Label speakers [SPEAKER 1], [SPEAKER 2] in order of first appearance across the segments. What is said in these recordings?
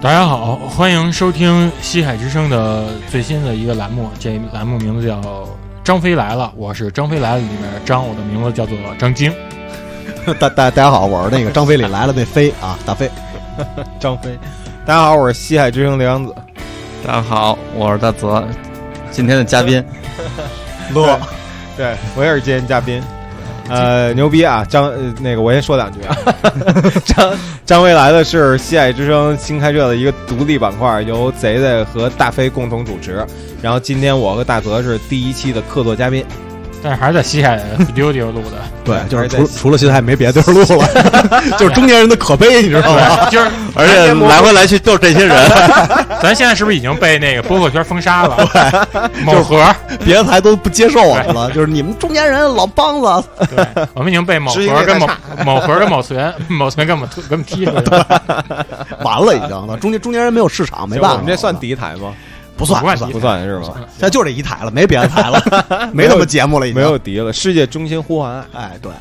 [SPEAKER 1] 大家好，欢迎收听西海之声的最新的一个栏目，这栏目名字叫《张飞来了》，我是《张飞来了》里面张，我的名字叫做张晶。
[SPEAKER 2] 大大大家好，我是那个张飞里来了那飞啊，大飞。
[SPEAKER 3] 张飞。大家好，我是西海之声的杨子。
[SPEAKER 4] 大家好，我是大泽，今天的嘉宾，
[SPEAKER 2] 乐，
[SPEAKER 3] 对我也是今天嘉宾。呃，牛逼啊！张、呃那个我先说两句啊。 张张飞来了是西海之声新开设的一个独立板块，由贼贼和大飞共同主持。然后今天我和大泽是第一期的客座嘉宾。
[SPEAKER 1] 但是还是在西海 丢丢录的，
[SPEAKER 2] 对，就是
[SPEAKER 3] 还
[SPEAKER 2] 除
[SPEAKER 3] 是在
[SPEAKER 2] 除了现在没别的地儿录了， 就是中年人的可悲，你知
[SPEAKER 4] 哦
[SPEAKER 2] 道
[SPEAKER 1] 对，
[SPEAKER 2] 吗？
[SPEAKER 1] 今儿
[SPEAKER 4] 而且来回 来去都是这些人。
[SPEAKER 1] 咱现在是不是已经被那个播客圈封杀 了？某盒，
[SPEAKER 2] 别的台都不接受我们了， 就是你们中年人老梆子。
[SPEAKER 1] 对，我们已经被某
[SPEAKER 3] 知音
[SPEAKER 1] 盒
[SPEAKER 3] 也
[SPEAKER 1] 跟
[SPEAKER 3] 在
[SPEAKER 1] 某某盒跟某存某存跟我们推跟 我们踢出去了，
[SPEAKER 2] 完了，已经了，中年中年人没有市场，没办法。
[SPEAKER 3] 我们这算第一台吗？
[SPEAKER 2] 不算
[SPEAKER 1] 不算
[SPEAKER 3] 不算是吗？
[SPEAKER 2] 现在就这一台了，没别的台 了，没什么节目了，已经
[SPEAKER 3] 没。有敌了，世界中心呼唤爱。
[SPEAKER 2] 哎，对，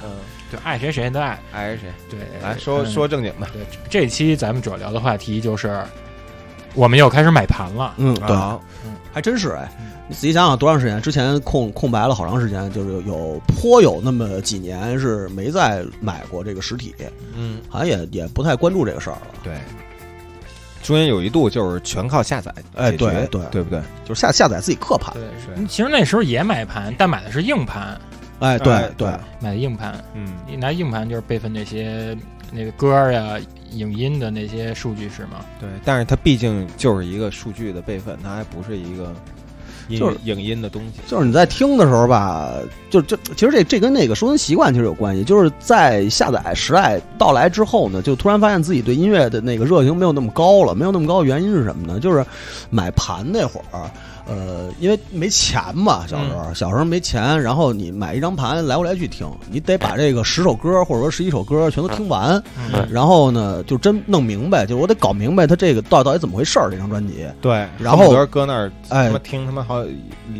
[SPEAKER 1] 对，爱谁谁都爱。
[SPEAKER 3] 哎爱是谁？
[SPEAKER 1] 对，
[SPEAKER 3] 来说
[SPEAKER 1] 嗯
[SPEAKER 3] 说正经的。
[SPEAKER 1] 对，这期咱们主要聊的话题就是，我们又开始买盘了。
[SPEAKER 2] 嗯，对，
[SPEAKER 3] 啊
[SPEAKER 2] 还真是哎。你仔细想想，多长时间之前空空白了好长时间，就是有有颇有那么几年是没再买过这个实体，
[SPEAKER 3] 嗯，
[SPEAKER 2] 好像也也不太关注这个事儿了。
[SPEAKER 3] 对。中间有一度就是全靠下载解决，
[SPEAKER 2] 哎对对
[SPEAKER 3] 对不对？
[SPEAKER 2] 就是下下载自己刻盘。
[SPEAKER 3] 对是
[SPEAKER 1] 嗯其实那时候也买盘，但买的是硬盘，
[SPEAKER 2] 哎，
[SPEAKER 3] 哎
[SPEAKER 2] 对对，
[SPEAKER 1] 买的硬盘。
[SPEAKER 3] 嗯，
[SPEAKER 1] 你拿硬盘就是备份那些那个歌儿呀、影音的那些数据是吗？
[SPEAKER 3] 对，但是它毕竟就是一个数据的备份，它还不是一个音
[SPEAKER 2] 就是
[SPEAKER 3] 影音的东西。
[SPEAKER 2] 就是你在听的时候吧，就这其实这这跟那个收听习惯其实有关系。就是在下载时代到来之后呢，就突然发现自己对音乐的那个热情没有那么高了。没有那么高的原因是什么呢？就是买盘那会儿，呃，因为没钱嘛，小时候、小时候没钱，然后你买一张盘来回来去听，你得把这个十首歌或者说十一首歌全都听完，
[SPEAKER 4] 嗯
[SPEAKER 2] 然后呢就真弄明白，就是我得搞明白它这个到底到底怎么回事儿这张专辑。
[SPEAKER 3] 对，
[SPEAKER 2] 然
[SPEAKER 3] 恨不
[SPEAKER 2] 后
[SPEAKER 3] 得搁那儿
[SPEAKER 2] 哎
[SPEAKER 3] 他妈听他妈好几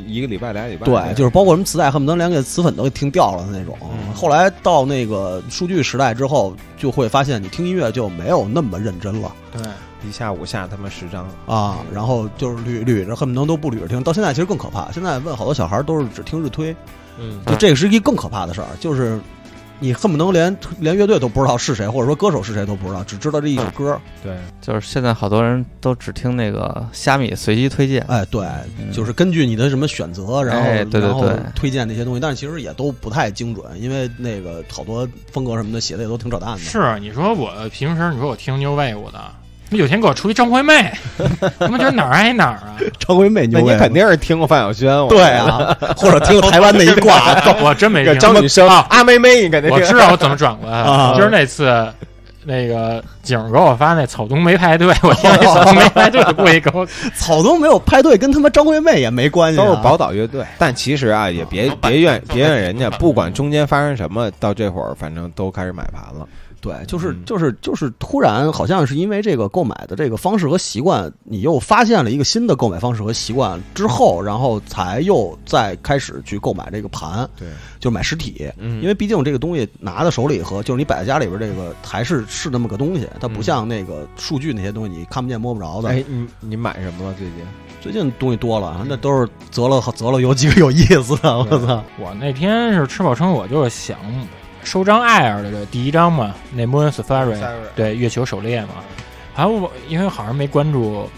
[SPEAKER 3] 一个礼拜俩礼拜。
[SPEAKER 2] 对，就是包括什么磁带，恨不得连给磁粉都给听掉了的那种。
[SPEAKER 3] 嗯
[SPEAKER 2] 后来到那个数据时代之后，就会发现你听音乐就没有那么认真了
[SPEAKER 1] 对，
[SPEAKER 3] 一下午下他妈十张，
[SPEAKER 2] 啊。
[SPEAKER 4] 嗯
[SPEAKER 2] 然后就是捋捋着，恨不得都不捋着听。到现在其实更可怕，现在问好多小孩都是只听日推，
[SPEAKER 3] 嗯
[SPEAKER 2] 就这个是一个更可怕的事儿，就是你恨不能连连乐队都不知道是谁，或者说歌手是谁都不知道，只知道这一
[SPEAKER 4] 嗯
[SPEAKER 2] 首歌。
[SPEAKER 3] 对，
[SPEAKER 4] 就是现在好多人都只听那个虾米随机推荐，
[SPEAKER 2] 哎，对，
[SPEAKER 4] 嗯
[SPEAKER 2] 就是根据你的什么选择，然后、
[SPEAKER 4] 哎对对
[SPEAKER 2] 然后
[SPEAKER 4] 对
[SPEAKER 2] 推荐这些东西，但是其实也都不太精准，因为那个好多风格什么的写的也都挺扯淡的。
[SPEAKER 1] 是啊你说我平时你说我听 New Wave 的，你有天给我出一张惠妹，他妈觉得哪儿挨哪儿啊！
[SPEAKER 2] 张惠妹
[SPEAKER 3] 那
[SPEAKER 2] 牛
[SPEAKER 3] 你
[SPEAKER 2] 呗，
[SPEAKER 3] 肯定是听过范晓萱，我
[SPEAKER 2] 对啊， 或者听台湾的一挂
[SPEAKER 1] 我真没
[SPEAKER 3] 那个
[SPEAKER 1] 听
[SPEAKER 3] 张雨生、阿妹妹，你肯定
[SPEAKER 1] 我
[SPEAKER 3] 听
[SPEAKER 1] 知道我怎么转过来
[SPEAKER 2] 啊
[SPEAKER 1] 的，就是那次。那个景儿给我发那草东没排队，我听那草东没排队，故意给我
[SPEAKER 2] 草东没有派对，跟他妈张惠妹也没关系、啊，
[SPEAKER 3] 都是宝岛乐队。但其实啊，也别别怨别怨人家，不管中间发生什么，到这会儿反正都开始买盘了。
[SPEAKER 2] 对，就是
[SPEAKER 3] 嗯
[SPEAKER 2] 就是就是突然好像是因为这个购买的这个方式和习惯，你又发现了一个新的购买方式和习惯之后，然后才又再开始去购买这个盘，
[SPEAKER 3] 对，
[SPEAKER 2] 就买实体，
[SPEAKER 3] 嗯
[SPEAKER 2] 因为毕竟这个东西拿在手里和就是你摆在家里边这个还是是那么个东西，它不
[SPEAKER 3] 嗯
[SPEAKER 2] 像那个数据那些东西你看不见摸不着的。
[SPEAKER 3] 哎，你你买什么了最 近？
[SPEAKER 2] 最近东西多了，那都是择了择了有几个有意思的，我操！
[SPEAKER 1] 啊我那天是吃饱撑，我就是想收张艾尔的这第一张嘛，那 Moon Safari，对，月球狩猎嘛。还有我因为好像没关注，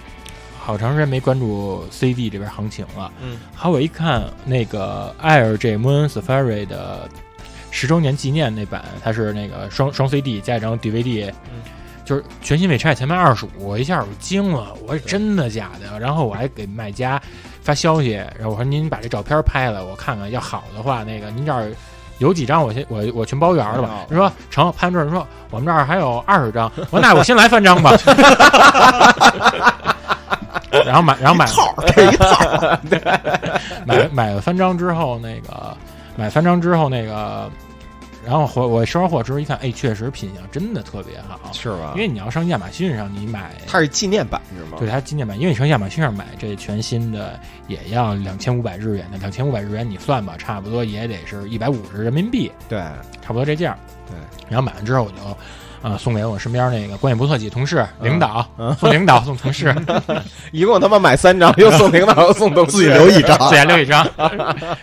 [SPEAKER 1] 好长时间没关注 CD 这边行情了。
[SPEAKER 3] 嗯，
[SPEAKER 1] 还有我一看那个艾尔这 Moon Safari 的十周年纪念那版，它是那个双双 CD 加一张 DVD，、
[SPEAKER 3] 嗯
[SPEAKER 1] 就是全新美差前卖二十五，我一下我惊了，我说真的假的？然后我还给卖家发消息，然后我说您把这照片拍了，我看看，要好的话，那个您这儿有几张我先我我全包圆了吧
[SPEAKER 3] 哦？
[SPEAKER 1] 他说成，潘主任说我们这儿还有二十张，我说那我先来三张吧。 然后买，然后买
[SPEAKER 2] 套儿这一套儿，
[SPEAKER 1] 买买了三张之后，那个买三张之后，那个，然后回我收完货之后一看，哎，确实品相真的特别好，
[SPEAKER 3] 是吧
[SPEAKER 1] 因？为你要上亚马逊上你买，
[SPEAKER 3] 它是纪念版是吗？
[SPEAKER 1] 对它纪念版，因为你上亚马逊上买这全新的也要两千五百日元的，两千五百日元你算吧，差不多也得是一百五十人民币，
[SPEAKER 3] 对，
[SPEAKER 1] 差不多这价。
[SPEAKER 3] 对，
[SPEAKER 1] 然后买完之后我就啊，送给我身边那个关系不错几同事、
[SPEAKER 3] 嗯
[SPEAKER 1] 领导
[SPEAKER 3] 嗯，
[SPEAKER 1] 送领导送同事，
[SPEAKER 3] 一共他妈买三 张，又送领导，又送东西，
[SPEAKER 2] 自己 留一张，
[SPEAKER 1] 自己留一张。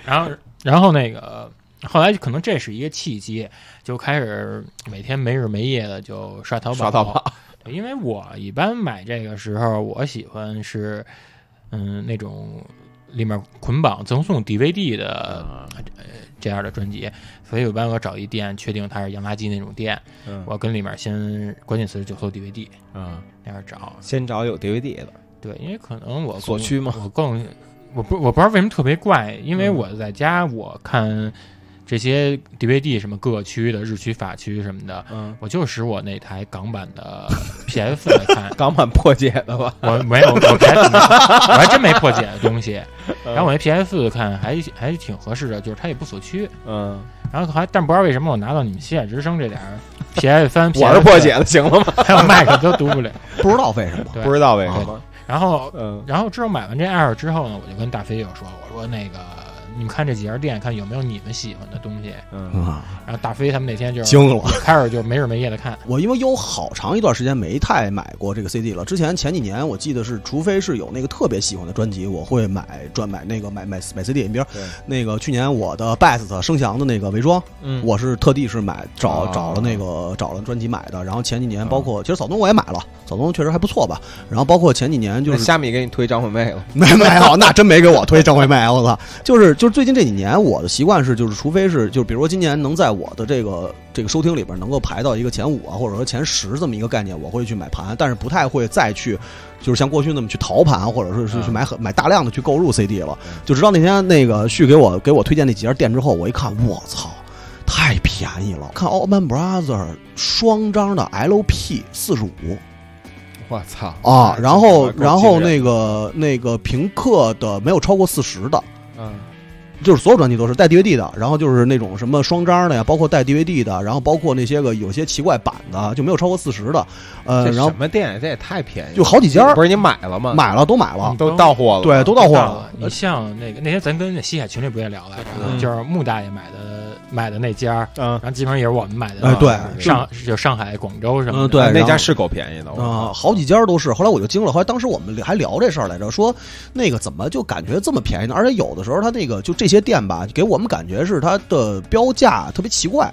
[SPEAKER 1] 然后，然后那个后来可能这是一个契机，就开始每天没日没夜的就刷淘宝。
[SPEAKER 3] 刷淘宝，
[SPEAKER 1] 因为我一般买这个时候，我喜欢是嗯那种里面捆绑赠送 DVD 的
[SPEAKER 3] 嗯
[SPEAKER 2] 嗯
[SPEAKER 1] 这样的专辑，所以一般我找一店确定它是洋垃圾那种店，
[SPEAKER 3] 嗯
[SPEAKER 1] 我跟里面先关键词就搜 DVD
[SPEAKER 3] 嗯，
[SPEAKER 1] 那样找。
[SPEAKER 3] 先找有 DVD 的，
[SPEAKER 1] 对，因为可能我
[SPEAKER 3] 所
[SPEAKER 1] 更
[SPEAKER 3] 趋嘛
[SPEAKER 1] 我更我不我不知道为什么特别怪，因为
[SPEAKER 3] 嗯
[SPEAKER 1] 我在家我看这些 DVD 什么各区的日区、法区什么的，
[SPEAKER 3] 嗯，
[SPEAKER 1] 我就使我那台港版 的 PS 来看，
[SPEAKER 3] 港版破解的吧，
[SPEAKER 1] 我没有我 PS 我还真没破解的东西，
[SPEAKER 3] 嗯
[SPEAKER 1] 然后我那 PS 看还还挺合适的，就是它也不所趋，
[SPEAKER 3] 嗯，
[SPEAKER 1] 然后还但不知道为什么我拿到你们《西海之声》这点儿 PS 三、
[SPEAKER 3] 我
[SPEAKER 1] PS
[SPEAKER 3] 是破解的，行了吗？
[SPEAKER 1] 还有 Mac 都读不了，
[SPEAKER 2] 不知道为什么。
[SPEAKER 1] 对
[SPEAKER 3] 不知道为什么，
[SPEAKER 1] 然后
[SPEAKER 3] 嗯
[SPEAKER 1] 然后之后买完这 Air 之后呢，我就跟大飞友说，我说那个你们看这几家店，看有没有你们喜欢的东西。
[SPEAKER 3] 嗯
[SPEAKER 2] 啊，
[SPEAKER 1] 然后大飞他们那天就
[SPEAKER 2] 惊了！
[SPEAKER 1] 开始就没日没夜的看，
[SPEAKER 2] 我因为有好长一段时间没太买过这个 CD 了。之前前几年我记得是，除非是有那个特别喜欢的专辑，我会买专买那个买买买 CD。你比如
[SPEAKER 3] 对
[SPEAKER 2] 那个去年我的 Best 声翔的那个伪装，
[SPEAKER 3] 嗯，
[SPEAKER 2] 我是特地是买找
[SPEAKER 3] 啊
[SPEAKER 2] 找了那个找了专辑买的。然后前几年
[SPEAKER 3] 啊
[SPEAKER 2] 包括其实草东我也买了，草东确实还不错吧。然后包括前几年就
[SPEAKER 3] 那
[SPEAKER 2] 是
[SPEAKER 3] 虾米给你推张惠妹了，
[SPEAKER 2] 没没有，那真没给我推张惠妹，我操！就是就是最近这几年，我的习惯是，就是除非是就是比如说今年能在我的这个这个收听里边能够排到一个前五啊，或者说前十这么一个概念，我会去买盘，但是不太会再去就是像过去那么去淘盘，或者说是
[SPEAKER 3] 嗯
[SPEAKER 2] 去买很买大量的去购入 CD 了
[SPEAKER 3] 嗯。
[SPEAKER 2] 就直到那天那个旭给我给我推荐那几家店之后，我一看，我操！太便宜了！看 Allman Brother 双张的 LP 四十五，
[SPEAKER 3] 我操
[SPEAKER 2] 啊，然后然后，那个那个平克的没有超过四十的，
[SPEAKER 3] 嗯
[SPEAKER 2] 就是所有专辑都是带 DVD 的，然后就是那种什么双张的呀，包括带 DVD 的，然后包括那些个有些奇怪版的，就没有超过四十的，呃，
[SPEAKER 3] 这
[SPEAKER 2] 然后
[SPEAKER 3] 什么店这也太便宜，
[SPEAKER 2] 就好几家
[SPEAKER 3] 不是你买了吗？
[SPEAKER 2] 买了都买了
[SPEAKER 1] 嗯，
[SPEAKER 3] 都到货了，
[SPEAKER 2] 对，都到货
[SPEAKER 1] 了
[SPEAKER 2] 了。。
[SPEAKER 1] 你像那
[SPEAKER 2] 嗯
[SPEAKER 1] 个那天咱跟那西海群里不也聊来
[SPEAKER 3] 嗯
[SPEAKER 1] 着，就是穆大爷买的买的那家，
[SPEAKER 3] 嗯
[SPEAKER 1] 然后基本上也是我们买的。
[SPEAKER 2] 哎对
[SPEAKER 1] 上就上海、广州什么的。
[SPEAKER 2] 嗯对
[SPEAKER 3] 那
[SPEAKER 2] 然
[SPEAKER 3] 家
[SPEAKER 2] 后
[SPEAKER 3] 是够便宜的，我
[SPEAKER 1] 哦
[SPEAKER 2] 啊、好几家都是。后来我就惊了，后来当时我们还聊这事儿来着，说那个怎么就感觉这么便宜呢？而且有的时候它那个就这些店吧，给我们感觉是它的标价特别奇怪，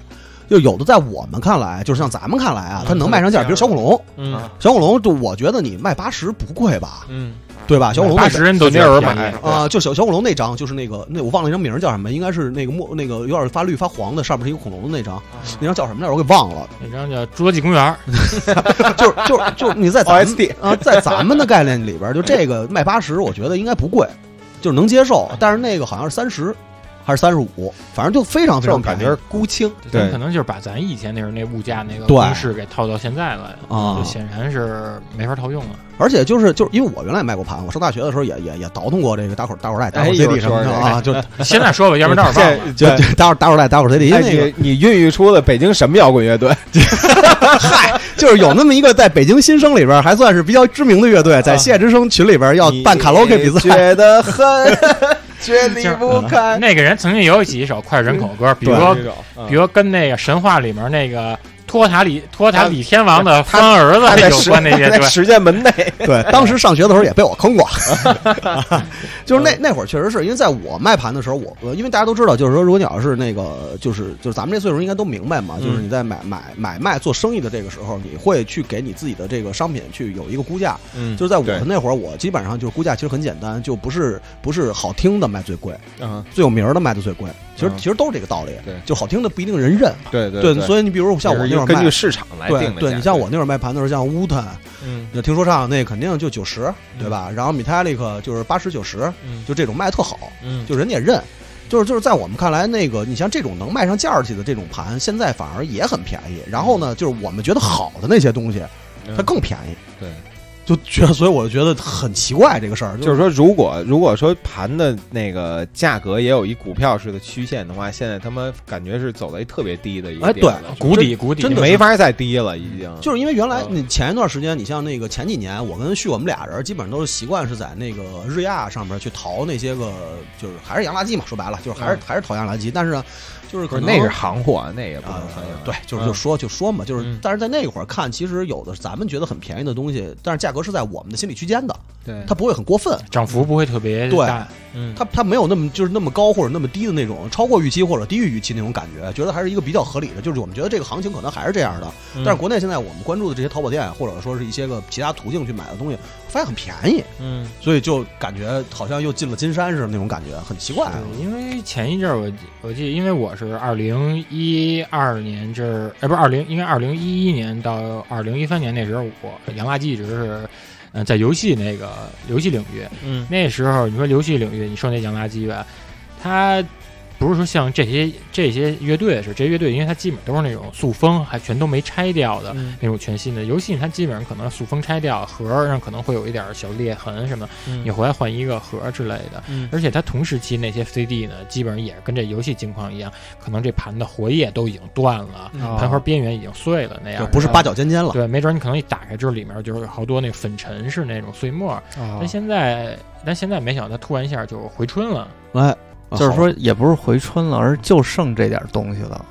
[SPEAKER 2] 就有的在我们看来，就是像咱们看来啊，它能卖上价，比如小恐龙，
[SPEAKER 3] 嗯
[SPEAKER 2] 小恐龙，就我觉得你卖八十不贵吧，
[SPEAKER 3] 嗯，
[SPEAKER 2] 对吧？小恐龙
[SPEAKER 1] 八
[SPEAKER 2] 那
[SPEAKER 1] 十人都
[SPEAKER 3] 没有人
[SPEAKER 1] 便宜
[SPEAKER 3] 买
[SPEAKER 2] 啊、就小小恐龙那张，就是那个那我忘了那张名儿叫什么，应该是那个墨那个有点发绿发黄的，上面是一个恐龙的那
[SPEAKER 1] 啊
[SPEAKER 2] 张，那张叫什么来着？我给忘了。
[SPEAKER 1] 那张叫《侏罗纪公园》，
[SPEAKER 2] 就是就是就是你在咱
[SPEAKER 3] OSD
[SPEAKER 2] 们啊，在咱们的概念里边儿，就这个卖八十，我觉得应该不贵，就是能接受。但是那个好像是三十还是三十五，反正就非常非
[SPEAKER 3] 这种
[SPEAKER 2] 常
[SPEAKER 3] 感
[SPEAKER 2] 便宜
[SPEAKER 3] 觉是孤清，
[SPEAKER 1] 咱们可能就是把咱以前那时候那物价那个
[SPEAKER 2] 对
[SPEAKER 1] 公式给套到现在来了，
[SPEAKER 2] 啊
[SPEAKER 1] 就。显然是没法套用了。
[SPEAKER 2] 而且就是就是因为我原来卖过盘，我上大学的时候也也也倒腾过这个打口打口袋、打
[SPEAKER 3] 哎
[SPEAKER 2] 口
[SPEAKER 3] 一会儿
[SPEAKER 2] CD 什么的
[SPEAKER 3] 说这个
[SPEAKER 2] 啊，就
[SPEAKER 1] 现在说吧，要不然待会儿忘了。
[SPEAKER 3] 这
[SPEAKER 2] 就
[SPEAKER 3] 这。
[SPEAKER 2] 就打口打口袋、打口 CD，因
[SPEAKER 3] 哎，
[SPEAKER 2] 为那个
[SPEAKER 3] 你你孕育出了北京什么摇滚乐 队？
[SPEAKER 2] 嗨，就是有那么一个在北京新生里边儿还算是比较知名的乐队，
[SPEAKER 3] 啊
[SPEAKER 2] 在谢之声群里边儿要办卡拉 OK 比赛，
[SPEAKER 3] 觉得 很却离不开。
[SPEAKER 1] 那个人曾经也有几首脍炙人口歌，比如说，比
[SPEAKER 3] 如
[SPEAKER 1] 如跟那个神话里面那个托塔李托塔李天王的干儿
[SPEAKER 3] 他
[SPEAKER 1] 子
[SPEAKER 3] 在
[SPEAKER 1] 有
[SPEAKER 3] 实
[SPEAKER 1] 关那些
[SPEAKER 3] 在
[SPEAKER 1] 对吧？
[SPEAKER 3] 实践门内，
[SPEAKER 2] 对，当时上学的时候也被我坑过， 就是那那会儿确实是因为在我卖盘的时候，我呃我因为大家都知道，就是说如果你要是那个就是就是咱们这岁数应该都明白嘛，
[SPEAKER 3] 嗯
[SPEAKER 2] 就是你在买买买卖做生意的这个时候，你会去给你自己的这个商品去有一个估价，
[SPEAKER 3] 嗯
[SPEAKER 2] 就是在我
[SPEAKER 3] 对
[SPEAKER 2] 们那会儿，我基本上就是估价其实很简单，就不是不是好听的卖最贵，
[SPEAKER 3] 嗯，
[SPEAKER 2] 最有名儿的卖的最贵，其实
[SPEAKER 3] 嗯
[SPEAKER 2] 其实都是这个道理
[SPEAKER 3] 对，
[SPEAKER 2] 就好听的不一定人认，
[SPEAKER 3] 对对
[SPEAKER 2] 对，所以你比如像我那会儿
[SPEAKER 3] 根
[SPEAKER 2] 卖
[SPEAKER 3] 据。市场来定
[SPEAKER 2] 对
[SPEAKER 3] 的。
[SPEAKER 2] 对，你像我，那会儿卖盘的时候，像乌坦，
[SPEAKER 3] 嗯
[SPEAKER 2] 那听说唱那肯定就九十，对吧？然后 Metallic 就是八十九十，
[SPEAKER 3] 嗯
[SPEAKER 2] 就这种卖得特好，
[SPEAKER 3] 嗯，
[SPEAKER 2] 就人家也认。就是就是在我们看来，那个你像这种能卖上价儿去的这种盘，现在
[SPEAKER 3] 嗯
[SPEAKER 2] 反而也很便宜。然后呢，就是我们觉得好的那些东西，它更便宜。
[SPEAKER 3] 对，
[SPEAKER 2] 就觉得，所 以我就觉得很奇怪这个事儿，
[SPEAKER 3] 就是说，如果如果说盘的那个价格也有一股票式的曲线的话，现在他妈感觉是走到一特别低的一个
[SPEAKER 2] 哎
[SPEAKER 3] 点
[SPEAKER 2] 对
[SPEAKER 3] 了
[SPEAKER 1] 谷底谷底
[SPEAKER 2] 真
[SPEAKER 3] 你
[SPEAKER 2] 的
[SPEAKER 3] 没法再低了，已经。
[SPEAKER 2] 就是因为原来
[SPEAKER 3] 嗯
[SPEAKER 2] 你前一段时间，你像那个前几年，我跟旭我们俩人基本上都是习惯是在那个日亚上面去淘那些个，就是还是洋垃圾嘛，说白了就是还是、还是淘洋垃圾，但是呢，就是
[SPEAKER 3] 嗯不
[SPEAKER 2] 可
[SPEAKER 3] 是
[SPEAKER 2] 能
[SPEAKER 3] 那是行货，那也不
[SPEAKER 2] 啊
[SPEAKER 3] 能算、
[SPEAKER 2] 对，就是
[SPEAKER 3] 嗯
[SPEAKER 2] 就说就说嘛，就是、
[SPEAKER 1] 嗯
[SPEAKER 2] 但是在那会儿看，其实有的咱们觉得很便宜的东西，但是价格是在我们的心理区间的，
[SPEAKER 1] 对
[SPEAKER 2] 它不会很过分，
[SPEAKER 1] 涨幅不会特别
[SPEAKER 2] 对
[SPEAKER 1] 大，嗯，
[SPEAKER 2] 它它没有那么就是那么高或者那么低的那种超过预期或者低于预期那种感觉，觉得还是一个比较合理的，就是我们觉得这个行情可能还是这样的。
[SPEAKER 1] 嗯
[SPEAKER 2] 但是国内现在我们关注的这些淘宝店啊或者说是一些个其他途径去买的东西，发现很便宜，
[SPEAKER 1] 嗯，
[SPEAKER 2] 所以就感觉好像又进了金山似的那种感觉，很奇怪。啊
[SPEAKER 1] 是
[SPEAKER 4] 嗯
[SPEAKER 1] 哎因为前一阵儿我记我记得，因为我是二零一二年这儿，哎，不是二零，应该二零一一年到二零一三年那时候，我洋垃圾一直是，嗯，在游戏那个游戏领域，
[SPEAKER 4] 嗯，
[SPEAKER 1] 那时候你说游戏领域，你说那洋垃圾吧，它不是说像这些这些乐队是这些乐队，因为它基本都是那种塑封，还全都没拆掉的、
[SPEAKER 4] 嗯
[SPEAKER 1] 那种全新的游戏，它基本上可能塑封拆掉，盒儿上可能会有一点小裂痕什么，
[SPEAKER 4] 嗯
[SPEAKER 1] 你回来换一个盒儿之类的。
[SPEAKER 4] 嗯
[SPEAKER 1] 而且它同时期那些 CD 呢，基本上也是跟这游戏情况一样，可能这盘的活页都已经断了，
[SPEAKER 4] 嗯
[SPEAKER 1] 盘盒边缘已经碎了那样
[SPEAKER 2] 就
[SPEAKER 1] 的，
[SPEAKER 2] 不是八角尖尖了，
[SPEAKER 1] 对，没准你可能一打开之后，里面就是有好多那个粉尘是那种碎末儿，
[SPEAKER 4] 啊
[SPEAKER 1] 但现在，但现在没想到它突然一下就回春了。
[SPEAKER 2] 哎，
[SPEAKER 4] 就是说也不是回春了，而是就剩这点东西了。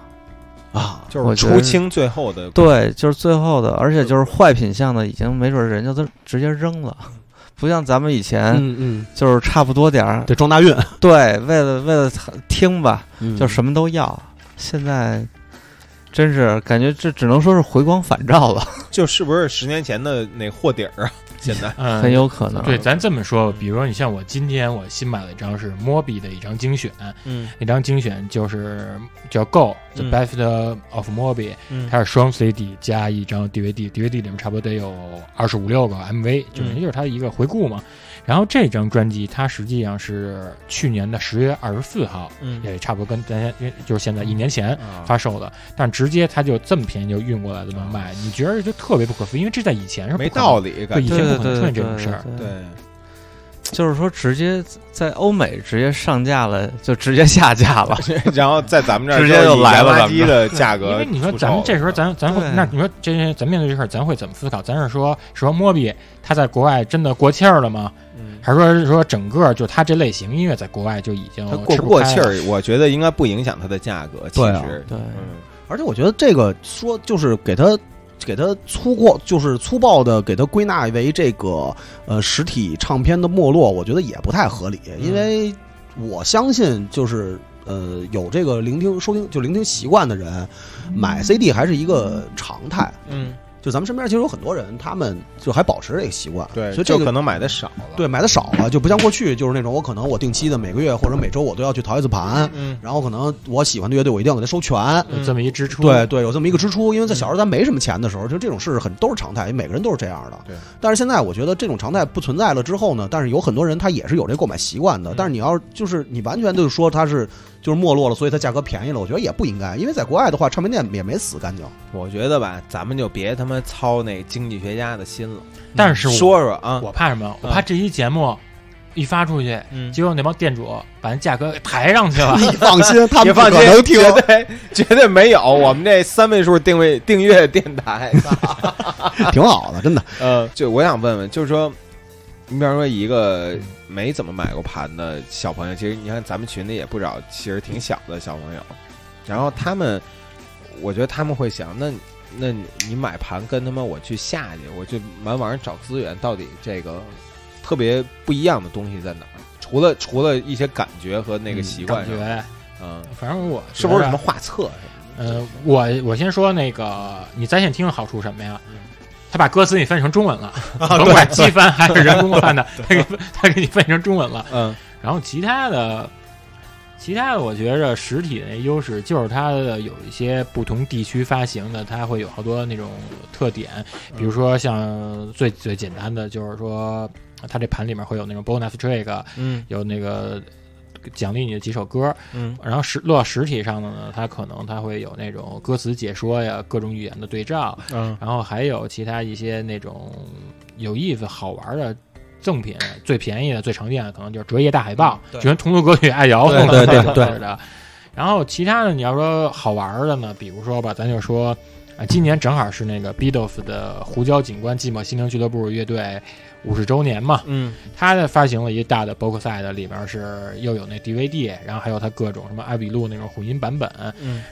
[SPEAKER 2] 啊，
[SPEAKER 3] 就
[SPEAKER 4] 我
[SPEAKER 3] 是
[SPEAKER 4] 觉得
[SPEAKER 3] 出清最后的，
[SPEAKER 4] 对，就是最后的，而且就是坏品相的，已经没准人家都直接扔了，
[SPEAKER 1] 嗯
[SPEAKER 4] 不像咱们以前
[SPEAKER 2] 嗯嗯，
[SPEAKER 4] 就是差不多点儿，
[SPEAKER 1] 嗯
[SPEAKER 2] 得装大运，
[SPEAKER 4] 对，为了为了听吧，
[SPEAKER 1] 嗯
[SPEAKER 4] 就
[SPEAKER 2] 么
[SPEAKER 4] 什么都要。现在真是感觉这只能说是回光返照了，
[SPEAKER 3] 就是不是十年前的那货底儿啊？现在
[SPEAKER 1] 嗯，
[SPEAKER 4] 很有可能。
[SPEAKER 1] 对，咱这么说，比如说你像我今天我新买了一张是 Mobi 的一张精选，
[SPEAKER 4] 嗯
[SPEAKER 1] 那张精选就是叫 Go The
[SPEAKER 4] 嗯
[SPEAKER 1] Best of Mobi，、
[SPEAKER 4] 嗯
[SPEAKER 1] 它是双 CD 加一张 DVD，DVD 里面差不多得有二十五六个 MV，就
[SPEAKER 4] 嗯
[SPEAKER 1] 等于就是它的一个回顾嘛。然后这张专辑它实际上是去年的十月二十四号，
[SPEAKER 4] 嗯
[SPEAKER 1] 也差不多跟咱现呃就是现在一年前
[SPEAKER 3] 啊，
[SPEAKER 1] 发售的，但直接它就这么便宜就运过来这
[SPEAKER 4] 啊
[SPEAKER 1] 么卖，你觉得就特别不可思议，因为这在以前是不
[SPEAKER 3] 没
[SPEAKER 1] 可能
[SPEAKER 3] 道理感
[SPEAKER 1] 以
[SPEAKER 3] 觉。
[SPEAKER 1] 前不可能
[SPEAKER 4] 对对
[SPEAKER 1] 出
[SPEAKER 4] 对
[SPEAKER 1] 现这种事儿，
[SPEAKER 4] 对，
[SPEAKER 3] 对，
[SPEAKER 4] 就是说直接在欧美直接上架了，就直接下架了。
[SPEAKER 3] 然后在咱们这儿
[SPEAKER 4] 直接就
[SPEAKER 3] 以
[SPEAKER 4] 来了
[SPEAKER 3] 垃
[SPEAKER 4] 咱们
[SPEAKER 3] 圾
[SPEAKER 4] 这
[SPEAKER 3] 的 价格出售
[SPEAKER 1] 因
[SPEAKER 3] 了，
[SPEAKER 1] 为你说咱们这时候咱咱会
[SPEAKER 4] 对
[SPEAKER 1] 那你说这咱面对这事儿咱会怎么思考？咱是说说莫比他在国外真的过气儿了吗？
[SPEAKER 3] 嗯
[SPEAKER 1] 还是说说整个就他这类型音乐在国外就已经
[SPEAKER 3] 它过
[SPEAKER 1] 吃不
[SPEAKER 3] 不过
[SPEAKER 1] 开
[SPEAKER 3] 气
[SPEAKER 1] 了？
[SPEAKER 3] 儿，我觉得应该不影响它的价格。其
[SPEAKER 2] 对啊
[SPEAKER 3] 实，
[SPEAKER 4] 嗯对
[SPEAKER 3] 嗯
[SPEAKER 2] 而且我觉得这个说就是给它给它粗过，就是粗暴的给它归纳为这个呃实体唱片的没落，我觉得也不太合理，因为
[SPEAKER 3] 嗯
[SPEAKER 2] 我相信就是。呃，有这个聆听、收听就聆听习惯的人，
[SPEAKER 3] 嗯
[SPEAKER 2] 买 CD 还是一个常态。
[SPEAKER 4] 嗯，
[SPEAKER 2] 就咱们身边其实有很多人，他们就还保持这个习惯。
[SPEAKER 3] 对，
[SPEAKER 2] 所以这
[SPEAKER 3] 就
[SPEAKER 2] 个
[SPEAKER 3] 可能买的少了。
[SPEAKER 2] 对买的少了，就不像过去就是那种我可能我定期的每个月或者每周我都要去淘一次盘，
[SPEAKER 3] 嗯，
[SPEAKER 2] 然后可能我喜欢的乐队我一定要给它收全，
[SPEAKER 1] 有这么一支出，
[SPEAKER 2] 对对，有这么一个支出，因为在小时候咱没什么钱的时候，就这种事是很都是常态，每个人都是这样的。
[SPEAKER 3] 对。
[SPEAKER 2] 但是现在我觉得这种常态不存在了之后呢，但是有很多人他也是有这购买
[SPEAKER 3] 嗯
[SPEAKER 2] 习惯的。但是你要就是你完全就是说它是就是没落了，所以它价格便宜了，我觉得也不应该，因为在国外的话，唱片店也没死干 净。
[SPEAKER 3] 我觉得吧，咱们就别他妈操那经济学家的心了。
[SPEAKER 1] 但是我
[SPEAKER 3] 说说啊，
[SPEAKER 1] 我怕什么？我怕这期节目一发出去，
[SPEAKER 3] 嗯
[SPEAKER 1] 结果那帮店主把那价格给抬上去了。
[SPEAKER 2] 你放心，他
[SPEAKER 3] 也
[SPEAKER 2] 们不
[SPEAKER 3] 放
[SPEAKER 2] 可
[SPEAKER 3] 心，
[SPEAKER 2] 能听。
[SPEAKER 3] 绝对绝对没有。我们这三位数定位订阅电台，
[SPEAKER 2] 挺好的，真的。
[SPEAKER 3] 呃，就我想问问，就是说，你比方说一个没怎么买过盘的小朋友，其实你看咱们群里也不少，其实挺小的小朋友，然后他们，我觉得他们会想，那那你买盘跟他妈我去下去，我去满网上找资源，到底这个特别不一样的东西在哪儿？除了除了一些感觉和那个习惯
[SPEAKER 1] 感
[SPEAKER 3] 上，
[SPEAKER 1] 觉，
[SPEAKER 3] 嗯，
[SPEAKER 1] 反正我
[SPEAKER 3] 是不是
[SPEAKER 1] 觉
[SPEAKER 3] 什
[SPEAKER 1] 得
[SPEAKER 3] 么画册什么的？
[SPEAKER 1] 呃，我我先说那个，你在线听的好处什么呀？他把歌词给你翻译成中文了，甭管机翻还是人工翻的，他给他给你翻译成中文了。
[SPEAKER 3] 嗯，
[SPEAKER 1] 然后其他的，其他的我觉着实体的优势就是它的有一些不同地区发行的，它会有好多那种特点，比如说像最最简单的就是说，它这盘里面会有那种 bonus track，
[SPEAKER 4] 嗯
[SPEAKER 1] 有那个奖励你的几首歌，
[SPEAKER 3] 嗯
[SPEAKER 1] 然后实落到实体上的呢，它可能它会有那种歌词解说呀，各种语言的对照，
[SPEAKER 2] 啊
[SPEAKER 3] 嗯
[SPEAKER 1] 然后还有其他一些那种有意思好玩的赠品，最便宜的、最常见的可能就是折页大海报，
[SPEAKER 2] 嗯对
[SPEAKER 1] 就跟同路歌曲爱摇送的
[SPEAKER 2] 对对
[SPEAKER 1] 那 种
[SPEAKER 2] 对
[SPEAKER 1] 似的。然后其他的你要说好玩的呢，比如说吧，咱就说啊、今年正好是那个 Beatles 的胡椒警官寂寞心灵俱乐部乐队五十周年嘛，
[SPEAKER 3] 嗯
[SPEAKER 1] 他的发行了一大的 box set，里面是又有那 DVD，然后还有他各种什么艾比路那种混音版本，
[SPEAKER 3] 嗯，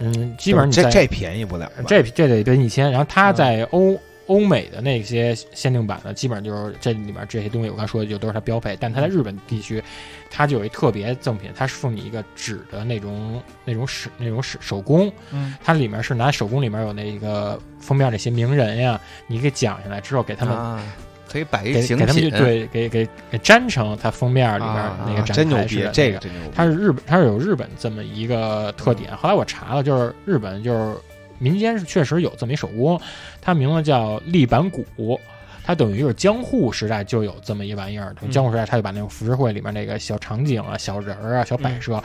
[SPEAKER 1] 嗯，基本上你在
[SPEAKER 3] 这这便宜不了吧，
[SPEAKER 1] 这这得奔一千。然后他
[SPEAKER 3] 嗯
[SPEAKER 1] 在欧、欧美的那些限定版呢，基本上就是这里面这些东西，我刚说的就都是它标配。但它在日本地区，它就有一特别赠品，它是送你一个纸的那种那种手那种手手工，
[SPEAKER 3] 嗯
[SPEAKER 1] 它里面是拿手工里面有那个封面这些名人呀，你给讲下来之后，给他们、
[SPEAKER 4] 啊可以摆一
[SPEAKER 1] 给
[SPEAKER 4] 景
[SPEAKER 1] 给他们就
[SPEAKER 4] 品，
[SPEAKER 1] 对给给给粘成它封面里面
[SPEAKER 4] 啊
[SPEAKER 1] 那个展
[SPEAKER 3] 真牛
[SPEAKER 1] 台式
[SPEAKER 3] 逼
[SPEAKER 1] 的，
[SPEAKER 3] 这
[SPEAKER 1] 那
[SPEAKER 3] 个真牛逼，
[SPEAKER 1] 它是日本，它是有日本这么一个特点。后来我查了，就是日本就是民间是确实有这么一手工，它名字叫立板鼓。它等于就是江户时代就有这么一玩意儿，
[SPEAKER 3] 嗯
[SPEAKER 1] 江户时代它就把那种浮世绘里面那个小场景啊、小人儿啊、小
[SPEAKER 3] 嗯
[SPEAKER 1] 摆设，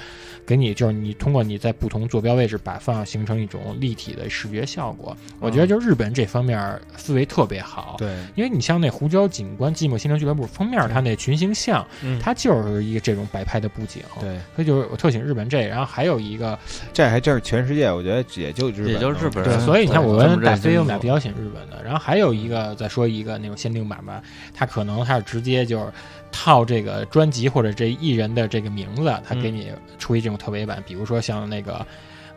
[SPEAKER 1] 给你就是你通过你在不同坐标位置摆放，形成一种立体的视觉效果。我觉得就日本这方面儿思维特别好，
[SPEAKER 3] 哦对，
[SPEAKER 1] 因为你像那胡椒警官寂寞心灵俱乐部封面儿，它那群星像，
[SPEAKER 3] 嗯
[SPEAKER 1] 它就是一个这种摆拍的布景，
[SPEAKER 3] 对，
[SPEAKER 1] 所以就是我特喜欢日本这，然后还有一个，
[SPEAKER 3] 这还真是全世界，我觉得也就日本能，
[SPEAKER 4] 也就日本人
[SPEAKER 1] 所以你看我
[SPEAKER 4] 这
[SPEAKER 1] 跟
[SPEAKER 4] 么
[SPEAKER 1] 大
[SPEAKER 4] 认真
[SPEAKER 1] 飞我们
[SPEAKER 4] 做
[SPEAKER 1] 俩比较喜欢日本的，然后还有一个再说一个那种限定版吧，它可能它是直接就是套这个专辑或者这艺人的这个名字，它给你出一这种特别版，比如说像那个。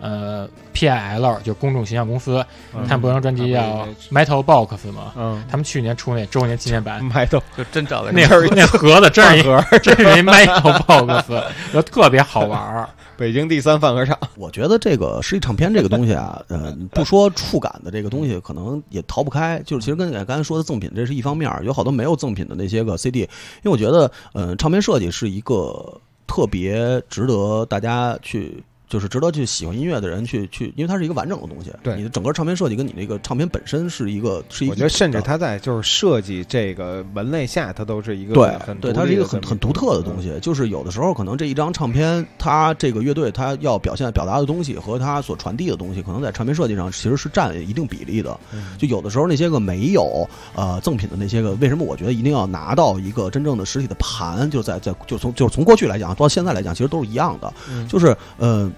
[SPEAKER 1] 呃，PIL 就公众形象公司，
[SPEAKER 3] 嗯
[SPEAKER 1] 他们不有张专辑叫 Metal Box 嘛，
[SPEAKER 3] 嗯，
[SPEAKER 1] 他们去年出那周年纪念版，
[SPEAKER 3] 买到
[SPEAKER 4] 就真找了
[SPEAKER 1] 那
[SPEAKER 4] 个
[SPEAKER 1] 盒那盒子真是
[SPEAKER 3] 饭
[SPEAKER 1] 一
[SPEAKER 3] 盒，
[SPEAKER 1] 真是一 Metal Box，就特别好玩 儿。
[SPEAKER 3] 北京第三饭盒厂，
[SPEAKER 2] 我觉得这个实体唱片这个东 西啊，呃，不说触感的这个东西，可能也逃不开。就是其实跟刚才说的赠品，这是一方面儿，有好多没有赠品的那些个 CD，因为我觉得，呃，唱片设计是一个特别值得大家去。就是值得去喜欢音乐的人去去，因为它是一个完整的东西。
[SPEAKER 3] 对
[SPEAKER 2] 你的整个唱片设计跟你那个唱片本身是一个是一个，
[SPEAKER 3] 我觉得甚至它在就是设计这个门类下，它都是一个
[SPEAKER 2] 对
[SPEAKER 3] 很
[SPEAKER 2] 对，
[SPEAKER 3] 独
[SPEAKER 2] 它
[SPEAKER 3] 立
[SPEAKER 2] 是一个
[SPEAKER 3] 的嗯
[SPEAKER 2] 很
[SPEAKER 3] 这么
[SPEAKER 2] 很独特的东西。就是有的时候可能这一张唱片，它这个乐队它要表现表达的东西和它所传递的东西，可能在唱片设计上其实是占一定比例的。
[SPEAKER 3] 嗯
[SPEAKER 2] 就有的时候那些个没有呃赠品的那些个，为什么我觉得一定要拿到一个真正的实体的盘？就在在就从就是从过去来讲到现在来讲，其实都是一样的。
[SPEAKER 3] 嗯
[SPEAKER 2] 就是呃，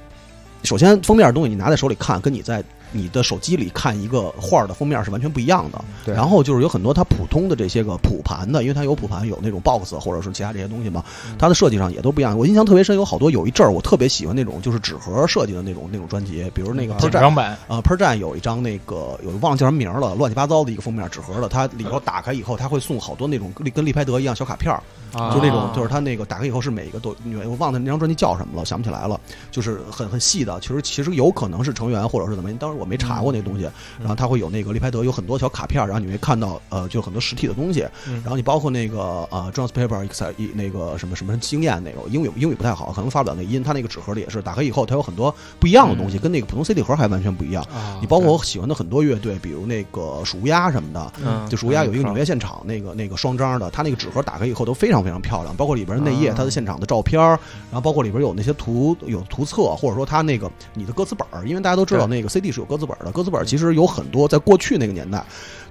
[SPEAKER 2] 首先封面的东西你拿在手里看，跟你在你的手机里看一个画儿的封面是完全不一样的。
[SPEAKER 3] 对
[SPEAKER 2] 然后就是有很多它普通的这些个普盘的，因为它有普盘，有那种 box 或者是其他这些东西嘛，
[SPEAKER 3] 嗯
[SPEAKER 2] 它的设计上也都不一样。我印象特别深，有好多有一阵儿我特别喜欢那种就是纸盒设计的那种那种专辑，比如那
[SPEAKER 3] 嗯
[SPEAKER 2] 个 Per
[SPEAKER 1] 紧
[SPEAKER 2] 站
[SPEAKER 1] 张版，
[SPEAKER 2] 呃 Per 站有一张那个有忘了叫什么名儿了，乱七八糟的一个封面纸盒的，它里头打开以后，它会送好多那种跟跟立拍得一样小卡片儿，
[SPEAKER 4] 啊
[SPEAKER 2] 就那种，就是他那个打开以后是每一个都，我忘了那张专辑叫什么了，想不起来了，就是很很细的。其实其实有可能是成员或者是怎么，当时我没查过那东西。然后他会有那个利拍德有很多小卡片，然后你会看到呃，就很多实体的东西。
[SPEAKER 3] 嗯
[SPEAKER 2] 然后你包括那个呃 j o h n s Paper Excel 一那个什么什么经验那个英语英语不太好，可能发不了那音。他那个纸盒里也是打开以后，它有很多不一样的东西，跟那个普通 CD 盒还完全不一样。
[SPEAKER 1] 啊
[SPEAKER 2] 你包
[SPEAKER 3] 哦
[SPEAKER 2] 括我喜欢的很多乐队，比如那个鼠乌鸦什么的，
[SPEAKER 4] 嗯
[SPEAKER 2] 就鼠乌啊鸦有一个纽约现场那个那个双张的，它那个纸盒打开以后都非常非常漂亮，包括里边内页
[SPEAKER 4] 啊
[SPEAKER 3] 嗯
[SPEAKER 2] 它的现场的照片儿，然后包括里边有那些图有图册，或者说它那个你的歌词本儿，因为大家都知道那个 CD 是有歌词本儿的，歌词本儿其实有很多，在过去那个年代，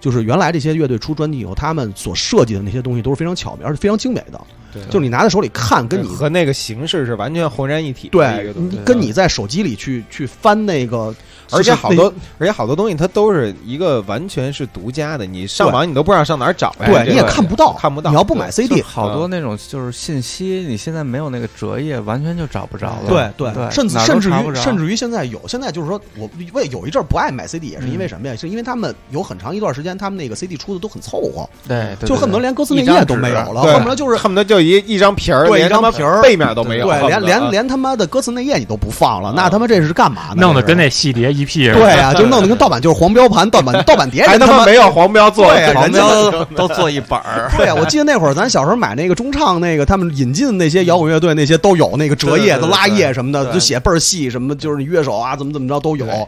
[SPEAKER 2] 就是原来这些乐队出专辑以后，他们所设计的那些东西都是非常巧妙，而且非常精美的，
[SPEAKER 3] 对
[SPEAKER 2] 就是你拿在手里看，跟你
[SPEAKER 3] 和那个形式是完全浑然一体的一
[SPEAKER 2] 对
[SPEAKER 3] 个东西，嗯
[SPEAKER 2] 跟你在手机里去去翻那个，
[SPEAKER 3] 而且
[SPEAKER 2] 就是
[SPEAKER 3] 好
[SPEAKER 2] 那
[SPEAKER 3] 多，而且好多东西它都是一个完全是独家的，你上
[SPEAKER 2] 对
[SPEAKER 3] 网你都不知道上哪儿找呀，
[SPEAKER 2] 对
[SPEAKER 3] 哎这
[SPEAKER 2] 你也
[SPEAKER 3] 个
[SPEAKER 2] 看不到，
[SPEAKER 3] 看不到。
[SPEAKER 2] 你要不买
[SPEAKER 3] 对
[SPEAKER 2] CD
[SPEAKER 4] 就。好多那种就是信息，你现在没有那个折页，完全就找不着了。
[SPEAKER 3] 嗯
[SPEAKER 2] 对
[SPEAKER 4] 对，
[SPEAKER 2] 甚至
[SPEAKER 4] 哪儿都
[SPEAKER 2] 甚至
[SPEAKER 4] 查不
[SPEAKER 2] 于
[SPEAKER 4] 着
[SPEAKER 2] 甚至于现在有，现在就是说我为有一阵儿不爱买 CD 也是
[SPEAKER 3] 嗯
[SPEAKER 2] 因为什么呀？是因为他们有很长一段时间，他们那个 CD 出的都很凑合，
[SPEAKER 4] 对，对
[SPEAKER 2] 就
[SPEAKER 4] 对
[SPEAKER 2] 恨不得连歌词内
[SPEAKER 4] 一张
[SPEAKER 2] 页都
[SPEAKER 4] 纸
[SPEAKER 2] 没有了，
[SPEAKER 3] 啊对
[SPEAKER 2] 恨不得就是
[SPEAKER 3] 恨不得就一一张皮儿，
[SPEAKER 2] 对
[SPEAKER 3] 连
[SPEAKER 2] 一
[SPEAKER 3] 他
[SPEAKER 2] 张
[SPEAKER 3] 妈
[SPEAKER 2] 皮儿
[SPEAKER 3] 背面都没有，
[SPEAKER 2] 对，
[SPEAKER 3] 恨
[SPEAKER 2] 连
[SPEAKER 3] 不得
[SPEAKER 2] 连
[SPEAKER 3] 啊
[SPEAKER 2] 连他妈的歌词内页你都不放了，
[SPEAKER 3] 啊
[SPEAKER 2] 那他妈这是干嘛呢？
[SPEAKER 1] 弄得
[SPEAKER 2] 这是
[SPEAKER 1] 跟那细碟一屁似的。
[SPEAKER 2] 对啊，就弄得跟盗版就是黄标盘、盗 版盗版碟，
[SPEAKER 3] 还
[SPEAKER 2] 人
[SPEAKER 3] 他
[SPEAKER 2] 他
[SPEAKER 3] 妈没有黄标做
[SPEAKER 2] 对啊
[SPEAKER 3] 黄
[SPEAKER 2] 人家
[SPEAKER 3] 标
[SPEAKER 4] 都 都做一本 儿，
[SPEAKER 2] 对啊，我记得那会儿咱小时候买那个中唱，那个他们引进的那些摇滚乐队，那些都有那个折
[SPEAKER 4] 对对
[SPEAKER 2] 页
[SPEAKER 4] 对
[SPEAKER 2] 的拉页什么的，
[SPEAKER 4] 对
[SPEAKER 2] 就写倍儿细，什么就是乐手啊，怎么怎么着都有
[SPEAKER 1] 对。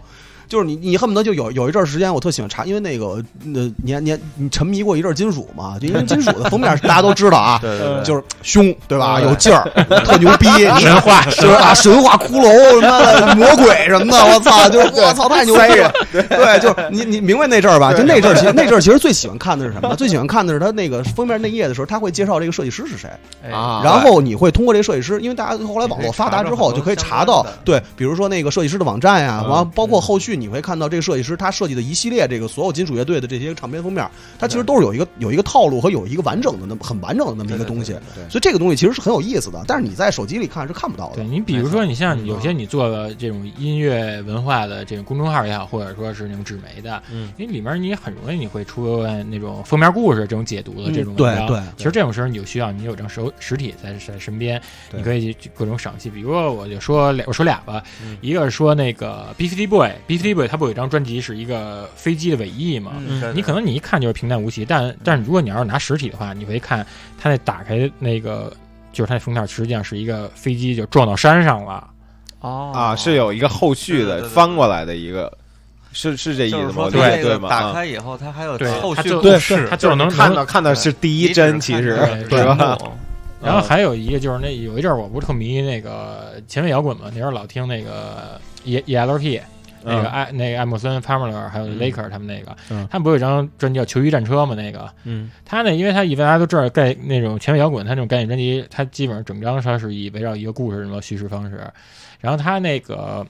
[SPEAKER 2] 就是你你恨不得就有有一阵儿时间，我特喜欢查，因为那个呃，你还你还你沉迷过一阵儿金属嘛，就因为金属的封面大家都知道 啊，
[SPEAKER 4] 对对对，
[SPEAKER 2] 就是凶，对吧？
[SPEAKER 3] 对
[SPEAKER 2] 有劲儿，特牛逼，
[SPEAKER 1] 神话
[SPEAKER 2] 就是啊，神话骷髅什么魔鬼什么的，我操，就是我操太牛逼了，对，就是你你明白那阵儿吧？就那阵儿其实那阵儿其实最喜欢看的是什么呢？最喜欢看的是他那个封面内页的时候，他会介绍这个设计师是谁。
[SPEAKER 4] 哎
[SPEAKER 3] 啊
[SPEAKER 2] 哎然后你会通过这个设计师，因为大家后来网络发达之后，
[SPEAKER 4] 你
[SPEAKER 2] 就
[SPEAKER 4] 可
[SPEAKER 2] 可
[SPEAKER 4] 以
[SPEAKER 2] 以
[SPEAKER 4] 查
[SPEAKER 2] 查到
[SPEAKER 4] 到很多相关的
[SPEAKER 2] 对，比如说那个设计师的网站呀、
[SPEAKER 3] 嗯
[SPEAKER 2] 然后包括后续你会看到这个设计师他设计的一系列这个所有金属乐队的这些唱片封面，它其实都是有一个有一个套路和有一个完整的那么很完整的那么一个东西，所以这个东西其实是很有意思的，但是你在手机里看是看不到的
[SPEAKER 1] 对。你，比如说你像有些你做了这种音乐文化的这种公众号也好，或者说是那种纸媒的，
[SPEAKER 3] 嗯，
[SPEAKER 1] 因为里面你很容易你会出那种封面故事这种解读的这种
[SPEAKER 2] 嗯
[SPEAKER 1] 文章。
[SPEAKER 2] 对对
[SPEAKER 1] 其实这种时候你就需要你有张手实体在在身边，
[SPEAKER 3] 对
[SPEAKER 1] 你可以去各种赏析。比如说我就说俩，我说俩吧，
[SPEAKER 3] 嗯
[SPEAKER 1] 一个是说那个 B F D Boy，B F D Boy 他不有一张专辑是一个飞机的尾翼嘛？
[SPEAKER 3] 嗯
[SPEAKER 1] 你可能你一看就是平淡无奇，但但是如果你要是拿实体的话，你会看它那打开那个，就是它那封面实际上是一个飞机就撞到山上了，
[SPEAKER 4] 哦
[SPEAKER 3] 啊，是有一个后续
[SPEAKER 4] 对对
[SPEAKER 3] 的
[SPEAKER 4] 对对
[SPEAKER 3] 翻过来的一个，是是这意
[SPEAKER 4] 哦就
[SPEAKER 3] 思吗？
[SPEAKER 4] 是说
[SPEAKER 1] 对
[SPEAKER 4] 它
[SPEAKER 3] 对
[SPEAKER 4] 这个
[SPEAKER 3] 吗？
[SPEAKER 4] 打
[SPEAKER 3] 啊
[SPEAKER 4] 开以后它还有
[SPEAKER 1] 对
[SPEAKER 4] 后
[SPEAKER 1] 它
[SPEAKER 4] 续
[SPEAKER 1] 就
[SPEAKER 4] 故事，
[SPEAKER 1] 它就能
[SPEAKER 3] 看到
[SPEAKER 1] 能
[SPEAKER 3] 看到是第一帧，其实
[SPEAKER 1] 看到
[SPEAKER 3] 是 吧？
[SPEAKER 4] 对
[SPEAKER 1] 然后
[SPEAKER 3] 啊
[SPEAKER 1] 还有一个就是那有一阵儿我不是特迷那个前卫摇滚嘛，那时候老听那个 E E L P 那个
[SPEAKER 3] 嗯
[SPEAKER 1] 艾那个艾默森、帕梅尔还有雷克尔他们那个
[SPEAKER 3] 嗯，
[SPEAKER 1] 他们不是有一张专辑叫《球衣战车》嘛？那个
[SPEAKER 3] 嗯
[SPEAKER 1] 他那因为他以为大家都知道概那种前卫摇滚，他这种概念专辑，他基本上整张它是以围绕一个故事什么叙事方式，然后他那个。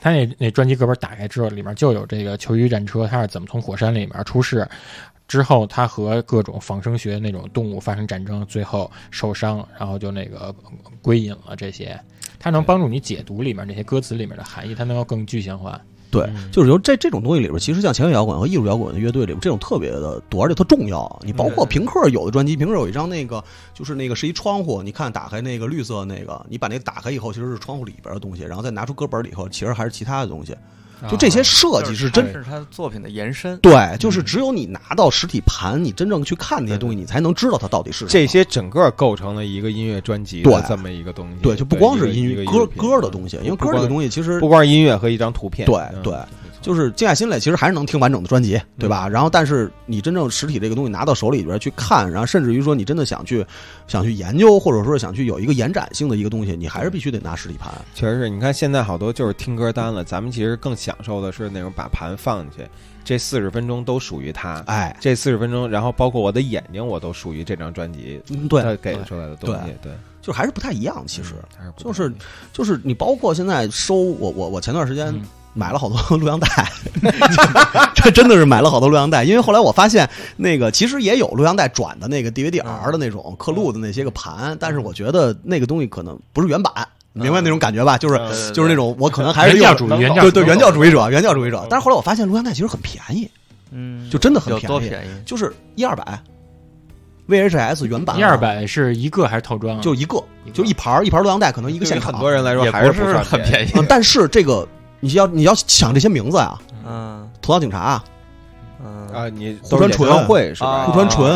[SPEAKER 1] 他那那专辑歌本打开之后，里面就有这个球衣战车，他是怎么从火山里面出世，之后他和各种仿生学那种动物发生战争，最后受伤，然后就那个归隐了。这些，它能帮助你解读里面那些歌词里面的含义，它能够更具象化。嗯
[SPEAKER 2] 对，就是由这这种东西里边，其实像前卫摇滚和艺术摇滚的乐队里边，这种特别的多，而且特重要。你包括
[SPEAKER 4] 嗯
[SPEAKER 2] 平克有的专辑，平克有一张那个就是那个是一窗户，你看打开那个绿色那个，你把那个打开以后，其实是窗户里边的东西，然后再拿出歌本以后，其实还是其他的东西。就这
[SPEAKER 1] 啊
[SPEAKER 3] 啊
[SPEAKER 2] 些 设计
[SPEAKER 4] 是
[SPEAKER 2] 是真
[SPEAKER 4] 它是他作品的延伸。
[SPEAKER 2] 对，
[SPEAKER 3] 嗯
[SPEAKER 2] 就是只有你拿到实体盘，你真正去看那些东西，你才能知道它到底是什么
[SPEAKER 3] 这。些整个构成了一个音乐专辑的
[SPEAKER 2] 对
[SPEAKER 3] 这么一个东西。
[SPEAKER 2] 对，就不光是音
[SPEAKER 3] 一
[SPEAKER 2] 乐
[SPEAKER 3] 个
[SPEAKER 2] 歌歌的东西，因为歌这个
[SPEAKER 3] 西
[SPEAKER 2] 东西其实
[SPEAKER 3] 嗯不光是音乐和一张图片。
[SPEAKER 2] 对
[SPEAKER 3] 嗯
[SPEAKER 2] 对，
[SPEAKER 3] 是
[SPEAKER 2] 就是静下心来，其实还是能听完整的专辑，对
[SPEAKER 3] 嗯
[SPEAKER 2] 吧？然后，但是你真正实体这个东西拿到手里边去看，然后甚至于说你真的想去想去研究，或者说是想去有一个延展性的一个东西，你还是必须得拿实体盘。
[SPEAKER 3] 确实是你看现在好多就是听歌单了，咱们其实更享受的是那种把盘放进去，这四十分钟都属于它。
[SPEAKER 2] 哎，
[SPEAKER 3] 这四十分钟，然后包括我的眼睛，我都属于这张专辑
[SPEAKER 2] 嗯对
[SPEAKER 3] 它给出来的东西。对，嗯
[SPEAKER 2] 就还是不太一样，其实。
[SPEAKER 3] 还不
[SPEAKER 2] 就
[SPEAKER 3] 太一
[SPEAKER 2] 是
[SPEAKER 3] 样
[SPEAKER 2] 就是你包括现在收我我我前段时间
[SPEAKER 1] 嗯
[SPEAKER 2] 买了好多 录像带，这真的是买了好多录像带，因为后来我发现那个其实也有录像带转的那个
[SPEAKER 1] 嗯
[SPEAKER 2] DVD-R 的那种刻录的那些个盘，但是我觉得那个东西可能不是原版，
[SPEAKER 1] 嗯
[SPEAKER 2] 你明白那种感觉吧？就是
[SPEAKER 3] 嗯
[SPEAKER 4] 对
[SPEAKER 2] 就是那种我可能还是
[SPEAKER 1] 原教
[SPEAKER 2] 要
[SPEAKER 1] 主
[SPEAKER 3] 能
[SPEAKER 1] 义，原
[SPEAKER 3] 懂
[SPEAKER 1] 教
[SPEAKER 2] 对
[SPEAKER 1] 主
[SPEAKER 2] 对
[SPEAKER 1] 义嗯
[SPEAKER 2] 原教主义者原教主义者，但是后来我发现录像带其实很便宜，
[SPEAKER 4] 嗯，
[SPEAKER 2] 就真的很
[SPEAKER 4] 有
[SPEAKER 2] 便宜
[SPEAKER 4] 多便宜？
[SPEAKER 2] 就是一二百 VHS 原版
[SPEAKER 1] 一二。百是一个还是套装啊？
[SPEAKER 2] 就一个
[SPEAKER 1] 一，个
[SPEAKER 2] 就一盘儿一盘儿录像带，可能一个
[SPEAKER 3] 对
[SPEAKER 2] 现
[SPEAKER 3] 于
[SPEAKER 2] 场
[SPEAKER 3] 很多人来说
[SPEAKER 4] 也
[SPEAKER 3] 还是
[SPEAKER 4] 不是
[SPEAKER 3] 算
[SPEAKER 4] 很便宜。
[SPEAKER 2] 嗯，但是这个你要你要想这些名字啊，
[SPEAKER 4] 嗯
[SPEAKER 2] 头脑警察啊，
[SPEAKER 4] 嗯
[SPEAKER 3] 啊！你
[SPEAKER 2] 户川
[SPEAKER 3] 都
[SPEAKER 2] 纯
[SPEAKER 3] 是演唱会是吧？啊
[SPEAKER 4] 啊户
[SPEAKER 2] 川纯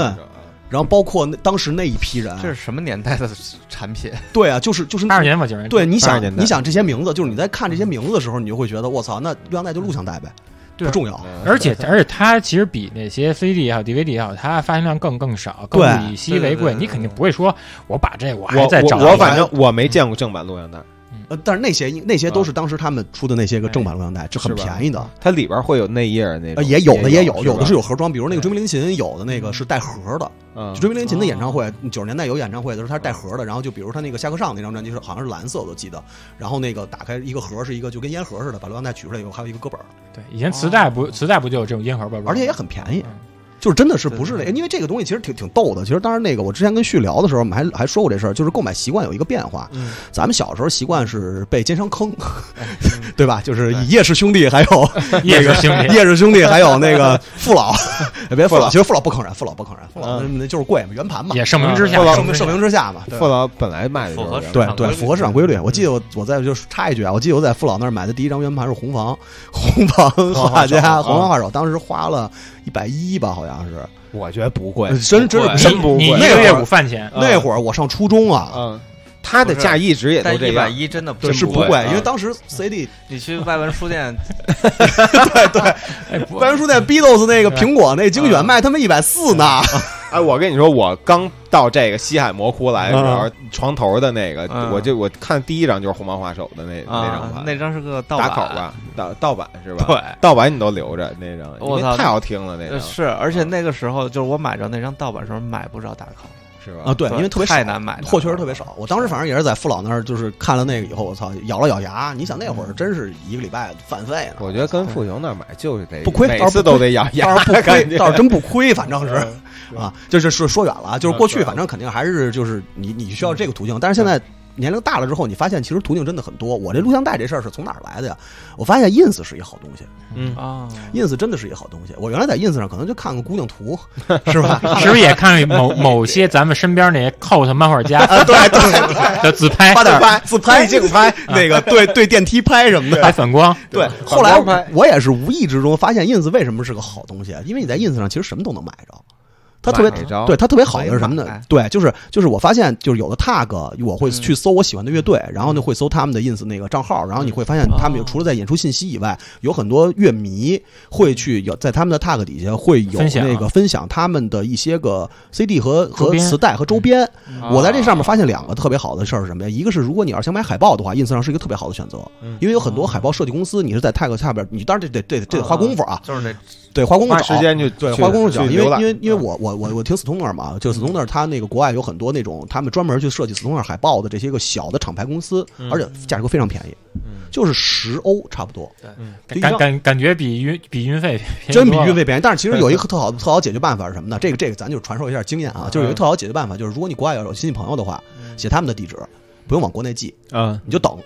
[SPEAKER 2] 然后包括那当时那一批人，
[SPEAKER 4] 这是什么年代的产品？
[SPEAKER 2] 对啊，就是就是
[SPEAKER 1] 八十年吧，九十年代。
[SPEAKER 2] 对，你
[SPEAKER 3] 82
[SPEAKER 2] 想
[SPEAKER 3] 年代
[SPEAKER 2] 你想这些名字，就是你在看这些名字的时候，你就会觉得我操，那录像带就录像带呗，
[SPEAKER 1] 对
[SPEAKER 2] 不重要。
[SPEAKER 3] 嗯
[SPEAKER 1] 而且而且它其实比那些 CD 也好 DVD 也好，它发行量更更少，更
[SPEAKER 2] 对
[SPEAKER 1] 物以稀为
[SPEAKER 4] 对对对
[SPEAKER 1] 贵。
[SPEAKER 4] 对
[SPEAKER 1] 你肯定不会说我把这我还
[SPEAKER 3] 我
[SPEAKER 1] 在找
[SPEAKER 3] 我我
[SPEAKER 1] 一个
[SPEAKER 3] 反正我没见过正版录像带，
[SPEAKER 2] 呃，但是那些那些都是当时他们出的那些个正版录像带，这很
[SPEAKER 3] 是吧
[SPEAKER 2] 便宜的，
[SPEAKER 3] 它里边会有内页那
[SPEAKER 2] 呃，
[SPEAKER 3] 种，
[SPEAKER 2] 也有的也有，有
[SPEAKER 3] 吧
[SPEAKER 2] 的是有盒装，比如那个
[SPEAKER 3] 对
[SPEAKER 2] 追名林琴，有的那个是带盒的。
[SPEAKER 3] 嗯
[SPEAKER 2] 就追名林琴的演唱会，九十年代有演唱会的时候，它是带盒的。然后就比如他那个下课上那张专辑是好像是蓝色，我都记得。然后那个打开一个盒是一个就跟烟盒似的，把录像带取出来以后还有一个歌本儿，
[SPEAKER 1] 对以前磁带不磁带不就有这种烟盒吧？
[SPEAKER 2] 而且也很便宜。
[SPEAKER 1] 嗯
[SPEAKER 2] 就是真的是不是那，因为这个东西其实挺挺逗的。其实当然那个我之前跟旭聊的时候，我们还还说过这事儿，就是购买习惯有一个变化。
[SPEAKER 3] 嗯
[SPEAKER 2] 咱们小时候习惯是被奸商坑， 对吧？就是以叶氏兄弟还有
[SPEAKER 1] 也是兄弟。
[SPEAKER 2] 叶氏兄弟还有那个父老， 哎别父
[SPEAKER 3] 父老
[SPEAKER 2] 老，其实父老不坑人，父老不坑人，父老
[SPEAKER 3] 嗯
[SPEAKER 2] 那就是贵嘛，圆盘嘛，嗯
[SPEAKER 1] 也盛名之下，
[SPEAKER 3] 后来
[SPEAKER 2] 盛名盛名之下嘛。对
[SPEAKER 3] 父老本来卖的就是
[SPEAKER 4] 符合市场
[SPEAKER 2] 对
[SPEAKER 4] 规
[SPEAKER 2] 对，
[SPEAKER 4] 律
[SPEAKER 2] 符合市场规律。我记得我我在就是插一句啊，我记得我在父老那儿买的第一张圆盘是红房，红房画
[SPEAKER 3] 啊
[SPEAKER 2] 家，红房画手，当时花了一百一吧，好像是，
[SPEAKER 3] 嗯我觉得不贵，
[SPEAKER 2] 真真是
[SPEAKER 1] 你
[SPEAKER 3] 真不
[SPEAKER 1] 你
[SPEAKER 3] 贵
[SPEAKER 1] 一个月午饭钱，
[SPEAKER 3] 嗯
[SPEAKER 2] 那会儿我上初中啊，
[SPEAKER 3] 嗯，它的
[SPEAKER 4] 不是
[SPEAKER 3] 价一直也
[SPEAKER 4] 但
[SPEAKER 3] 都这
[SPEAKER 4] 一百
[SPEAKER 3] 样，
[SPEAKER 4] 一真的
[SPEAKER 3] 对
[SPEAKER 4] 不
[SPEAKER 3] 是
[SPEAKER 2] 是
[SPEAKER 3] 不
[SPEAKER 2] 不
[SPEAKER 3] 贵
[SPEAKER 2] 贵，
[SPEAKER 3] 啊
[SPEAKER 2] 因为当时 CD
[SPEAKER 4] 你去外文书店
[SPEAKER 1] 哎，不
[SPEAKER 2] 万元书店 Beatles 那个苹果那精选
[SPEAKER 4] 嗯
[SPEAKER 2] 卖他妈一百四呢，
[SPEAKER 3] 哎，我跟你说，我刚到这个西海魔窟来的时候，床头的那个，
[SPEAKER 4] 嗯
[SPEAKER 3] 我就我看第一张就是红毛花手的那、那张
[SPEAKER 4] 啊
[SPEAKER 3] 盘，，
[SPEAKER 4] 那张是个盗
[SPEAKER 3] 打
[SPEAKER 4] 版
[SPEAKER 3] 口吧，盗盗版是吧？
[SPEAKER 4] 对，
[SPEAKER 3] 盗版你都留着那张，因
[SPEAKER 4] 我
[SPEAKER 3] 为
[SPEAKER 4] 操
[SPEAKER 3] 太好听了那
[SPEAKER 4] 呃
[SPEAKER 3] 张，
[SPEAKER 4] 是，而且那个时候就是我买着那张盗版的时候买不着打口，
[SPEAKER 3] 是吧？
[SPEAKER 2] 啊，对，因为特别少
[SPEAKER 4] 嗯太难买了，嗯
[SPEAKER 2] 货确实特别少。我当时反正也是在父老那儿，就是看了那个以后，我操，咬了咬牙。你想那会儿真是一个礼拜饭费呢，
[SPEAKER 3] 我觉得跟富雄那儿买就是得
[SPEAKER 2] 不亏
[SPEAKER 3] 每
[SPEAKER 2] 倒是
[SPEAKER 3] 次
[SPEAKER 2] 不亏
[SPEAKER 3] 都得咬 牙
[SPEAKER 2] 倒是不
[SPEAKER 3] 感觉
[SPEAKER 2] 亏，倒是真不亏，反正是
[SPEAKER 3] 对
[SPEAKER 2] 啊，就是说说远了啊，就是
[SPEAKER 3] 嗯
[SPEAKER 2] 过去
[SPEAKER 3] 对
[SPEAKER 2] 反正肯定还是就是你你需要这个途径，但是现在。年龄大了之后，你发现其实途径真的很多。我这录像带这事儿是从哪儿来的呀？我发现 ins 是一好东西
[SPEAKER 3] 嗯，
[SPEAKER 4] 啊。
[SPEAKER 2] ，ins 真的是一好东西。我原来在 ins 上可能就看个姑娘图，是吧？
[SPEAKER 1] 是不是也看某某些咱们身边那些 cos 漫画 家
[SPEAKER 2] 啊，对对，
[SPEAKER 1] 的自拍，
[SPEAKER 2] 发点拍，自拍镜拍，那个对对电梯拍什么的，
[SPEAKER 1] 拍反光，
[SPEAKER 2] 对，后来我也是无意之中发现 ins 为什么是个好东西，啊因为你在 ins 上其实什么都能买着。它特别
[SPEAKER 3] 买着
[SPEAKER 2] 对它特别好的是什么
[SPEAKER 4] 可以买
[SPEAKER 2] 呢？对，就是就是我发现就是有的 tag 我会
[SPEAKER 4] 嗯
[SPEAKER 2] 去搜我喜欢的乐队，然后呢会搜他们的 ins 那个账号，然后你会发现他们有
[SPEAKER 4] 哦
[SPEAKER 2] 除了在演出信息以外，有很多乐迷会去有在他们的 tag 底下会有
[SPEAKER 1] 分享
[SPEAKER 2] 那个分享他们的一些个 CD 和
[SPEAKER 1] 周
[SPEAKER 2] 和
[SPEAKER 1] 边
[SPEAKER 2] 磁带和周边。
[SPEAKER 4] 啊
[SPEAKER 3] 嗯
[SPEAKER 2] 我在这
[SPEAKER 3] 哦
[SPEAKER 2] 上面发现两个特别好的事儿是什么呀？一个是如果你要是想买海报的话，ins 上是一个特别好的选择
[SPEAKER 3] 嗯，
[SPEAKER 2] 因为有很多海报设计公司，你是在 tag 下边，你当然这得这得这得花功夫啊，
[SPEAKER 4] 就是得
[SPEAKER 2] 对，花功夫
[SPEAKER 3] 花
[SPEAKER 2] 找
[SPEAKER 3] 时。间去
[SPEAKER 2] 对，
[SPEAKER 3] 去
[SPEAKER 2] 花功夫找，
[SPEAKER 3] 去嗯
[SPEAKER 2] 因为
[SPEAKER 3] 浏览
[SPEAKER 2] 因为因为我我我我听 Stoner 嘛，就是 Stoner 他那个国外有很多那种他们专门去设计 Stoner 海报的这些个小的厂牌公司，
[SPEAKER 3] 嗯
[SPEAKER 2] 而且价格非常便宜，
[SPEAKER 3] 嗯
[SPEAKER 2] 就是十欧差不多，
[SPEAKER 1] 嗯
[SPEAKER 2] 对
[SPEAKER 1] 感
[SPEAKER 2] 让
[SPEAKER 1] 感感觉比运比运费便宜
[SPEAKER 2] 真比
[SPEAKER 1] 多了
[SPEAKER 2] 运费便宜。但是其实有一个特好特好解决办法是什么呢？这个这个咱就传授一下经验啊，就是有一个特好解决办法，就是如果你国外要有亲戚朋友的话，
[SPEAKER 4] 嗯
[SPEAKER 2] 写他们的地址，不用往国内寄，
[SPEAKER 3] 嗯
[SPEAKER 2] 你就等，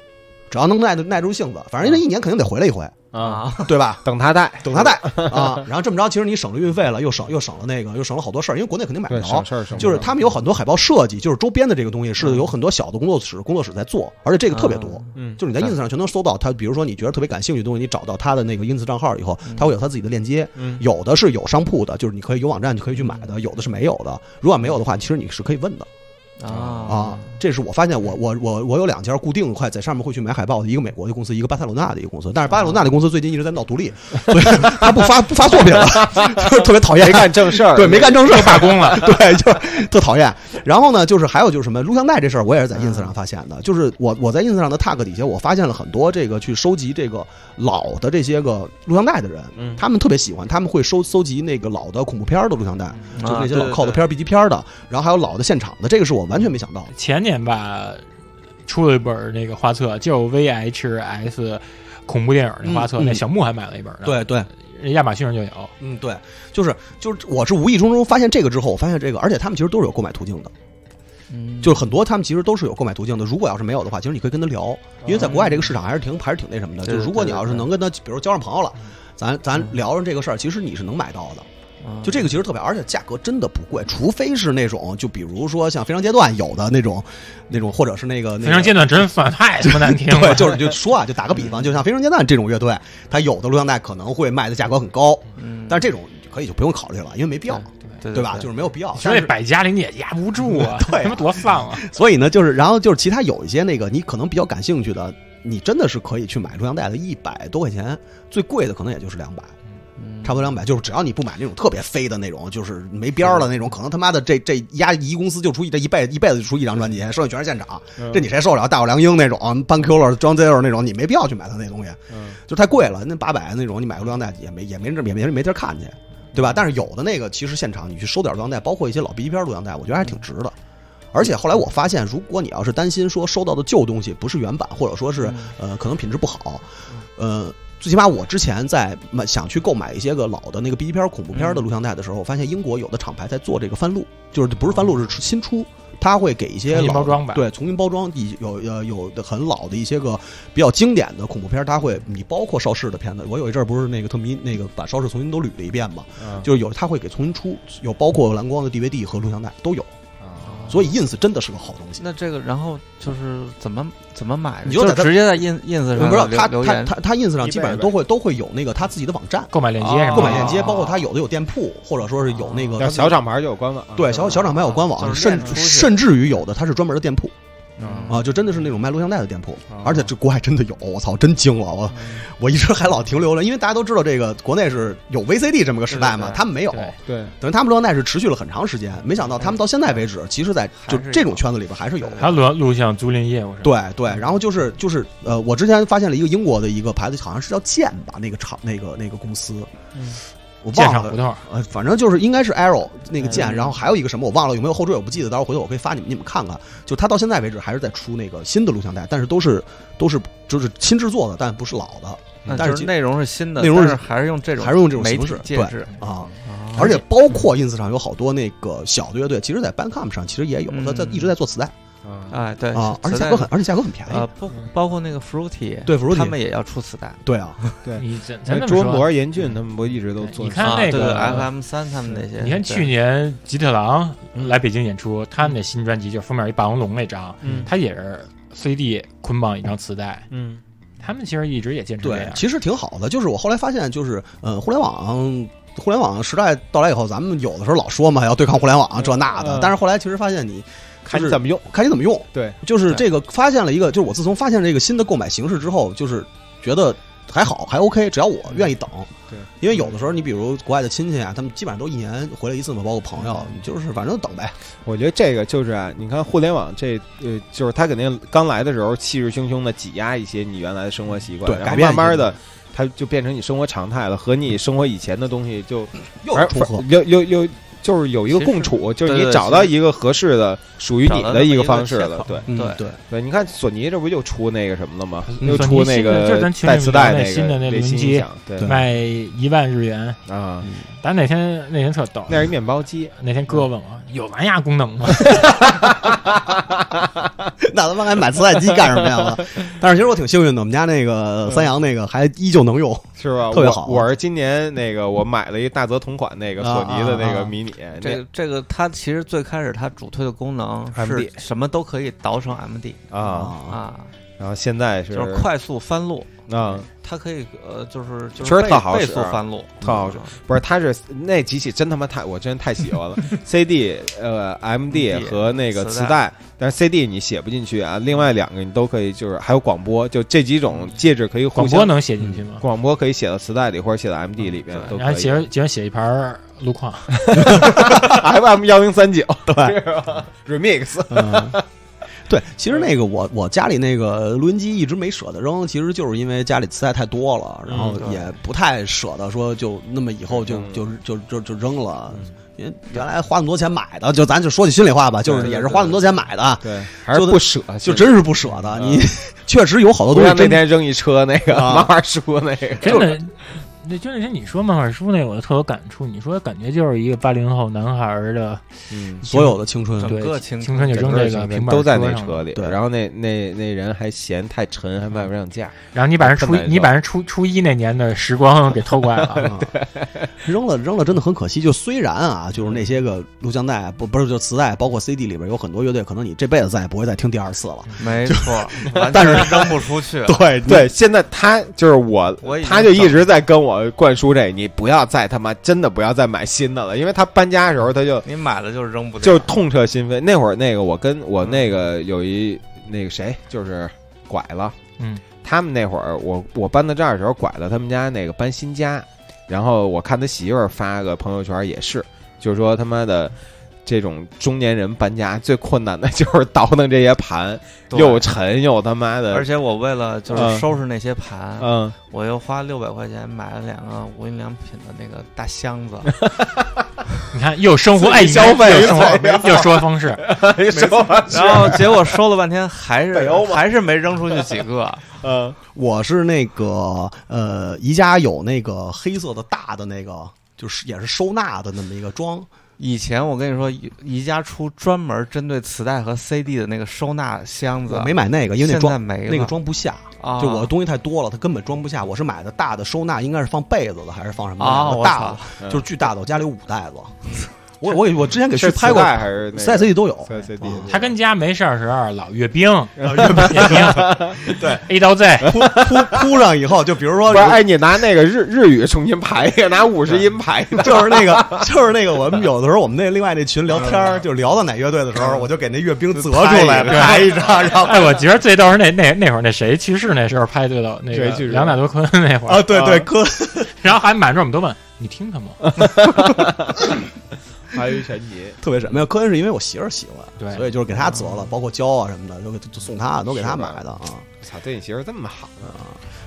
[SPEAKER 2] 只要能耐得耐住性子，反正那一年肯定得回来一回，
[SPEAKER 3] 啊，
[SPEAKER 2] 对吧？
[SPEAKER 3] 等他带，
[SPEAKER 2] 等他带啊，然后这么着，其实你省了运费了，又省又省了那个，又省了好多事儿，因为国内肯定买不
[SPEAKER 3] 对，省
[SPEAKER 2] 着。
[SPEAKER 3] 事儿省事儿，
[SPEAKER 2] 哦就是他们有很多海报设计，就是周边的这个东西是有很多小的工作室工作室在做，而且这个特别多。
[SPEAKER 3] 嗯，
[SPEAKER 2] 就是你在 ins 上全能搜到他，比如说你觉得特别感兴趣的东西，你找到他的那个 ins 账号以后，他会有他自己的链接。
[SPEAKER 3] 嗯
[SPEAKER 2] 有的是有商铺的，就是你可以有网站就可以去买的；有的是没有的。如果没有的话，其实你是可以问的。
[SPEAKER 4] 啊
[SPEAKER 3] 嗯
[SPEAKER 2] 啊，这是我发现我我我我有两家固定快在上面会去买海报的，一个美国的公司，一个巴塞罗那的一个公司。但是巴塞罗那的公司最近一直在闹独立，所以他不发不发作品了， 特别讨厌
[SPEAKER 3] 没。干正事儿，
[SPEAKER 2] 对，没干正事儿，
[SPEAKER 1] 罢工了，
[SPEAKER 2] 对，就特讨厌。然后呢，就是还有就是什么录像带这事儿，我也是在 ins 上发现的。就是我我在 ins 上的 tag 底下，我发现了很多这个去收集这个老的这些个录像带的人，啊
[SPEAKER 3] 嗯
[SPEAKER 2] 他们特别喜欢，他们会收搜集那个老的恐怖片儿的录像带，就是那些老靠的片
[SPEAKER 4] 儿
[SPEAKER 2] 儿、B 级片儿的，然后还有老的现场的，这个是我完全没想到的。
[SPEAKER 1] 前年吧，出了一本那个画册，叫 VHS 恐怖电影的画册，
[SPEAKER 2] 嗯嗯
[SPEAKER 1] 那小木还买了一本呢。
[SPEAKER 2] 对对，
[SPEAKER 1] 对，亚马逊上就有。
[SPEAKER 2] 嗯对，就是就是，我是无意中中发现这个之后，我发现这个，而且他们其实都是有购买途径的，
[SPEAKER 4] 嗯
[SPEAKER 2] 就是很多他们其实都是有购买途径的。如果要是没有的话，其实你可以跟他聊，因为在国外这个市场还是挺还是挺那什么的。
[SPEAKER 4] 对
[SPEAKER 2] 就是如果
[SPEAKER 4] 对
[SPEAKER 2] 你要是
[SPEAKER 4] 对
[SPEAKER 2] 能跟他，比如交上朋友了
[SPEAKER 1] 嗯，
[SPEAKER 2] 咱咱聊聊这个事儿，其实你是能买到的。就这
[SPEAKER 4] 个
[SPEAKER 2] 个其实特别，而且价格真的不贵，除非是那种就比如说像《非常阶段》有的那种那种，或者是那个那
[SPEAKER 1] 非常
[SPEAKER 2] 个
[SPEAKER 1] 阶段嗯真算太他妈难听
[SPEAKER 2] 对，
[SPEAKER 1] 了，
[SPEAKER 2] 就是就说啊，就打个比方，就像《非常阶段》这种乐队，它有的录像带可能会卖的价格很高，
[SPEAKER 1] 嗯
[SPEAKER 4] 嗯
[SPEAKER 2] 但是这种可以就不用考虑了，因为没必要，
[SPEAKER 4] 对
[SPEAKER 2] 对吧？就是没有必要。
[SPEAKER 1] 其实
[SPEAKER 2] 但
[SPEAKER 1] 那
[SPEAKER 2] 是
[SPEAKER 1] 百家里你也压不住啊，
[SPEAKER 2] 对啊
[SPEAKER 1] 他妈多丧啊！
[SPEAKER 2] 所以呢，就是然后就是其他有一些那个你可能比较感兴趣的，你真的是可以去买录像带的，一百多块钱，最贵的可能也就是两百。
[SPEAKER 4] 嗯
[SPEAKER 2] 差不多两百，就是只要你不买那种特别飞的那种，就是没边儿的那种，可能他妈的这这压一公司就出一这一辈子一辈子就出一张专辑，剩下全是现场，
[SPEAKER 1] 嗯
[SPEAKER 2] 这你谁受得了？大有良英那种，Ban Killer、John Zero 那种，你没必要去买他那东西。
[SPEAKER 3] 嗯
[SPEAKER 2] 就太贵了，那八百那种你买个录像带也没也没人也没人没地儿看去，对吧？但是有的那个其实现场你去收点录像带，包括一些老 B 级片录像带，我觉得还挺值的。而且后来我发现，如果你要是担心说收到的旧东西不是原版，或者说
[SPEAKER 4] 嗯
[SPEAKER 2] 是呃可能品质不好，呃，最起码我之前在买想去购买一些个老的那个 B 级片恐怖片
[SPEAKER 1] 嗯
[SPEAKER 2] 的录像带的时候，我发现英国有的厂牌在做这个翻录，就是不是翻录是出新出。它会给一些
[SPEAKER 1] 哦重新
[SPEAKER 2] 老
[SPEAKER 1] 包装吧
[SPEAKER 2] 对，重新包装一有呃有的很老的一些个比较经典的恐怖片，它会你包括邵氏的片子，我有一阵儿不是那个特迷那个把邵氏重新都捋了一遍嘛，
[SPEAKER 3] 嗯
[SPEAKER 2] 就是有它会给重新出，有包括蓝光的 DVD 和录像带都有，
[SPEAKER 3] 啊
[SPEAKER 2] 所以 ins 真的是个好东西。
[SPEAKER 4] 嗯那这个，然后就是怎么怎么买呢？
[SPEAKER 2] 你就在
[SPEAKER 4] 是
[SPEAKER 2] 它
[SPEAKER 4] 直接在 ins ins
[SPEAKER 2] 我
[SPEAKER 4] 上
[SPEAKER 2] 不知道
[SPEAKER 4] 留
[SPEAKER 2] 它
[SPEAKER 4] 留
[SPEAKER 2] 它
[SPEAKER 4] 言
[SPEAKER 2] 它它 ins 上基本上都会都会有那个它自己的网站
[SPEAKER 1] 购买链接什么的啊
[SPEAKER 2] 购买链接，
[SPEAKER 4] 哦
[SPEAKER 2] 包括它有的有店铺，或者说是有那个
[SPEAKER 3] 哦要小厂牌就有官网，啊
[SPEAKER 2] 对小小厂牌有官
[SPEAKER 4] 就
[SPEAKER 2] 网，
[SPEAKER 4] 是
[SPEAKER 2] 甚
[SPEAKER 4] 练出去
[SPEAKER 2] 甚至于有的它是专门的店铺。
[SPEAKER 1] 嗯
[SPEAKER 2] 啊，就真的是那种卖录像带的店铺
[SPEAKER 1] 哦，
[SPEAKER 2] 而且这国外真的有，我操，真惊了，我
[SPEAKER 4] 嗯
[SPEAKER 2] 我一直 还老停留了，因为大家都知道这个国内是有 VCD 这么个时代
[SPEAKER 1] 对
[SPEAKER 2] 嘛
[SPEAKER 1] 对，对
[SPEAKER 2] 他们没有，
[SPEAKER 1] 对
[SPEAKER 3] 对，
[SPEAKER 2] 等于他们录像带是持续了很长时间，没想到他们到现在为止，其实在
[SPEAKER 4] 嗯还是
[SPEAKER 2] 就
[SPEAKER 4] 有
[SPEAKER 2] 这种圈子里边还是有的。
[SPEAKER 1] 还有录录像租赁业务是吧？
[SPEAKER 2] 对对，然后就是就是呃，我之前发现了一个英国的一个牌子，好像是叫剑吧，那个厂那个那个公司，
[SPEAKER 1] 嗯
[SPEAKER 2] 我
[SPEAKER 1] 鉴
[SPEAKER 2] 忘
[SPEAKER 1] 赏胡
[SPEAKER 2] 了，
[SPEAKER 1] 同，
[SPEAKER 2] 呃，反正就是应该是 Arrow 那
[SPEAKER 4] 哎
[SPEAKER 2] 个剑，
[SPEAKER 1] 嗯
[SPEAKER 2] 然后还有一个什么我忘了有没有后缀，我不记得，到时候回头我可以发你们你们看看。就他到现在为止还是在出那个新的录像带，但是都是都是就是新制作的，但不是老的
[SPEAKER 4] 那
[SPEAKER 2] 但是
[SPEAKER 4] 嗯就
[SPEAKER 2] 其
[SPEAKER 4] 是内容是新的，
[SPEAKER 2] 内容
[SPEAKER 4] 但
[SPEAKER 2] 是
[SPEAKER 4] 是还是用这种
[SPEAKER 2] 还是用这种
[SPEAKER 4] 媒
[SPEAKER 2] 形
[SPEAKER 4] 体
[SPEAKER 2] 式
[SPEAKER 4] 介
[SPEAKER 2] 对
[SPEAKER 4] 质，
[SPEAKER 2] 啊。
[SPEAKER 1] 哦
[SPEAKER 2] 而且包括 ins 上有好多那个小的乐队，其实，在 Bandcamp 上其实也有，他他
[SPEAKER 4] 嗯
[SPEAKER 2] 一直在做磁带
[SPEAKER 3] 啊，
[SPEAKER 4] 哎，对
[SPEAKER 2] 啊，而且
[SPEAKER 4] 磁
[SPEAKER 2] 价
[SPEAKER 4] 带
[SPEAKER 2] 格很，而且价格很便宜
[SPEAKER 4] 呃，。包包括那个 Fruity，
[SPEAKER 2] 对 Fruity
[SPEAKER 4] 他们嗯也要出磁带。
[SPEAKER 2] 对啊，
[SPEAKER 1] 你咱咱
[SPEAKER 3] 那
[SPEAKER 1] 这么
[SPEAKER 3] 卓
[SPEAKER 1] 说，
[SPEAKER 3] 博、严俊他们不一直都做？哎
[SPEAKER 1] 你看
[SPEAKER 4] 啊
[SPEAKER 1] 那
[SPEAKER 4] 对
[SPEAKER 1] 个
[SPEAKER 4] FM 三他们那些，
[SPEAKER 1] 嗯你看
[SPEAKER 4] 对
[SPEAKER 1] 去年吉特狼来北京演出，他们的新专辑就是封面一霸王龙那张，
[SPEAKER 3] 嗯
[SPEAKER 1] 他也是 CD 捆绑一张磁带，
[SPEAKER 3] 嗯，
[SPEAKER 1] 他们其实一直也坚持这
[SPEAKER 2] 对
[SPEAKER 4] 啊
[SPEAKER 1] 样，。
[SPEAKER 2] 其实挺好的。就是我后来发现，就是呃，互联网。互联网时代到来以后，咱们有的时候老说嘛，要对抗互联网啊这那的
[SPEAKER 3] 嗯，
[SPEAKER 2] 但是后来其实发现你
[SPEAKER 3] 看你
[SPEAKER 2] 就是
[SPEAKER 3] 怎么用。
[SPEAKER 2] 看你怎么用。
[SPEAKER 3] 对，
[SPEAKER 2] 就是这个发现了一个，就是我自从发现这个新的购买形式之后，就是觉得还好，还 OK，只要我愿意等。
[SPEAKER 3] 嗯对，
[SPEAKER 2] 因为有的时候你比如国外的亲戚啊，他们基本上都一年回来一次嘛，包括朋友，
[SPEAKER 3] 嗯
[SPEAKER 2] 你就是反正等呗。
[SPEAKER 3] 我觉得这个就是啊，你看互联网这呃，就是他肯定刚来的时候气势汹汹的挤压一些你原来的生活习惯，
[SPEAKER 2] 对
[SPEAKER 3] 然
[SPEAKER 2] 改
[SPEAKER 3] 后慢
[SPEAKER 2] 变一
[SPEAKER 3] 慢
[SPEAKER 2] 些
[SPEAKER 3] 的，它就变成你生活常态了，和你生活以前的东西就哎
[SPEAKER 2] 又
[SPEAKER 3] 而
[SPEAKER 2] 重合，
[SPEAKER 3] 又又又就是有一个
[SPEAKER 4] 其实
[SPEAKER 3] 共处，就是
[SPEAKER 4] 对
[SPEAKER 3] 你
[SPEAKER 4] 对
[SPEAKER 3] 找
[SPEAKER 4] 其
[SPEAKER 3] 到
[SPEAKER 4] 实
[SPEAKER 3] 一个合适的属于
[SPEAKER 4] 找
[SPEAKER 3] 你
[SPEAKER 4] 到
[SPEAKER 3] 的
[SPEAKER 4] 那
[SPEAKER 3] 一个
[SPEAKER 4] 么一个
[SPEAKER 3] 方式
[SPEAKER 4] 切
[SPEAKER 3] 了
[SPEAKER 4] 口，
[SPEAKER 3] 对。
[SPEAKER 2] 嗯
[SPEAKER 4] 对
[SPEAKER 2] 对，
[SPEAKER 3] 对，你看索尼这不又出那个什么了吗？
[SPEAKER 1] 嗯
[SPEAKER 3] 又
[SPEAKER 1] 索
[SPEAKER 3] 出
[SPEAKER 1] 尼
[SPEAKER 3] 那
[SPEAKER 1] 新的就是
[SPEAKER 3] 个
[SPEAKER 1] 咱群里
[SPEAKER 3] 带
[SPEAKER 1] 面
[SPEAKER 3] 磁
[SPEAKER 1] 聊
[SPEAKER 3] 带
[SPEAKER 1] 那
[SPEAKER 3] 那
[SPEAKER 1] 新的那
[SPEAKER 3] 个
[SPEAKER 1] 录
[SPEAKER 3] 雷
[SPEAKER 1] 音
[SPEAKER 3] 音
[SPEAKER 1] 机
[SPEAKER 3] 响，对
[SPEAKER 1] 卖一万日元，
[SPEAKER 3] 啊，
[SPEAKER 1] 咱哪天那天特逗，
[SPEAKER 3] 那是一面包机，
[SPEAKER 1] 那天哥问我有蓝牙功能吗？
[SPEAKER 2] 那他妈还买磁带机干什么呀？ 但是其实我挺幸运的，我们家那个
[SPEAKER 3] 嗯
[SPEAKER 2] 三洋那个还依旧能用。
[SPEAKER 3] 是吧？
[SPEAKER 2] 特别
[SPEAKER 3] 我
[SPEAKER 2] 好
[SPEAKER 3] 我是今年那个我买了一大泽同款那个索尼的那
[SPEAKER 2] 啊啊啊
[SPEAKER 3] 个迷你，
[SPEAKER 4] 这个这个，它其实最开始它主推的功能
[SPEAKER 3] MD
[SPEAKER 4] 是什么都可以导成 MD
[SPEAKER 3] 那啊，
[SPEAKER 4] 啊，
[SPEAKER 3] 然后现在是
[SPEAKER 4] 就是快速翻录，
[SPEAKER 3] 啊，
[SPEAKER 4] 它可以呃，就是就
[SPEAKER 3] 确实
[SPEAKER 4] 是倍
[SPEAKER 3] 特好
[SPEAKER 4] 倍
[SPEAKER 3] 使
[SPEAKER 4] 速翻录，
[SPEAKER 3] 特
[SPEAKER 4] 嗯
[SPEAKER 3] 好使不是，它是那机器真他妈太，我真太喜欢了。CD 呃 MD 和那个磁
[SPEAKER 4] 磁
[SPEAKER 3] 带，但是 CD 你写不进去啊，另外两个你都可以，就是还有广播，就这几种介质可以互
[SPEAKER 1] 广
[SPEAKER 3] 相
[SPEAKER 1] 播能写进去吗？
[SPEAKER 3] 广播可以写到磁带里或者写到 MD 里边
[SPEAKER 4] 嗯
[SPEAKER 3] 都
[SPEAKER 4] 对
[SPEAKER 1] 然后
[SPEAKER 3] 可
[SPEAKER 1] 结
[SPEAKER 3] 以。
[SPEAKER 1] 着结着写一盘路况，
[SPEAKER 3] FM 幺零三九对 remix
[SPEAKER 2] 嗯，对，其实那个我我家里那个录音机一直没舍得扔，其实就是因为家里磁带太多了，然后
[SPEAKER 4] 嗯对
[SPEAKER 2] 也不太舍得说就那么以后就
[SPEAKER 3] 嗯
[SPEAKER 2] 就就就就扔了。因为原来花那么多钱买的，就咱就说句心里话吧，就
[SPEAKER 3] 对
[SPEAKER 2] 是
[SPEAKER 3] 对
[SPEAKER 2] 也是花那么多钱买 的，
[SPEAKER 3] 对，还是
[SPEAKER 2] 就
[SPEAKER 3] 不舍，
[SPEAKER 2] 就真是不舍得。你确实有好多
[SPEAKER 3] 不
[SPEAKER 2] 东西
[SPEAKER 3] 像那
[SPEAKER 2] 真
[SPEAKER 3] 天扔一车那个
[SPEAKER 2] 啊
[SPEAKER 3] 漫画书那个，
[SPEAKER 1] 真的。那就那天你说漫画书那，我就特有感触。你说感觉就是一个八零后男孩儿的
[SPEAKER 3] 嗯。
[SPEAKER 2] 所有的青春，
[SPEAKER 4] 整
[SPEAKER 1] 对
[SPEAKER 4] 个
[SPEAKER 1] 青
[SPEAKER 4] 青
[SPEAKER 1] 春就扔
[SPEAKER 3] 整
[SPEAKER 1] 这
[SPEAKER 3] 个
[SPEAKER 1] 个
[SPEAKER 3] 行
[SPEAKER 1] 平
[SPEAKER 3] 程
[SPEAKER 1] 板
[SPEAKER 3] 都在那
[SPEAKER 1] 上了
[SPEAKER 3] 车里，
[SPEAKER 2] 对
[SPEAKER 3] 然后那那那人还嫌太沉，还卖不上价。
[SPEAKER 1] 然后你把人初
[SPEAKER 3] 啊这么一
[SPEAKER 1] 你把人初初一那年的时光给偷过来了，
[SPEAKER 2] 啊扔了扔了真的很可惜。就虽然啊，就是那些个录像带不不是就磁带，包括 CD 里边有很多乐队，可能你这辈子再也不会再听第二次了。
[SPEAKER 4] 没错， 完
[SPEAKER 2] 但是
[SPEAKER 4] 全扔不出去。
[SPEAKER 2] 对
[SPEAKER 3] 对，现在他就是我
[SPEAKER 4] 我已，经
[SPEAKER 3] 他就一直在跟我灌输这，你不要再他妈真的不要再买新的了，因为他搬家的时候他就
[SPEAKER 4] 你买了就是扔不
[SPEAKER 3] 就
[SPEAKER 4] 掉，
[SPEAKER 3] 是痛彻心扉。那会儿那个我跟我那个有一那个谁就是拐了，
[SPEAKER 1] 嗯，
[SPEAKER 3] 他们那会儿我我搬到这儿的时候拐了他们家那个搬新家，然后我看他媳妇儿发个朋友圈也是，就是说他妈的。这种中年人搬家最困难的就是倒腾这些 盘，
[SPEAKER 4] 对
[SPEAKER 3] 又沉又他妈的，
[SPEAKER 4] 而且我为了就
[SPEAKER 3] 嗯
[SPEAKER 4] 是收拾那些盘，
[SPEAKER 3] 嗯，
[SPEAKER 4] 我又花六百块钱买了两个无印良品的那个大箱 子，
[SPEAKER 1] 你看又生活
[SPEAKER 3] 自己
[SPEAKER 1] 哎，你看
[SPEAKER 3] 消费
[SPEAKER 1] 又生
[SPEAKER 3] 又怎么样
[SPEAKER 1] 活又说方式，
[SPEAKER 3] 没错，
[SPEAKER 4] 然后结果收了半天还
[SPEAKER 3] 北
[SPEAKER 4] 是
[SPEAKER 3] 欧嘛
[SPEAKER 4] 还是没扔出去几个。
[SPEAKER 3] 嗯，
[SPEAKER 2] 我是那个呃，宜家有那个黑色的大的那个，就是也是收纳的那么一个装，
[SPEAKER 4] 以前我跟你说，宜宜家出专门针对磁带和 CD 的那个收纳箱子
[SPEAKER 2] 我，没买那个，因为那
[SPEAKER 4] 现在
[SPEAKER 2] 装
[SPEAKER 4] 没了
[SPEAKER 2] 那个装不下，
[SPEAKER 4] 啊，
[SPEAKER 2] 就我的东西太多了，它根本装不下。我是买的嗯大的收纳，应该是放被子的还是放什么的？
[SPEAKER 4] 啊，
[SPEAKER 2] 我
[SPEAKER 4] 我
[SPEAKER 2] 大
[SPEAKER 4] 操
[SPEAKER 2] 的，就是巨大的，我家里有五袋子。我我我之前给去
[SPEAKER 3] 是
[SPEAKER 2] 拍过
[SPEAKER 3] 磁带还是那个
[SPEAKER 2] C C D 都有，
[SPEAKER 3] C C D？
[SPEAKER 2] 啊
[SPEAKER 1] 他跟家没事儿时候老阅 兵，阅兵，
[SPEAKER 2] 对
[SPEAKER 1] A 到 Z，
[SPEAKER 2] 铺铺铺上以后，就比如说
[SPEAKER 3] 不是，哎，你拿那个日日语重新排一个，拿五十音排 一个。
[SPEAKER 2] 就是那个，就是那个，我们有的时候我们那另外那群聊天儿，就聊到哪乐队的时候，我就给那阅兵折出
[SPEAKER 1] 拍
[SPEAKER 2] 来拍一张，然后
[SPEAKER 1] 哎，我觉得最逗是那那那会儿那谁去世那时候拍最逗，那个
[SPEAKER 3] 谁去世哦
[SPEAKER 1] 梁大德坤那会儿
[SPEAKER 2] 啊，，对对，哥，
[SPEAKER 1] 然后还满着我们都问你听他吗？
[SPEAKER 3] 哦还有全集，
[SPEAKER 2] 特别什么呀？科恩是因为我媳妇儿喜欢，
[SPEAKER 1] 对
[SPEAKER 2] 所以就是给她折了，包括胶啊什么的，就给就送她，都给她
[SPEAKER 3] 是吧
[SPEAKER 2] 买的啊。嗯
[SPEAKER 3] 操，对你媳妇儿这么好呢？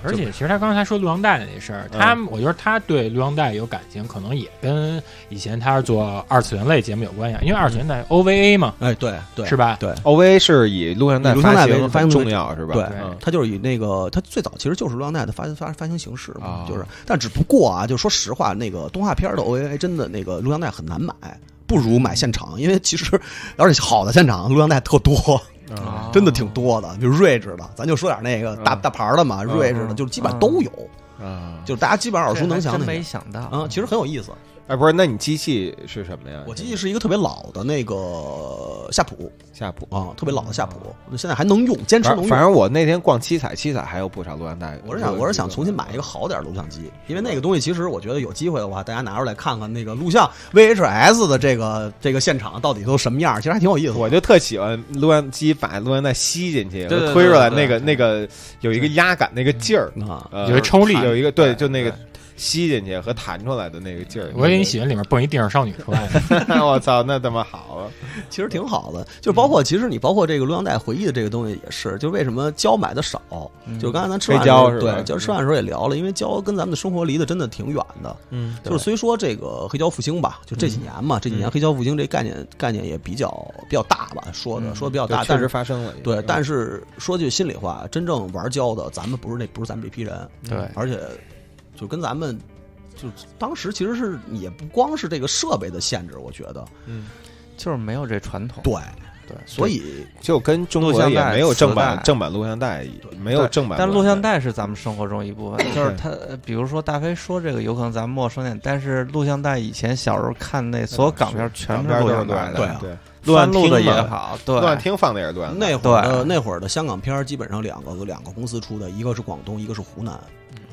[SPEAKER 1] 而且其实他刚才说录像带那事
[SPEAKER 3] 嗯
[SPEAKER 1] 儿，他、我觉得他对录像带有感情，可能也跟以前他是做二次元类节目有关系，因为二次元带 OVA 嘛，
[SPEAKER 2] 哎，对对，
[SPEAKER 1] 是吧？
[SPEAKER 2] 对
[SPEAKER 3] OV 是以录像带
[SPEAKER 2] 以录像带为
[SPEAKER 3] 行
[SPEAKER 2] 发
[SPEAKER 3] 很
[SPEAKER 2] 行
[SPEAKER 3] 重要是吧？
[SPEAKER 2] 对
[SPEAKER 3] 嗯，
[SPEAKER 2] 他就是以那个，他最早其实就是录像带的发发发行形式
[SPEAKER 3] 啊，
[SPEAKER 2] 嘛就是，但只不过啊，就说实话，那个动画片的 OVA 真的那个录像带很难买，不如买现场，因为其实而且好的现场录像带特多，
[SPEAKER 3] 啊
[SPEAKER 2] 真的挺多的，比如睿智的，咱就说点那个大
[SPEAKER 3] 嗯
[SPEAKER 2] 大牌的嘛，睿智的，
[SPEAKER 4] 嗯
[SPEAKER 2] 就是基本上都有，
[SPEAKER 3] 啊！
[SPEAKER 2] 就是大家基本上耳熟能
[SPEAKER 4] 这
[SPEAKER 2] 详
[SPEAKER 4] 还真
[SPEAKER 2] 的
[SPEAKER 4] 没。想到
[SPEAKER 2] 啊，其实很有意思。
[SPEAKER 3] 哎，不是，那你机器是什么呀？
[SPEAKER 2] 我记得是一个特别老的那个夏普
[SPEAKER 3] 夏普。
[SPEAKER 2] 啊，特别老的夏普，现在还能用，坚
[SPEAKER 3] 嗯
[SPEAKER 2] 持
[SPEAKER 3] 反正
[SPEAKER 2] 能用。
[SPEAKER 3] 反正我那天逛七彩，七彩还有不少录像带。
[SPEAKER 2] 我是想，我是想重新买一个好点儿录像机，因为那个东西其实我觉得有机会的话，大家拿出来看看那个录像 VHS 的这个这个现场到底都什么样儿，其实还挺有意思的。
[SPEAKER 3] 我就特喜欢录像机把录像带吸进去，
[SPEAKER 4] 对对
[SPEAKER 3] 推出来
[SPEAKER 4] 对
[SPEAKER 3] 那
[SPEAKER 4] 对
[SPEAKER 3] 个那个有一个压感那个劲儿，
[SPEAKER 2] 啊，
[SPEAKER 3] 呃
[SPEAKER 1] 有一抽力
[SPEAKER 3] 有一个对，就那个
[SPEAKER 4] 对
[SPEAKER 3] 吸进去和弹出来的那个劲儿。
[SPEAKER 1] 我给你喜欢里面蹦一电视少女出来的，
[SPEAKER 3] 我操，那他妈好啊！
[SPEAKER 2] 其实挺好的。就包
[SPEAKER 3] 嗯
[SPEAKER 2] 括其实你包括这个录像带回忆的这个东西也是，就为什么胶买的少，就刚才咱吃
[SPEAKER 3] 嗯黑
[SPEAKER 2] 饭的时候
[SPEAKER 3] 胶是吧
[SPEAKER 2] 对，就是吃饭的时候也聊了，因为胶跟咱们的生活离得真的挺远的。
[SPEAKER 3] 嗯，
[SPEAKER 2] 就是虽说这个黑胶复兴吧，就这几年嘛，这几年黑胶复兴这概念概念也比较比较大吧，说的
[SPEAKER 4] 嗯
[SPEAKER 2] 说的比较
[SPEAKER 3] 对
[SPEAKER 2] 大，
[SPEAKER 3] 确
[SPEAKER 2] 但
[SPEAKER 3] 实嗯
[SPEAKER 2] 是
[SPEAKER 3] 发生了。
[SPEAKER 2] 对，
[SPEAKER 3] 是
[SPEAKER 2] 但是说句心里话，真正玩胶的，咱们不是那不是咱们这批人，
[SPEAKER 4] 对
[SPEAKER 2] 而且就跟咱们就当时其实是也不光是这个设备的限制，我觉得
[SPEAKER 3] 嗯，
[SPEAKER 4] 就是没有这传统，
[SPEAKER 2] 对，
[SPEAKER 4] 对，
[SPEAKER 2] 所以
[SPEAKER 3] 就跟中
[SPEAKER 4] 录
[SPEAKER 3] 国
[SPEAKER 4] 像
[SPEAKER 3] 也
[SPEAKER 4] 带
[SPEAKER 3] 没有正版
[SPEAKER 4] 磁带
[SPEAKER 3] 正版录像带，没有
[SPEAKER 4] 对
[SPEAKER 3] 正版，
[SPEAKER 4] 但录像。带是咱们生活中一部分，就是他，呃比如说大飞说这个有可能咱们陌生点，但是录像带以前小时候看那所有港片全
[SPEAKER 3] 全
[SPEAKER 4] 是
[SPEAKER 3] 都
[SPEAKER 4] 录
[SPEAKER 3] 是
[SPEAKER 4] 像
[SPEAKER 3] 录像
[SPEAKER 4] 带的，
[SPEAKER 2] 对
[SPEAKER 3] 带
[SPEAKER 2] 啊，
[SPEAKER 3] 对，
[SPEAKER 4] 翻录的
[SPEAKER 3] 录像厅嘛
[SPEAKER 4] 也好，对，
[SPEAKER 3] 乱听放的也是录像带。
[SPEAKER 2] 那会儿的
[SPEAKER 4] 对
[SPEAKER 2] 那会儿的香港片儿基本上两个两个公司出的，一个是广东，一个是湖南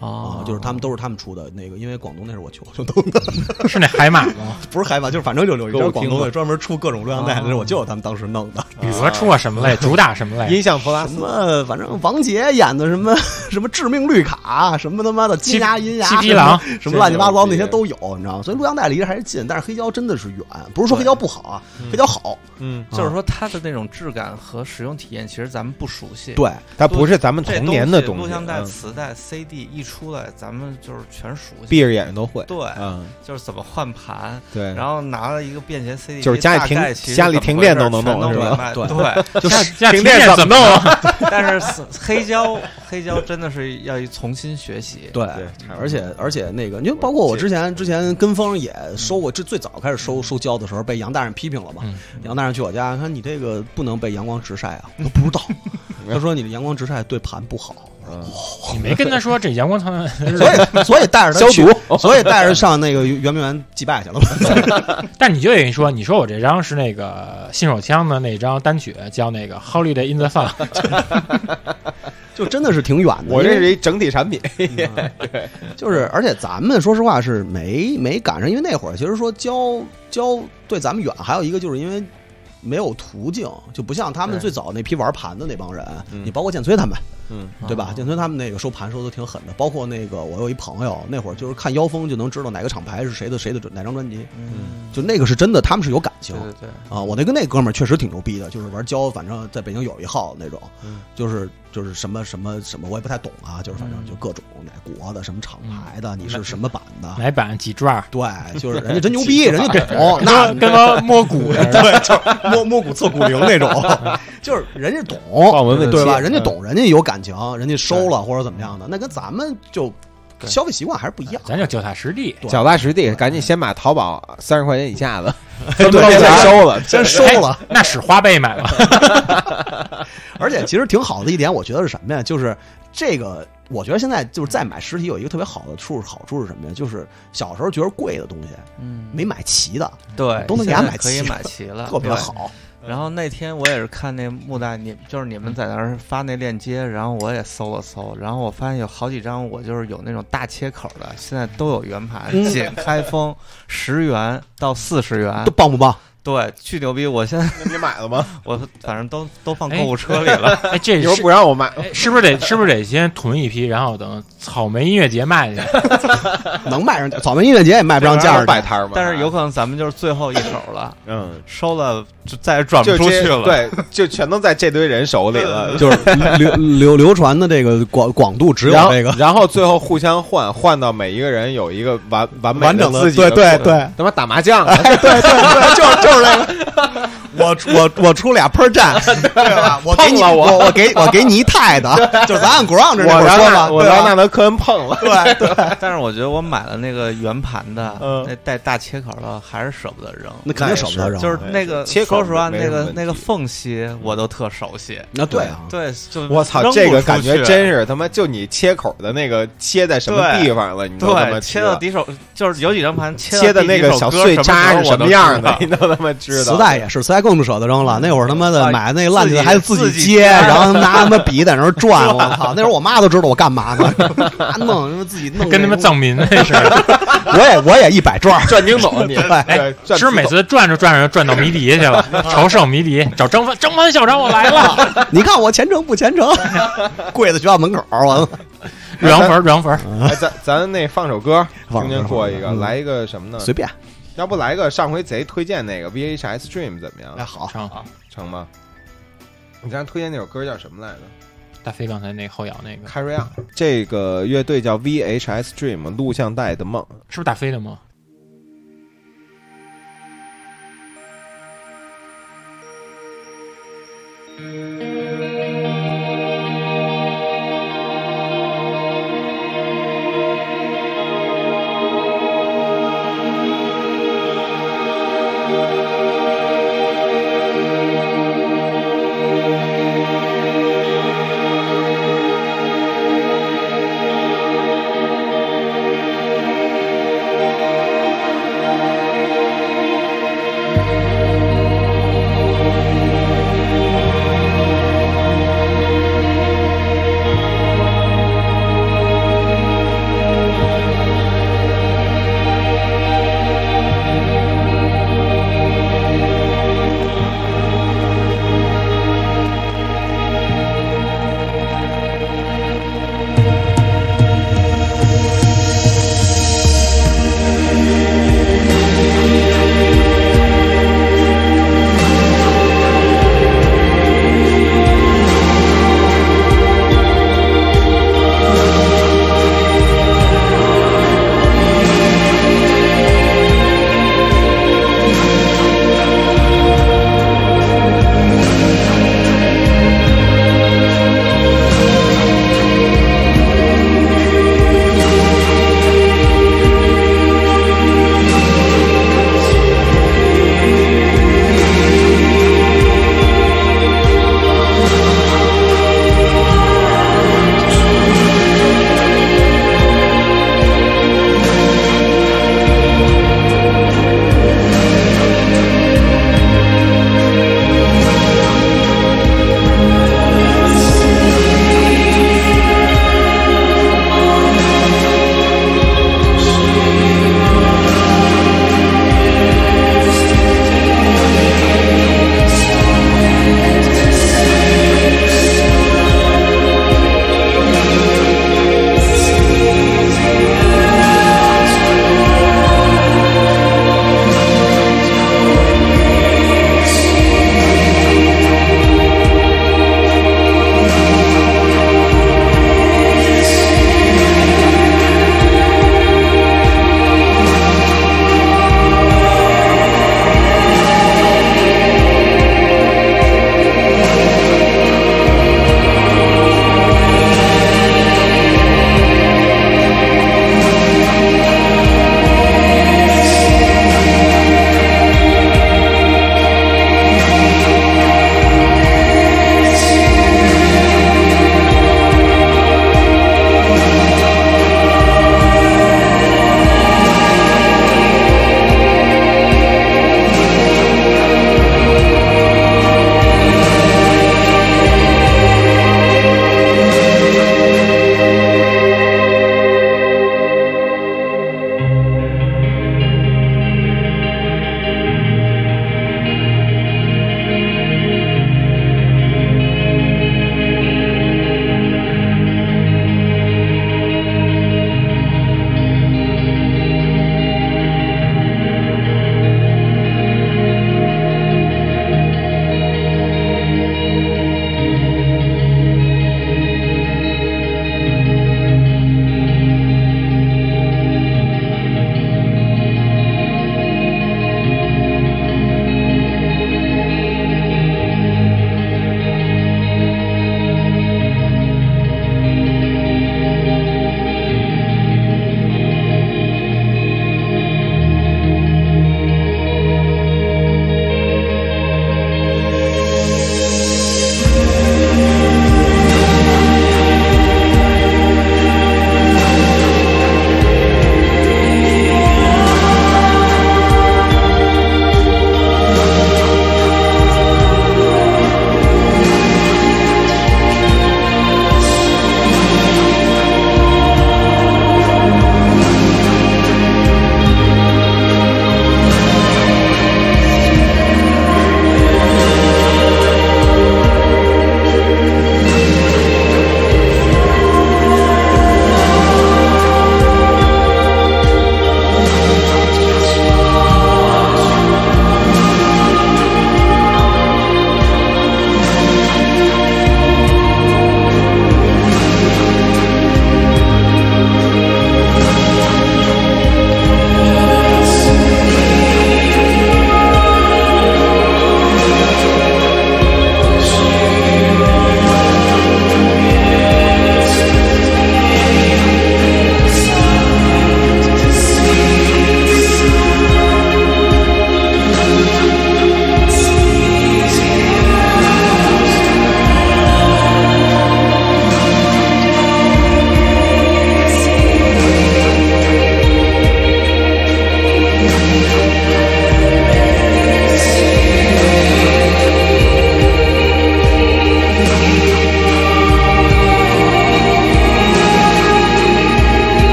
[SPEAKER 4] 哦
[SPEAKER 2] 啊，就是他们都是他们出的那个，因为广东那是我去过，就都
[SPEAKER 1] 是那海马吗？
[SPEAKER 2] 不是海马，就是反正就有一
[SPEAKER 3] 歌
[SPEAKER 2] 家
[SPEAKER 3] 舞
[SPEAKER 2] 广
[SPEAKER 3] 厅
[SPEAKER 2] 东的
[SPEAKER 3] 嘛
[SPEAKER 2] 专门出各种录像带，
[SPEAKER 1] 啊
[SPEAKER 4] 哦
[SPEAKER 2] 那是我舅舅他们当时弄的。
[SPEAKER 1] 比如出过什么类，主打什么类？
[SPEAKER 3] 音像普拉
[SPEAKER 2] 什
[SPEAKER 3] 斯，
[SPEAKER 2] 么，反正王杰演的什么 什么致命绿卡，什么他妈的金牙银牙，
[SPEAKER 1] 七匹
[SPEAKER 2] 什么
[SPEAKER 1] 狼
[SPEAKER 2] 什么乱七八糟那些都有，你知道吗？所以录像带离着还是近，但是黑胶真的是远，不是说黑胶不好啊，黑胶好，
[SPEAKER 3] 嗯，
[SPEAKER 2] 啊
[SPEAKER 4] 就是说它的那种质感和使用体验，其实咱们不熟悉。
[SPEAKER 2] 对，
[SPEAKER 3] 它不是咱们
[SPEAKER 4] 这
[SPEAKER 3] 童年的
[SPEAKER 4] 东西，录像带、
[SPEAKER 3] 嗯
[SPEAKER 4] 磁带、CD 一出来，咱们就是全熟悉。
[SPEAKER 3] 闭着眼睛都会。
[SPEAKER 4] 对，
[SPEAKER 2] 啊
[SPEAKER 3] 嗯，
[SPEAKER 4] 就是怎么换盘，
[SPEAKER 3] 对。
[SPEAKER 4] 然后拿了一个便携 CD，
[SPEAKER 3] 就是家里
[SPEAKER 4] 大
[SPEAKER 3] 停
[SPEAKER 4] 概其实
[SPEAKER 3] 家里
[SPEAKER 4] 怎么
[SPEAKER 3] 停
[SPEAKER 4] 回
[SPEAKER 3] 电
[SPEAKER 4] 事
[SPEAKER 3] 都
[SPEAKER 4] 儿
[SPEAKER 3] 能
[SPEAKER 4] 全
[SPEAKER 3] 弄
[SPEAKER 2] 是
[SPEAKER 4] 明
[SPEAKER 2] 吧
[SPEAKER 4] 白
[SPEAKER 2] 对
[SPEAKER 4] 对，
[SPEAKER 1] 就
[SPEAKER 3] 停
[SPEAKER 1] 停
[SPEAKER 3] 电
[SPEAKER 1] 怎么弄啊？
[SPEAKER 4] 但是黑胶黑胶真的是要一重新 学习。
[SPEAKER 2] 对
[SPEAKER 3] 对差不多
[SPEAKER 2] 而且而且那个，你就包括我之前之前跟风也收过，这最早开始收收胶的时候，被杨大人批评了嘛。
[SPEAKER 1] 嗯
[SPEAKER 2] 杨大人去我家，看你这个不能被阳光直晒 啊，我都不知道。他说你的阳光直晒对盘不好，
[SPEAKER 1] 你没跟他说这阳光灿烂，
[SPEAKER 2] 所 以所以带着他去
[SPEAKER 3] 消，
[SPEAKER 2] 所以带着上那个圆明园祭拜去 了嘛。
[SPEAKER 1] 但你就得说，你说我这张是那个信手枪的那张单曲，叫那个《Holiday in the Sun》，
[SPEAKER 2] 就真的是挺远的。
[SPEAKER 3] 我这
[SPEAKER 2] 因为
[SPEAKER 3] 是一整体产品，
[SPEAKER 4] 嗯
[SPEAKER 2] 就是，而且咱们说实话是没没赶上，因为那会儿其实说胶胶对咱们远，还有一个就是因为没有途径，就不像他们
[SPEAKER 4] 对
[SPEAKER 2] 最早那批玩盘的那帮人，
[SPEAKER 3] 嗯
[SPEAKER 2] 你包括建崔他们，
[SPEAKER 3] 嗯，
[SPEAKER 2] 对吧？建崔他们那个收盘收的挺狠的，包括那个我有一朋友，那会儿就是看腰封就能知道哪个厂牌是谁的谁的哪张专辑，
[SPEAKER 4] 嗯，
[SPEAKER 2] 就那个是真的，他们是有感情
[SPEAKER 4] 对。对对，
[SPEAKER 2] 啊，我那跟那哥们儿确实挺牛逼的，就是玩胶，反正在北京有一号那种，
[SPEAKER 3] 嗯
[SPEAKER 2] 就是就是什么什么什么，我也不太懂啊，就是
[SPEAKER 1] 嗯
[SPEAKER 2] 反正就各种哪国的、什么厂牌的，你是什么版的，
[SPEAKER 1] 哪版几转？
[SPEAKER 2] 对， 就是人家真牛逼，人家懂，那
[SPEAKER 1] 跟跟我摸骨似的。
[SPEAKER 2] 对，就是摸摸骨测骨龄 那种，就是人家懂，
[SPEAKER 3] 望闻问
[SPEAKER 2] 对吧？
[SPEAKER 3] 切
[SPEAKER 2] 人家
[SPEAKER 3] 嗯
[SPEAKER 2] 懂，人家有感情，人家收了或者怎么样的，那跟咱们就
[SPEAKER 1] 对
[SPEAKER 2] 消费习惯还是不一样。
[SPEAKER 1] 咱就脚踏实地。
[SPEAKER 3] 脚踏实地，赶紧先把淘宝三十块钱以下的
[SPEAKER 2] 对
[SPEAKER 3] 都先收了，
[SPEAKER 2] 先收了，
[SPEAKER 1] 哎那使花呗买吧。
[SPEAKER 2] 而且其实挺好的一点，我觉得是什么呀？就是这个，我觉得现在就是再买实体有一个特别好的处，好处是什么呀？就是小时候觉得贵的东西
[SPEAKER 4] 嗯，
[SPEAKER 2] 没买齐的，
[SPEAKER 4] 对，
[SPEAKER 2] 都能给
[SPEAKER 4] 现
[SPEAKER 2] 它
[SPEAKER 4] 在
[SPEAKER 2] 买
[SPEAKER 4] 可以
[SPEAKER 2] 齐
[SPEAKER 4] 买齐了，
[SPEAKER 2] 特别
[SPEAKER 4] 对
[SPEAKER 2] 好。
[SPEAKER 4] 然后那天我也是看那木大，你就是你们在那儿发那链接，然后我也搜了搜，然后我发现有好几张我就是有那种大切口的，现在都有圆盘，
[SPEAKER 2] 嗯
[SPEAKER 4] 解开封十元到四十元
[SPEAKER 2] 都，棒不棒？
[SPEAKER 4] 对，巨牛逼！我现在
[SPEAKER 3] 你买了吗？
[SPEAKER 4] 我反正都都放购物车里 了，
[SPEAKER 1] 哎，这
[SPEAKER 3] 你说
[SPEAKER 1] 是
[SPEAKER 3] 不让我买，
[SPEAKER 1] 哎是不是得是不是得先囤一批，然后等草莓音乐节卖去？
[SPEAKER 2] 能卖上草莓音乐节也卖不上价
[SPEAKER 3] 让
[SPEAKER 2] 儿 的，
[SPEAKER 3] 摆摊儿嘛。
[SPEAKER 4] 但是有可能咱们就是最后一手了，
[SPEAKER 3] 嗯，
[SPEAKER 4] 收了就再也转不
[SPEAKER 3] 就
[SPEAKER 4] 出
[SPEAKER 3] 这
[SPEAKER 4] 去了。，
[SPEAKER 3] 对，就全都在这堆人手里了。
[SPEAKER 2] 就是流流流传的这个广广度只
[SPEAKER 3] 然
[SPEAKER 2] 有
[SPEAKER 3] 后
[SPEAKER 2] 这个
[SPEAKER 3] 然后最后互相换，换到每一个人有一个完完美
[SPEAKER 2] 完整
[SPEAKER 3] 的自己的
[SPEAKER 2] 对对
[SPEAKER 3] 故事
[SPEAKER 2] 对
[SPEAKER 3] 他妈打麻将啊，
[SPEAKER 2] 对对对，就是就是这个。我我我出俩 喷站，对吧？我给你
[SPEAKER 3] 碰了我
[SPEAKER 2] 我我给我给你一太的，就是咱按 ground 这
[SPEAKER 3] 我
[SPEAKER 2] 会儿
[SPEAKER 3] 让
[SPEAKER 2] 说
[SPEAKER 3] 纳
[SPEAKER 2] 吧，
[SPEAKER 3] 我
[SPEAKER 2] 对
[SPEAKER 3] 让
[SPEAKER 2] 吧
[SPEAKER 3] 纳德科恩碰了，
[SPEAKER 2] 对对，
[SPEAKER 4] 但是我觉得我买了那个圆盘的，
[SPEAKER 3] 嗯
[SPEAKER 4] 那带大切口的，还是舍不得扔。
[SPEAKER 2] 那肯定舍不得扔，
[SPEAKER 4] 就是那
[SPEAKER 3] 哎
[SPEAKER 4] 个，
[SPEAKER 3] 切口
[SPEAKER 4] 说实话，
[SPEAKER 3] 没
[SPEAKER 4] 那
[SPEAKER 3] 什么
[SPEAKER 4] 个
[SPEAKER 3] 问
[SPEAKER 4] 那个
[SPEAKER 3] 题嗯
[SPEAKER 4] 缝隙我都特熟悉。
[SPEAKER 2] 那对啊，
[SPEAKER 4] 对，就
[SPEAKER 3] 我操，
[SPEAKER 4] 扔
[SPEAKER 3] 这
[SPEAKER 4] 不
[SPEAKER 3] 个
[SPEAKER 4] 出
[SPEAKER 3] 感觉
[SPEAKER 4] 去
[SPEAKER 3] 真是他妈就你切口的那个切在什么
[SPEAKER 4] 对
[SPEAKER 3] 地方了，你都他妈
[SPEAKER 4] 对，
[SPEAKER 3] 知
[SPEAKER 4] 切到
[SPEAKER 3] 道。
[SPEAKER 4] 几首，就是有几张盘切
[SPEAKER 3] 切的
[SPEAKER 4] 到第
[SPEAKER 3] 那
[SPEAKER 4] 几
[SPEAKER 3] 个
[SPEAKER 4] 首
[SPEAKER 3] 小
[SPEAKER 4] 歌
[SPEAKER 3] 碎
[SPEAKER 4] 什么
[SPEAKER 3] 渣
[SPEAKER 4] 时候
[SPEAKER 3] 是
[SPEAKER 4] 我
[SPEAKER 3] 什
[SPEAKER 4] 都
[SPEAKER 3] 么样
[SPEAKER 4] 知
[SPEAKER 3] 儿的
[SPEAKER 4] 道，
[SPEAKER 3] 你都他妈知道。
[SPEAKER 2] 磁带也是，磁带更不舍得扔了。那会儿他妈的
[SPEAKER 4] 啊
[SPEAKER 2] 买那个烂
[SPEAKER 4] 自
[SPEAKER 2] 的
[SPEAKER 4] 己
[SPEAKER 2] 还自
[SPEAKER 4] 自
[SPEAKER 2] 己
[SPEAKER 4] 己
[SPEAKER 2] 接，
[SPEAKER 4] 接
[SPEAKER 2] 然后拿他妈笔在那儿转，我操！那会儿我妈都知道我干嘛呢，弄他妈自己弄那
[SPEAKER 1] 跟他妈
[SPEAKER 2] 东
[SPEAKER 1] 藏民那似的。
[SPEAKER 2] 西，我也我也一百转儿，
[SPEAKER 3] 转经走你，
[SPEAKER 1] 哎
[SPEAKER 3] 对，
[SPEAKER 1] 是不
[SPEAKER 3] 转
[SPEAKER 1] 是每
[SPEAKER 3] 经
[SPEAKER 1] 次转着转着转到迷笛去 了，朝圣迷笛，找张帆，张帆校长我来了，
[SPEAKER 2] 你看我虔诚不虔诚？跪在学校门口儿，完了，
[SPEAKER 1] 瑞阳坟，瑞阳坟，
[SPEAKER 3] 走哎咱咱那放首歌，
[SPEAKER 2] 放首歌
[SPEAKER 3] 中间过一个，
[SPEAKER 2] 放首歌嗯
[SPEAKER 3] 来一个什么呢？
[SPEAKER 2] 随便，
[SPEAKER 3] 要不来个上回贼推荐那个 VHS Dream 怎么样
[SPEAKER 2] 哎？
[SPEAKER 4] 啊
[SPEAKER 2] 好，
[SPEAKER 1] 唱
[SPEAKER 3] 成吗？你刚才推荐那首歌叫什么来着？
[SPEAKER 1] 大飞刚才那后摇那个，
[SPEAKER 3] Carry On 这个乐队叫 VHS Dream 录像带的梦，
[SPEAKER 1] 是不是大飞的吗？
[SPEAKER 5] Thank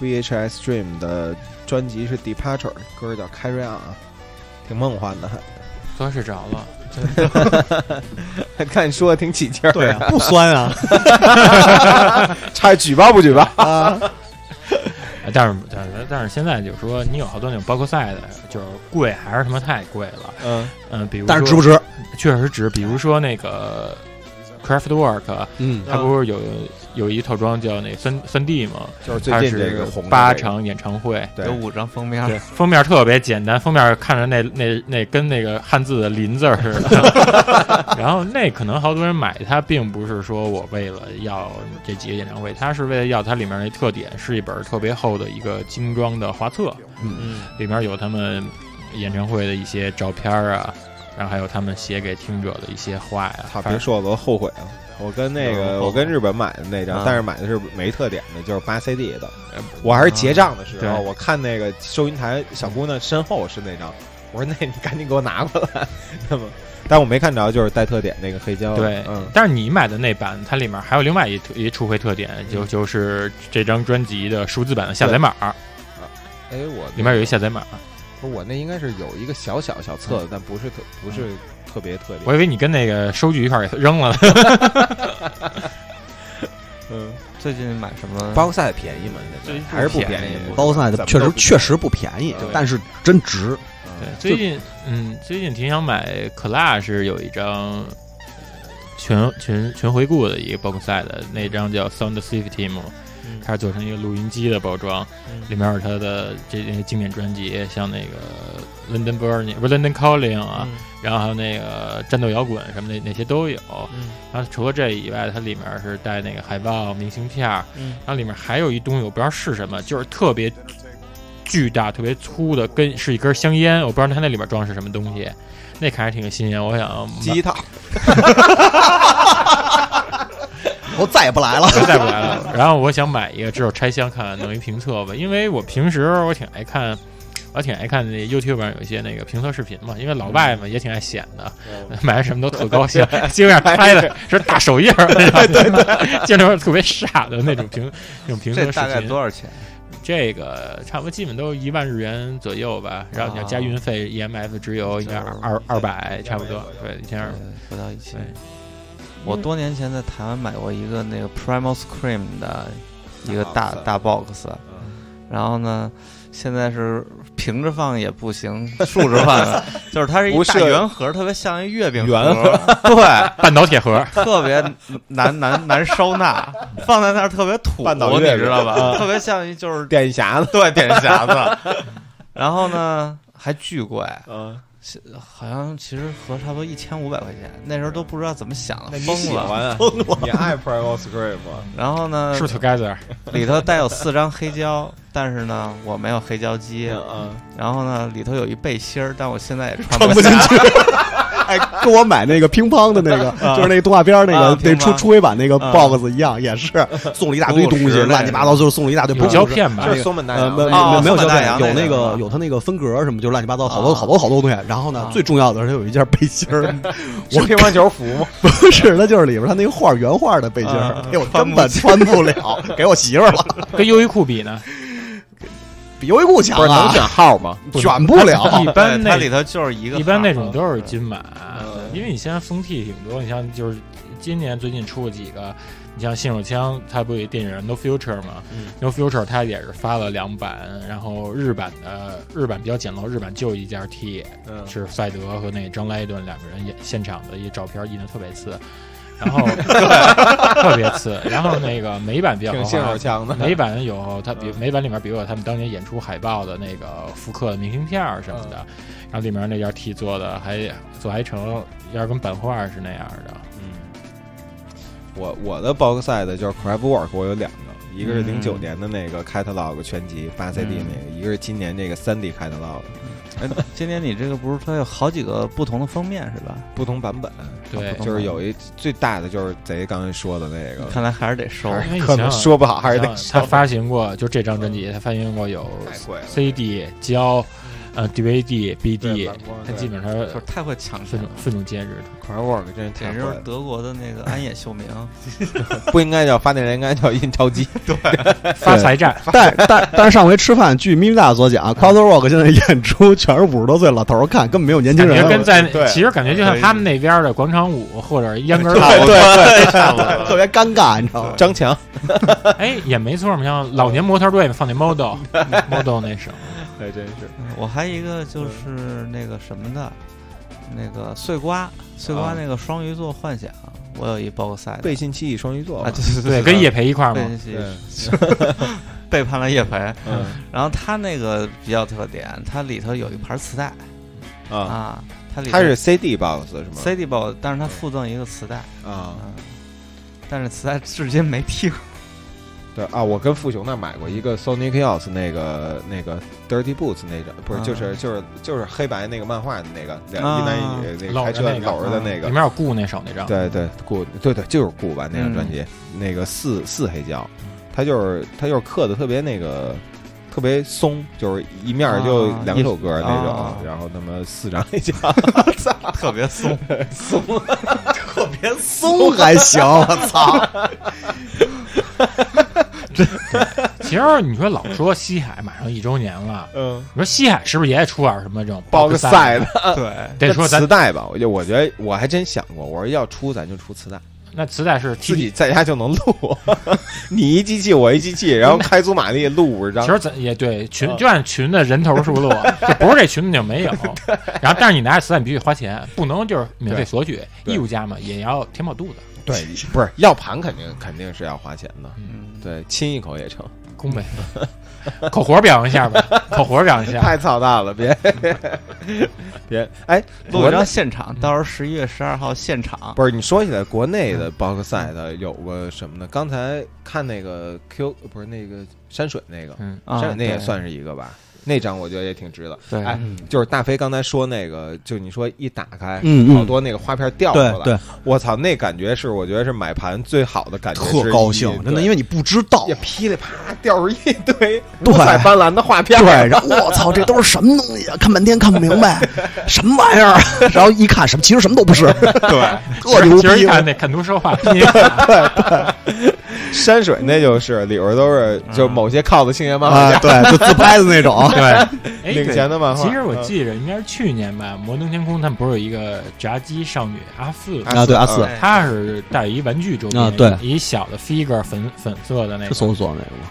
[SPEAKER 3] VHS Dream 的专辑是 Departure，歌叫 Carry On 啊，挺梦幻的，
[SPEAKER 1] 昨睡着了，
[SPEAKER 3] 还看你说的挺起劲儿。
[SPEAKER 2] 对啊，不酸啊，
[SPEAKER 3] 差举报不举报？
[SPEAKER 1] 呃但是但是但是现在就是说，你有好多那种包括赛的，就是贵还是他妈太贵了。
[SPEAKER 3] 嗯，
[SPEAKER 1] 嗯，比如
[SPEAKER 2] 但是值
[SPEAKER 1] 说
[SPEAKER 2] 不值？
[SPEAKER 1] 确实值，比如说那个 Craftwork，
[SPEAKER 2] 嗯
[SPEAKER 1] 它不是有有一套装叫那三三 D 吗？
[SPEAKER 3] 就是最
[SPEAKER 1] 它
[SPEAKER 3] 近这
[SPEAKER 1] 是
[SPEAKER 3] 个红的
[SPEAKER 1] 八
[SPEAKER 3] 这个，
[SPEAKER 1] 场演唱会，
[SPEAKER 3] 对
[SPEAKER 4] 有五张封面
[SPEAKER 1] 对，
[SPEAKER 4] 儿，
[SPEAKER 1] 啊封面特别简单，封面看着那那那跟那个汉字的“林”字儿似的。 然后那可能好多人买它，并不是说我为了要这几个演唱会，它是为了要它里面那特点，是一本特别厚的一个精装的画册，
[SPEAKER 4] 嗯，
[SPEAKER 1] 里面有他们演唱会的一些照片儿啊，然后还有他们写给听者的一些话呀、
[SPEAKER 3] 操，
[SPEAKER 1] 反
[SPEAKER 3] 别
[SPEAKER 1] 正
[SPEAKER 3] 说了，我都后悔了。我跟那
[SPEAKER 4] 有
[SPEAKER 3] 个，
[SPEAKER 4] 后悔
[SPEAKER 3] 我跟日本买的那张
[SPEAKER 4] 啊，
[SPEAKER 3] 但是买的是没特点的，就是八 CD 的
[SPEAKER 1] 呃。
[SPEAKER 3] 我还是结账的时
[SPEAKER 1] 啊
[SPEAKER 3] 候，
[SPEAKER 1] 对
[SPEAKER 3] 我看那个收银台小姑娘身后是那张，我说那你赶紧给我拿过来，那么，但我没看着就是带特点那个黑胶。
[SPEAKER 1] 对，
[SPEAKER 3] 嗯，
[SPEAKER 1] 但是你买的那版，它里面还有另外一特一出回特
[SPEAKER 3] 嗯
[SPEAKER 1] 点，就就是这张专辑的数字版的下载码，
[SPEAKER 3] 哎，我
[SPEAKER 1] 里面有一下载码。
[SPEAKER 3] 我那应该是有一个小小小册子，但不是特不是特别特
[SPEAKER 1] 我
[SPEAKER 3] 别。
[SPEAKER 1] 以为你跟那个收据一块儿给扔了呢。
[SPEAKER 3] 嗯，
[SPEAKER 4] 最近买什么？
[SPEAKER 3] 包赛便宜嘛，现
[SPEAKER 1] 对
[SPEAKER 3] 在还是不
[SPEAKER 1] 不
[SPEAKER 3] 便
[SPEAKER 1] 便宜
[SPEAKER 2] 包赛的确实确实不便宜
[SPEAKER 3] 对，
[SPEAKER 2] 但是真值。
[SPEAKER 1] 对
[SPEAKER 3] 对，
[SPEAKER 1] 最近嗯，最近挺想买 Clash 有一张全全全回顾的一个 box set，那张叫 Sound Safety 嘛，
[SPEAKER 4] 嗯
[SPEAKER 1] 它是做成一个录音机的包装，
[SPEAKER 4] 嗯
[SPEAKER 1] 里面有它的这些经典专辑，像那个 London Burning 不是 London Calling 啊，
[SPEAKER 4] 嗯
[SPEAKER 1] 然后还有那个战斗摇滚什么的那些都有。
[SPEAKER 4] 嗯
[SPEAKER 1] 然后除了这以外，它里面是带那个海报、明信片儿，
[SPEAKER 4] 嗯
[SPEAKER 1] 然后里面还有一东西，我不知道是什么，就是特别巨大、特别粗的，跟是一根香烟，我不知道它那里面装的是什么东西。那看着挺新鲜，我想嗯
[SPEAKER 3] 记一套。
[SPEAKER 2] 我再也不来了。
[SPEAKER 1] 买带不来了。然后我想买一个，只有拆箱看看，弄一评测吧。因为我平时我挺爱看，我挺爱看那 YouTube 上有一些那个评测视频嘛。因为老外嘛也挺爱显的， 买了什么都特高兴，基本上拍的是大手印儿，对对对， 经常是特别傻的那种评那种评测视频。
[SPEAKER 4] 这大概多少钱？
[SPEAKER 1] 这个差不多基本都一万日元左右吧，然后你要加运费、EMF ，E 直邮，应该
[SPEAKER 4] 就是
[SPEAKER 1] 二二百差不多，对，一千二
[SPEAKER 4] 对。不到一千
[SPEAKER 1] 对。
[SPEAKER 4] 我多年前在台湾买过一个那个 Primal Scream 的一个大
[SPEAKER 3] 大
[SPEAKER 4] 大 box，然嗯后呢，现在是平着放也不行，竖着放 也，就是它是一
[SPEAKER 3] 不
[SPEAKER 4] 大
[SPEAKER 3] 是
[SPEAKER 4] 圆盒，特别像一月饼
[SPEAKER 3] 圆
[SPEAKER 4] 盒，对，
[SPEAKER 1] 半导铁盒，
[SPEAKER 4] 特别难难难收纳，放在那儿特别土，
[SPEAKER 3] 半岛
[SPEAKER 4] 你
[SPEAKER 3] 月饼
[SPEAKER 4] 知道吧？
[SPEAKER 3] 嗯
[SPEAKER 4] 特别像一就是
[SPEAKER 3] 电匣子。
[SPEAKER 4] 对，点匣 子。然后呢，还巨贵，
[SPEAKER 3] 嗯，
[SPEAKER 4] 好像其实合差不多一千五百块钱，那时候都不知道怎么想的，
[SPEAKER 3] 那你
[SPEAKER 4] 疯
[SPEAKER 3] 喜
[SPEAKER 4] 了。
[SPEAKER 3] 欢啊？你爱 Primal Scream 吗？
[SPEAKER 4] 然后呢
[SPEAKER 1] 是，不是 Together？
[SPEAKER 4] 里头带有四张黑 胶，但是呢，我没有黑胶机。
[SPEAKER 3] 嗯，
[SPEAKER 4] 然后呢，里头有一背心儿，但我现在也穿不下。
[SPEAKER 2] 哎，跟我买那个乒乓的那个，就是那个动画片儿那个
[SPEAKER 4] 啊
[SPEAKER 2] 那
[SPEAKER 4] 乒乓
[SPEAKER 2] 初初回版那个
[SPEAKER 4] 啊
[SPEAKER 2] box 一样，也 是送了一大堆东西
[SPEAKER 4] 五十类，的
[SPEAKER 2] 乱七八糟，就是送了一大堆
[SPEAKER 1] 有
[SPEAKER 2] 不
[SPEAKER 1] 胶。片吧
[SPEAKER 3] 就？是松本大
[SPEAKER 2] 呃，
[SPEAKER 3] 洋
[SPEAKER 2] 没
[SPEAKER 3] 的
[SPEAKER 2] 没
[SPEAKER 4] 哦
[SPEAKER 2] 没有胶
[SPEAKER 4] 松本大
[SPEAKER 2] 片，
[SPEAKER 4] 洋
[SPEAKER 2] 有
[SPEAKER 4] 那
[SPEAKER 2] 那
[SPEAKER 4] 个
[SPEAKER 2] 个有它那个分格什么，就是乱七八糟，好多
[SPEAKER 4] 啊
[SPEAKER 2] 好多好多东西。然后呢
[SPEAKER 4] 啊，
[SPEAKER 2] 最重要的是它有一件背心 儿，
[SPEAKER 3] 是乒乓球服 吗？
[SPEAKER 2] 不是它就是里边它那个画原画的背心儿
[SPEAKER 4] 啊，
[SPEAKER 2] 哎我
[SPEAKER 4] 穿
[SPEAKER 2] 根
[SPEAKER 4] 不
[SPEAKER 2] 本穿不了，给我媳妇儿了，
[SPEAKER 1] 跟优衣库比呢？
[SPEAKER 2] 比优衣库强啊，
[SPEAKER 3] 号吗？
[SPEAKER 2] 选不了
[SPEAKER 1] 一。般
[SPEAKER 4] 对，它
[SPEAKER 1] 那
[SPEAKER 4] 里头就是一个
[SPEAKER 1] 一般那种
[SPEAKER 4] 盒
[SPEAKER 1] 都是金码，
[SPEAKER 3] 嗯
[SPEAKER 1] 因为你现在风替挺多，你像就是今年最近出了几个，你像信手枪，它不有一电影《No Future》吗、
[SPEAKER 3] 嗯
[SPEAKER 1] n o Future》它也是发了两版，然后日版的日版比较简陋，日版就一件 T，
[SPEAKER 3] 嗯，
[SPEAKER 1] 是赛德和那张莱顿两个人演现场的一照片印的特别次，然 后特别次，然后那个美版比较
[SPEAKER 3] 挺
[SPEAKER 1] 豪
[SPEAKER 3] 信手
[SPEAKER 1] 华。
[SPEAKER 3] 枪 的。
[SPEAKER 1] 美版有它比
[SPEAKER 3] 嗯
[SPEAKER 1] 美版里面，比如有他们当年演出海报的那个复刻的明信片儿什么的，
[SPEAKER 3] 嗯
[SPEAKER 1] 然后里面那件 T 做的还做还成，要是跟版画是那样的，
[SPEAKER 3] 嗯，我我的 box set 就是 Craftwork，我有两个，一个是零
[SPEAKER 1] 嗯
[SPEAKER 3] 九年的那个 Catalog 全集八 CD
[SPEAKER 1] 嗯
[SPEAKER 3] 那个，一个是今年这个三 D Catalog，
[SPEAKER 4] 哎，今年你这个不是它有好几个不同的封面是吧？
[SPEAKER 3] 不同版本。
[SPEAKER 1] 对，
[SPEAKER 3] 就是有一最大的就是贼刚才说的那个，
[SPEAKER 4] 看来还是得收。
[SPEAKER 1] 因为你
[SPEAKER 3] 可
[SPEAKER 1] 想
[SPEAKER 3] 能
[SPEAKER 1] 想
[SPEAKER 3] 说不好还是
[SPEAKER 1] 你
[SPEAKER 3] 得
[SPEAKER 1] 想想他发行过，就这张专辑，他发行过有
[SPEAKER 3] 嗯太贵了嗯
[SPEAKER 1] CD 胶，呃 DVD、
[SPEAKER 3] 对
[SPEAKER 1] BD，
[SPEAKER 3] 反光
[SPEAKER 1] 它
[SPEAKER 3] 对
[SPEAKER 1] 基本上
[SPEAKER 4] 就是太会抢
[SPEAKER 1] 四
[SPEAKER 4] 钱
[SPEAKER 1] 种
[SPEAKER 4] 了，
[SPEAKER 1] 四种介质的。
[SPEAKER 3] Cardwork 真是
[SPEAKER 4] 简
[SPEAKER 3] 太
[SPEAKER 4] 直
[SPEAKER 3] 会
[SPEAKER 4] 就是
[SPEAKER 3] 了，
[SPEAKER 4] 德国的那个安野秀明，
[SPEAKER 3] 不应该叫发电人，应该叫印 钞机。
[SPEAKER 1] 发财站，
[SPEAKER 2] 但但但是上回吃饭，据咪咪大所
[SPEAKER 3] 嗯
[SPEAKER 2] 讲 c o t e r Rock 现在演出全是五十多岁老头儿看，根本没有年轻
[SPEAKER 1] 感
[SPEAKER 2] 人
[SPEAKER 1] 觉跟
[SPEAKER 2] 了，
[SPEAKER 1] 在
[SPEAKER 3] 对
[SPEAKER 1] 其实感觉就像他们那边的广场舞或者秧歌儿舞，
[SPEAKER 2] 特别尴尬，你知道吗？
[SPEAKER 3] 张强，
[SPEAKER 1] 哎，也没错嘛，像老年模特队放那 model model 那首，
[SPEAKER 3] 对，真是
[SPEAKER 4] 嗯我还一个就是那个什么的，那个碎瓜，碎
[SPEAKER 3] 啊
[SPEAKER 4] 瓜那个双鱼座幻想，我有一包塞的
[SPEAKER 3] 背信弃义双鱼座
[SPEAKER 4] 啊，。对对
[SPEAKER 1] 对，跟叶培一块儿
[SPEAKER 4] 背
[SPEAKER 1] 嘛，
[SPEAKER 4] 信弃义
[SPEAKER 3] 对，
[SPEAKER 4] 背叛了叶培，
[SPEAKER 3] 嗯
[SPEAKER 4] 然后他那个比较特点，它里头有一盘磁带
[SPEAKER 3] 啊，
[SPEAKER 4] 啊，它里头
[SPEAKER 3] 它是 CD box 是吗？
[SPEAKER 4] CD 包，但是它附赠一个磁带，
[SPEAKER 3] 啊，
[SPEAKER 4] 嗯，但是磁带至今没听，
[SPEAKER 3] 对啊，我跟富雄那儿买过一个 Sonic Youth 那个那个 Dirty Boots 那张，不是
[SPEAKER 4] 啊
[SPEAKER 3] 就是就是就是黑白那个漫画的那个两
[SPEAKER 4] 啊
[SPEAKER 3] 一男一女那个
[SPEAKER 1] 搂
[SPEAKER 3] 开
[SPEAKER 1] 着
[SPEAKER 3] 车
[SPEAKER 1] 那个
[SPEAKER 3] 搂着的那
[SPEAKER 1] 里
[SPEAKER 3] 个，
[SPEAKER 1] 面有顾那首那张，
[SPEAKER 3] 对对顾对对就是顾吧那张
[SPEAKER 4] 嗯
[SPEAKER 3] 专辑，那个四四黑胶，它就是它就是刻的特别那个。特别松，就是一面儿就
[SPEAKER 4] 啊
[SPEAKER 3] 两首歌那种，
[SPEAKER 4] 啊
[SPEAKER 3] 然后那么四张黑胶，
[SPEAKER 1] 啊
[SPEAKER 4] 特别松，
[SPEAKER 3] 松
[SPEAKER 4] 特别松，
[SPEAKER 2] 松还行，我操！
[SPEAKER 1] 其实你说老说西海马上一周年了，
[SPEAKER 3] 嗯，
[SPEAKER 1] 你说西海是不是也得出点什么这种
[SPEAKER 3] 包
[SPEAKER 1] 个
[SPEAKER 3] 个赛
[SPEAKER 1] 的？
[SPEAKER 3] 的，
[SPEAKER 4] 对，
[SPEAKER 1] 得说咱
[SPEAKER 3] 磁带吧，我就我觉得我还真想过，我说要出咱就出磁带，
[SPEAKER 1] 那磁带是
[SPEAKER 3] 自
[SPEAKER 1] T
[SPEAKER 3] 己在家就能录， 你一机器我一机器，然后开足马力录五十张
[SPEAKER 1] 其，实咱也对群
[SPEAKER 3] 嗯
[SPEAKER 1] 就按群的人头数 落，就不是这群的就没有。然后，但是你拿着磁带，你必须花钱，不能就是免费索取。
[SPEAKER 3] 对
[SPEAKER 1] 艺术家嘛，也要填饱肚子，
[SPEAKER 3] 对，不是要盘肯定肯定是要花钱的，
[SPEAKER 4] 嗯，
[SPEAKER 3] 对，亲一口也成，
[SPEAKER 1] 工呗。 口活表扬一下吧，口活表扬一下。
[SPEAKER 3] 太操蛋了， 别别，哎，
[SPEAKER 4] 录
[SPEAKER 3] 国
[SPEAKER 4] 一张
[SPEAKER 3] 内
[SPEAKER 4] 现场，到时候十一月十二号现场，
[SPEAKER 3] 不是你说起来国内
[SPEAKER 2] 嗯
[SPEAKER 3] 的包括赛的有个什么呢？刚才看那个 Q 不是那个山水那个，
[SPEAKER 1] 嗯，
[SPEAKER 4] 啊
[SPEAKER 3] 山水那也
[SPEAKER 4] 对
[SPEAKER 3] 算是一个吧。那张我觉得也挺值的，
[SPEAKER 4] 对
[SPEAKER 3] 哎，就是大飞刚才说那个，就你说一打开，
[SPEAKER 2] 嗯嗯
[SPEAKER 3] 好多那个花片掉出来，
[SPEAKER 2] 对对，
[SPEAKER 3] 我操，那感觉是我觉得是买盘最好的感觉之一，
[SPEAKER 2] 特高兴，真的，因
[SPEAKER 3] 为
[SPEAKER 2] 为你不知道
[SPEAKER 3] 也，噼里啪啦掉出一堆五彩斑斓的画片，
[SPEAKER 2] 对，然后我操，这都是什么东西啊？看半天看不明白，什么玩意儿？啊然后一看什么，其实什么都不是， 对，特牛
[SPEAKER 1] 其实一
[SPEAKER 2] 逼。
[SPEAKER 1] 看那看图说 话，拼音
[SPEAKER 3] 山水那就是里边都是就某些靠的青年漫画
[SPEAKER 2] 啊，
[SPEAKER 3] 家
[SPEAKER 2] 对，就自拍的那种，啊
[SPEAKER 1] 对，哎，
[SPEAKER 3] 领
[SPEAKER 1] 对
[SPEAKER 3] 钱的漫画。
[SPEAKER 1] 其
[SPEAKER 2] 嗯
[SPEAKER 1] 实我记着应该是去年吧，《摩登天空》他们不是有一个炸鸡少女阿四，
[SPEAKER 3] 啊
[SPEAKER 2] 啊，对，阿四
[SPEAKER 4] 哎
[SPEAKER 1] 她是带一玩具周边，
[SPEAKER 2] 啊对
[SPEAKER 1] 一小的 figure 粉粉色的那
[SPEAKER 2] 是
[SPEAKER 1] 个，
[SPEAKER 2] 搜索那个吗？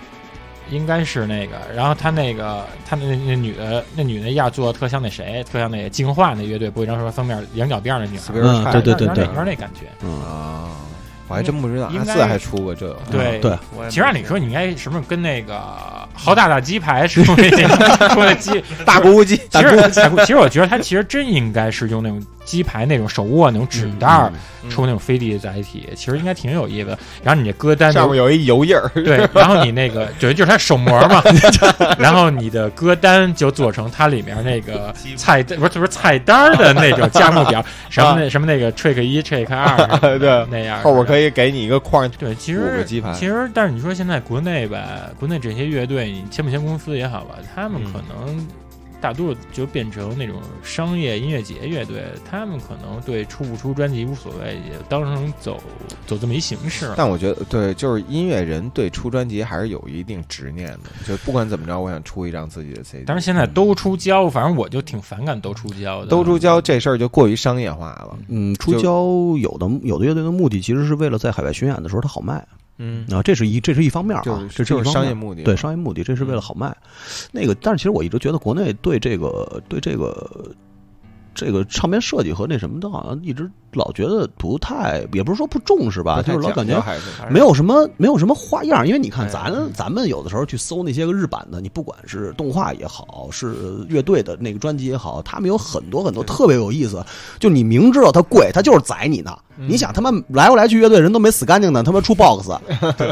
[SPEAKER 1] 应该是那个。然后她那个，她那那女的，那女的样做的特像那谁，特像那个净化那乐队不一张什么封面羊角辫儿那女孩，
[SPEAKER 3] Spirit 嗯 Child
[SPEAKER 2] 啊对对对
[SPEAKER 1] 有点
[SPEAKER 2] 对
[SPEAKER 1] 有点那感觉。
[SPEAKER 3] 嗯
[SPEAKER 2] 嗯，
[SPEAKER 3] 啊，我还真不知道
[SPEAKER 1] 应
[SPEAKER 3] 阿
[SPEAKER 1] 该
[SPEAKER 3] 四还出过这个，
[SPEAKER 1] 对
[SPEAKER 2] 对，
[SPEAKER 4] 我也没
[SPEAKER 1] 其实按理
[SPEAKER 4] 听
[SPEAKER 1] 说，你应该什么时候跟那个豪大大鸡排说 那说那鸡
[SPEAKER 3] 大咕咕鸡，
[SPEAKER 1] 其实，彩裤其实我觉得它其实真应该是用那种鸡排那种手握那种纸袋儿
[SPEAKER 3] 嗯
[SPEAKER 1] 抽那种飞地的载体，其实应该挺有意思的。然后你这歌单
[SPEAKER 3] 上面
[SPEAKER 1] 就
[SPEAKER 3] 有一油印儿，
[SPEAKER 1] 对，然后你那个就就是它手模 嘛，然后你的歌单就做成它里面那个菜单不是不是菜单的那种 价目表，什么那什么那个 trick 一 trick 二什么的
[SPEAKER 3] 啊 对
[SPEAKER 1] 那样
[SPEAKER 3] 后边可
[SPEAKER 1] 以。
[SPEAKER 3] 以给你一个框，
[SPEAKER 1] 对，其
[SPEAKER 3] 五个
[SPEAKER 1] 实
[SPEAKER 3] 鸡排
[SPEAKER 1] 其实，但是你说现在国内吧，国内这些乐队，你签不签公司也好吧，他们
[SPEAKER 3] 嗯
[SPEAKER 1] 可能大多数就变成那种商业音乐节乐队，他们可能对出不出专辑无所谓，也当成走走这么一形式了。
[SPEAKER 3] 但我觉得，对，就是音乐人对出专辑还是有一定执念的，就不管怎么着，我想出一张自己的 CD。
[SPEAKER 1] 但是现在都出胶，反正我就挺反感都出胶的。
[SPEAKER 3] 都出胶这事儿就过于商业化了。
[SPEAKER 2] 嗯，出
[SPEAKER 3] 就
[SPEAKER 2] 胶有的有的乐队的目的其实是为了在海外巡演的时候它好卖
[SPEAKER 3] 嗯，
[SPEAKER 2] 啊，这是一这是一方面啊，
[SPEAKER 3] 就是
[SPEAKER 2] 这是一
[SPEAKER 3] 就是
[SPEAKER 2] 方面
[SPEAKER 3] 商业目的嘛。嗯
[SPEAKER 2] 对商业目的，这是为了好卖。那个，但是其实我一直觉得国内对这个对这个这个唱片设计和那什么的，好像一直老觉得不太，也不是说不重视吧，
[SPEAKER 3] 不太
[SPEAKER 2] 就是老
[SPEAKER 3] 讲
[SPEAKER 2] 感
[SPEAKER 3] 究
[SPEAKER 2] 觉。
[SPEAKER 3] 还是
[SPEAKER 4] 还是
[SPEAKER 2] 没有什么，没有什么花样，因为你看
[SPEAKER 4] 哎
[SPEAKER 2] 咱、咱们有的时候去搜那些个日版的，你不管是动画也好，是乐队的那个专辑也好，他们有很多很多特别有意思。就你明知道它贵，它就是宰你呢。你想他们来回来去乐队人都没死干净呢，他妈出 box，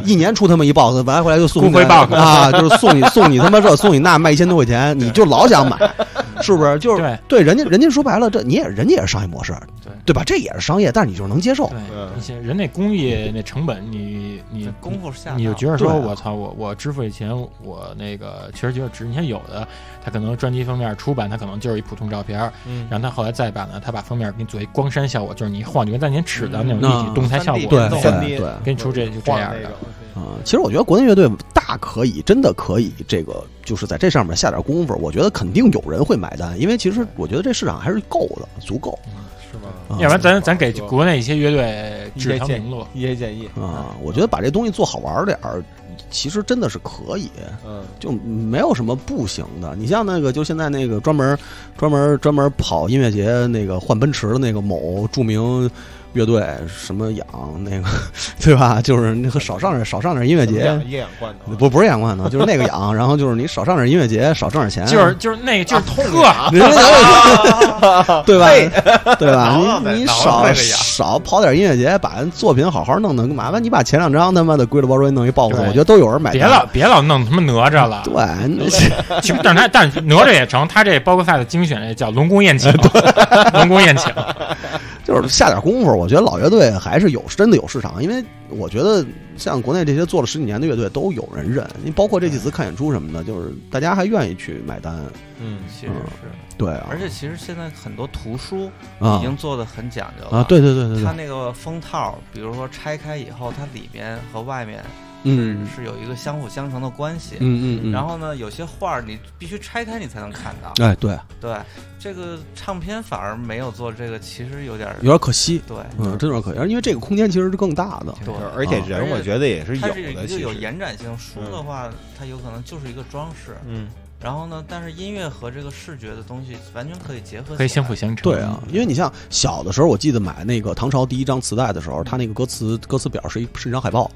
[SPEAKER 2] 一年出他妈一 box，完了回来就送你
[SPEAKER 1] 公会 box
[SPEAKER 2] 啊，就是送你送你他妈这送你那卖一千多块钱，你就老想买。是不是？就是
[SPEAKER 1] 对
[SPEAKER 2] 对人家，人家说白了，这你也人家也是商业模式，
[SPEAKER 4] 对
[SPEAKER 2] 对吧？这也是商业，但是你就是能接受。
[SPEAKER 1] 对
[SPEAKER 3] 嗯，
[SPEAKER 1] 你想人那工艺那成本，你你
[SPEAKER 4] 这功夫下到
[SPEAKER 1] 你就觉得说，
[SPEAKER 2] 对啊
[SPEAKER 1] 我操，我我支付这钱，我那个其实就是值。你看有的，他可能专辑封面出版，他可能就是一普通照片儿，
[SPEAKER 3] 嗯
[SPEAKER 1] 然后他后来再版呢，他把封面给你做一光山效果，就是你一晃就跟当年尺的那种立
[SPEAKER 2] 嗯
[SPEAKER 1] 体动态效果，
[SPEAKER 2] 对
[SPEAKER 4] 嗯
[SPEAKER 2] 对
[SPEAKER 3] 三 D
[SPEAKER 2] 对，
[SPEAKER 1] 给你出这就这样
[SPEAKER 3] 的
[SPEAKER 1] 的。，
[SPEAKER 2] 啊，其实我觉得国内乐队大可以，真的可以，这个就是在这上面下点功夫，我觉得肯定有人会买单，因为其实我觉得这市场还是够的，足够
[SPEAKER 3] 是吗？
[SPEAKER 2] 啊
[SPEAKER 1] 要不然
[SPEAKER 3] 嗯
[SPEAKER 1] 咱咱给国内一些乐队
[SPEAKER 3] 一
[SPEAKER 1] 指
[SPEAKER 3] 些
[SPEAKER 1] 条
[SPEAKER 3] 建
[SPEAKER 1] 明路，
[SPEAKER 3] 一些建议，
[SPEAKER 2] 啊。我觉得把这东西做好玩点儿，其实真的是可以，
[SPEAKER 3] 嗯，
[SPEAKER 2] 就没有什么不行的。你像那个，就现在那个专门专门专门跑音乐节那个换奔驰的那个某著名乐队，什么养那个， 对吧？就是那个少上点少上点音乐节。
[SPEAKER 3] 一眼罐头，
[SPEAKER 2] 不不是养罐头，就是那个养，然后就是你少上点音乐节，少挣点钱，
[SPEAKER 1] 就是就是那个就是
[SPEAKER 3] 啊
[SPEAKER 1] 特
[SPEAKER 2] 人家对吧？对
[SPEAKER 4] 啊挠
[SPEAKER 2] 吧？
[SPEAKER 4] 挠呗
[SPEAKER 2] 你你
[SPEAKER 4] 挠挠
[SPEAKER 2] 少
[SPEAKER 4] 这个痒
[SPEAKER 2] 少跑点音乐节，把人作品好好弄弄，麻烦你把前两张他妈的归了包装弄一 box，
[SPEAKER 1] 对
[SPEAKER 2] 我觉得都有人买
[SPEAKER 1] 别
[SPEAKER 2] 单。
[SPEAKER 1] 老别老弄他妈哪吒了。
[SPEAKER 2] 对，那
[SPEAKER 1] 其实但是他但是哪吒也成，他这包括赛的精选也叫龙宫宴请，龙宫宴请。
[SPEAKER 2] 就是下点功夫，我觉得老乐队还是有真的有市场，因为我觉得像国内这些做了十几年的乐队都有人认，你包括这几次看演出什么的，就是大家还愿意去买单。
[SPEAKER 3] 嗯，
[SPEAKER 4] 其实是，
[SPEAKER 2] 对啊，
[SPEAKER 4] 而且其实现在很多图书已
[SPEAKER 2] 啊
[SPEAKER 4] 经做的很讲究了
[SPEAKER 2] 啊，。对对对对
[SPEAKER 4] 它
[SPEAKER 2] 对，
[SPEAKER 4] 那个封套，比如说拆开以后，它里面和外面
[SPEAKER 2] 嗯
[SPEAKER 4] 是有一个相辅相成的关系。
[SPEAKER 2] 嗯嗯嗯，
[SPEAKER 4] 然后呢，有些画儿你必须拆开你才能看到。
[SPEAKER 2] 哎，对，
[SPEAKER 4] 对，这个唱片反而没有做这个，其实有点儿
[SPEAKER 2] 有点可惜，
[SPEAKER 4] 对。
[SPEAKER 2] 嗯，真有点可惜，因为这个空间其实是更大的。
[SPEAKER 4] 对，
[SPEAKER 3] 而且人我觉得也是
[SPEAKER 4] 它是一
[SPEAKER 3] 有
[SPEAKER 4] 个
[SPEAKER 3] 的，其
[SPEAKER 4] 有
[SPEAKER 3] 实，
[SPEAKER 4] 延展性。书的话，它有可能就是一个装饰。
[SPEAKER 3] 嗯，
[SPEAKER 4] 然后呢，但是音乐和这个视觉的东西完全可以结合起来，
[SPEAKER 1] 可以相辅相成。
[SPEAKER 2] 对啊，因为你像小的时候，我记得买那个唐朝第一张磁带的时候，它那个歌词歌词表是一是一张海报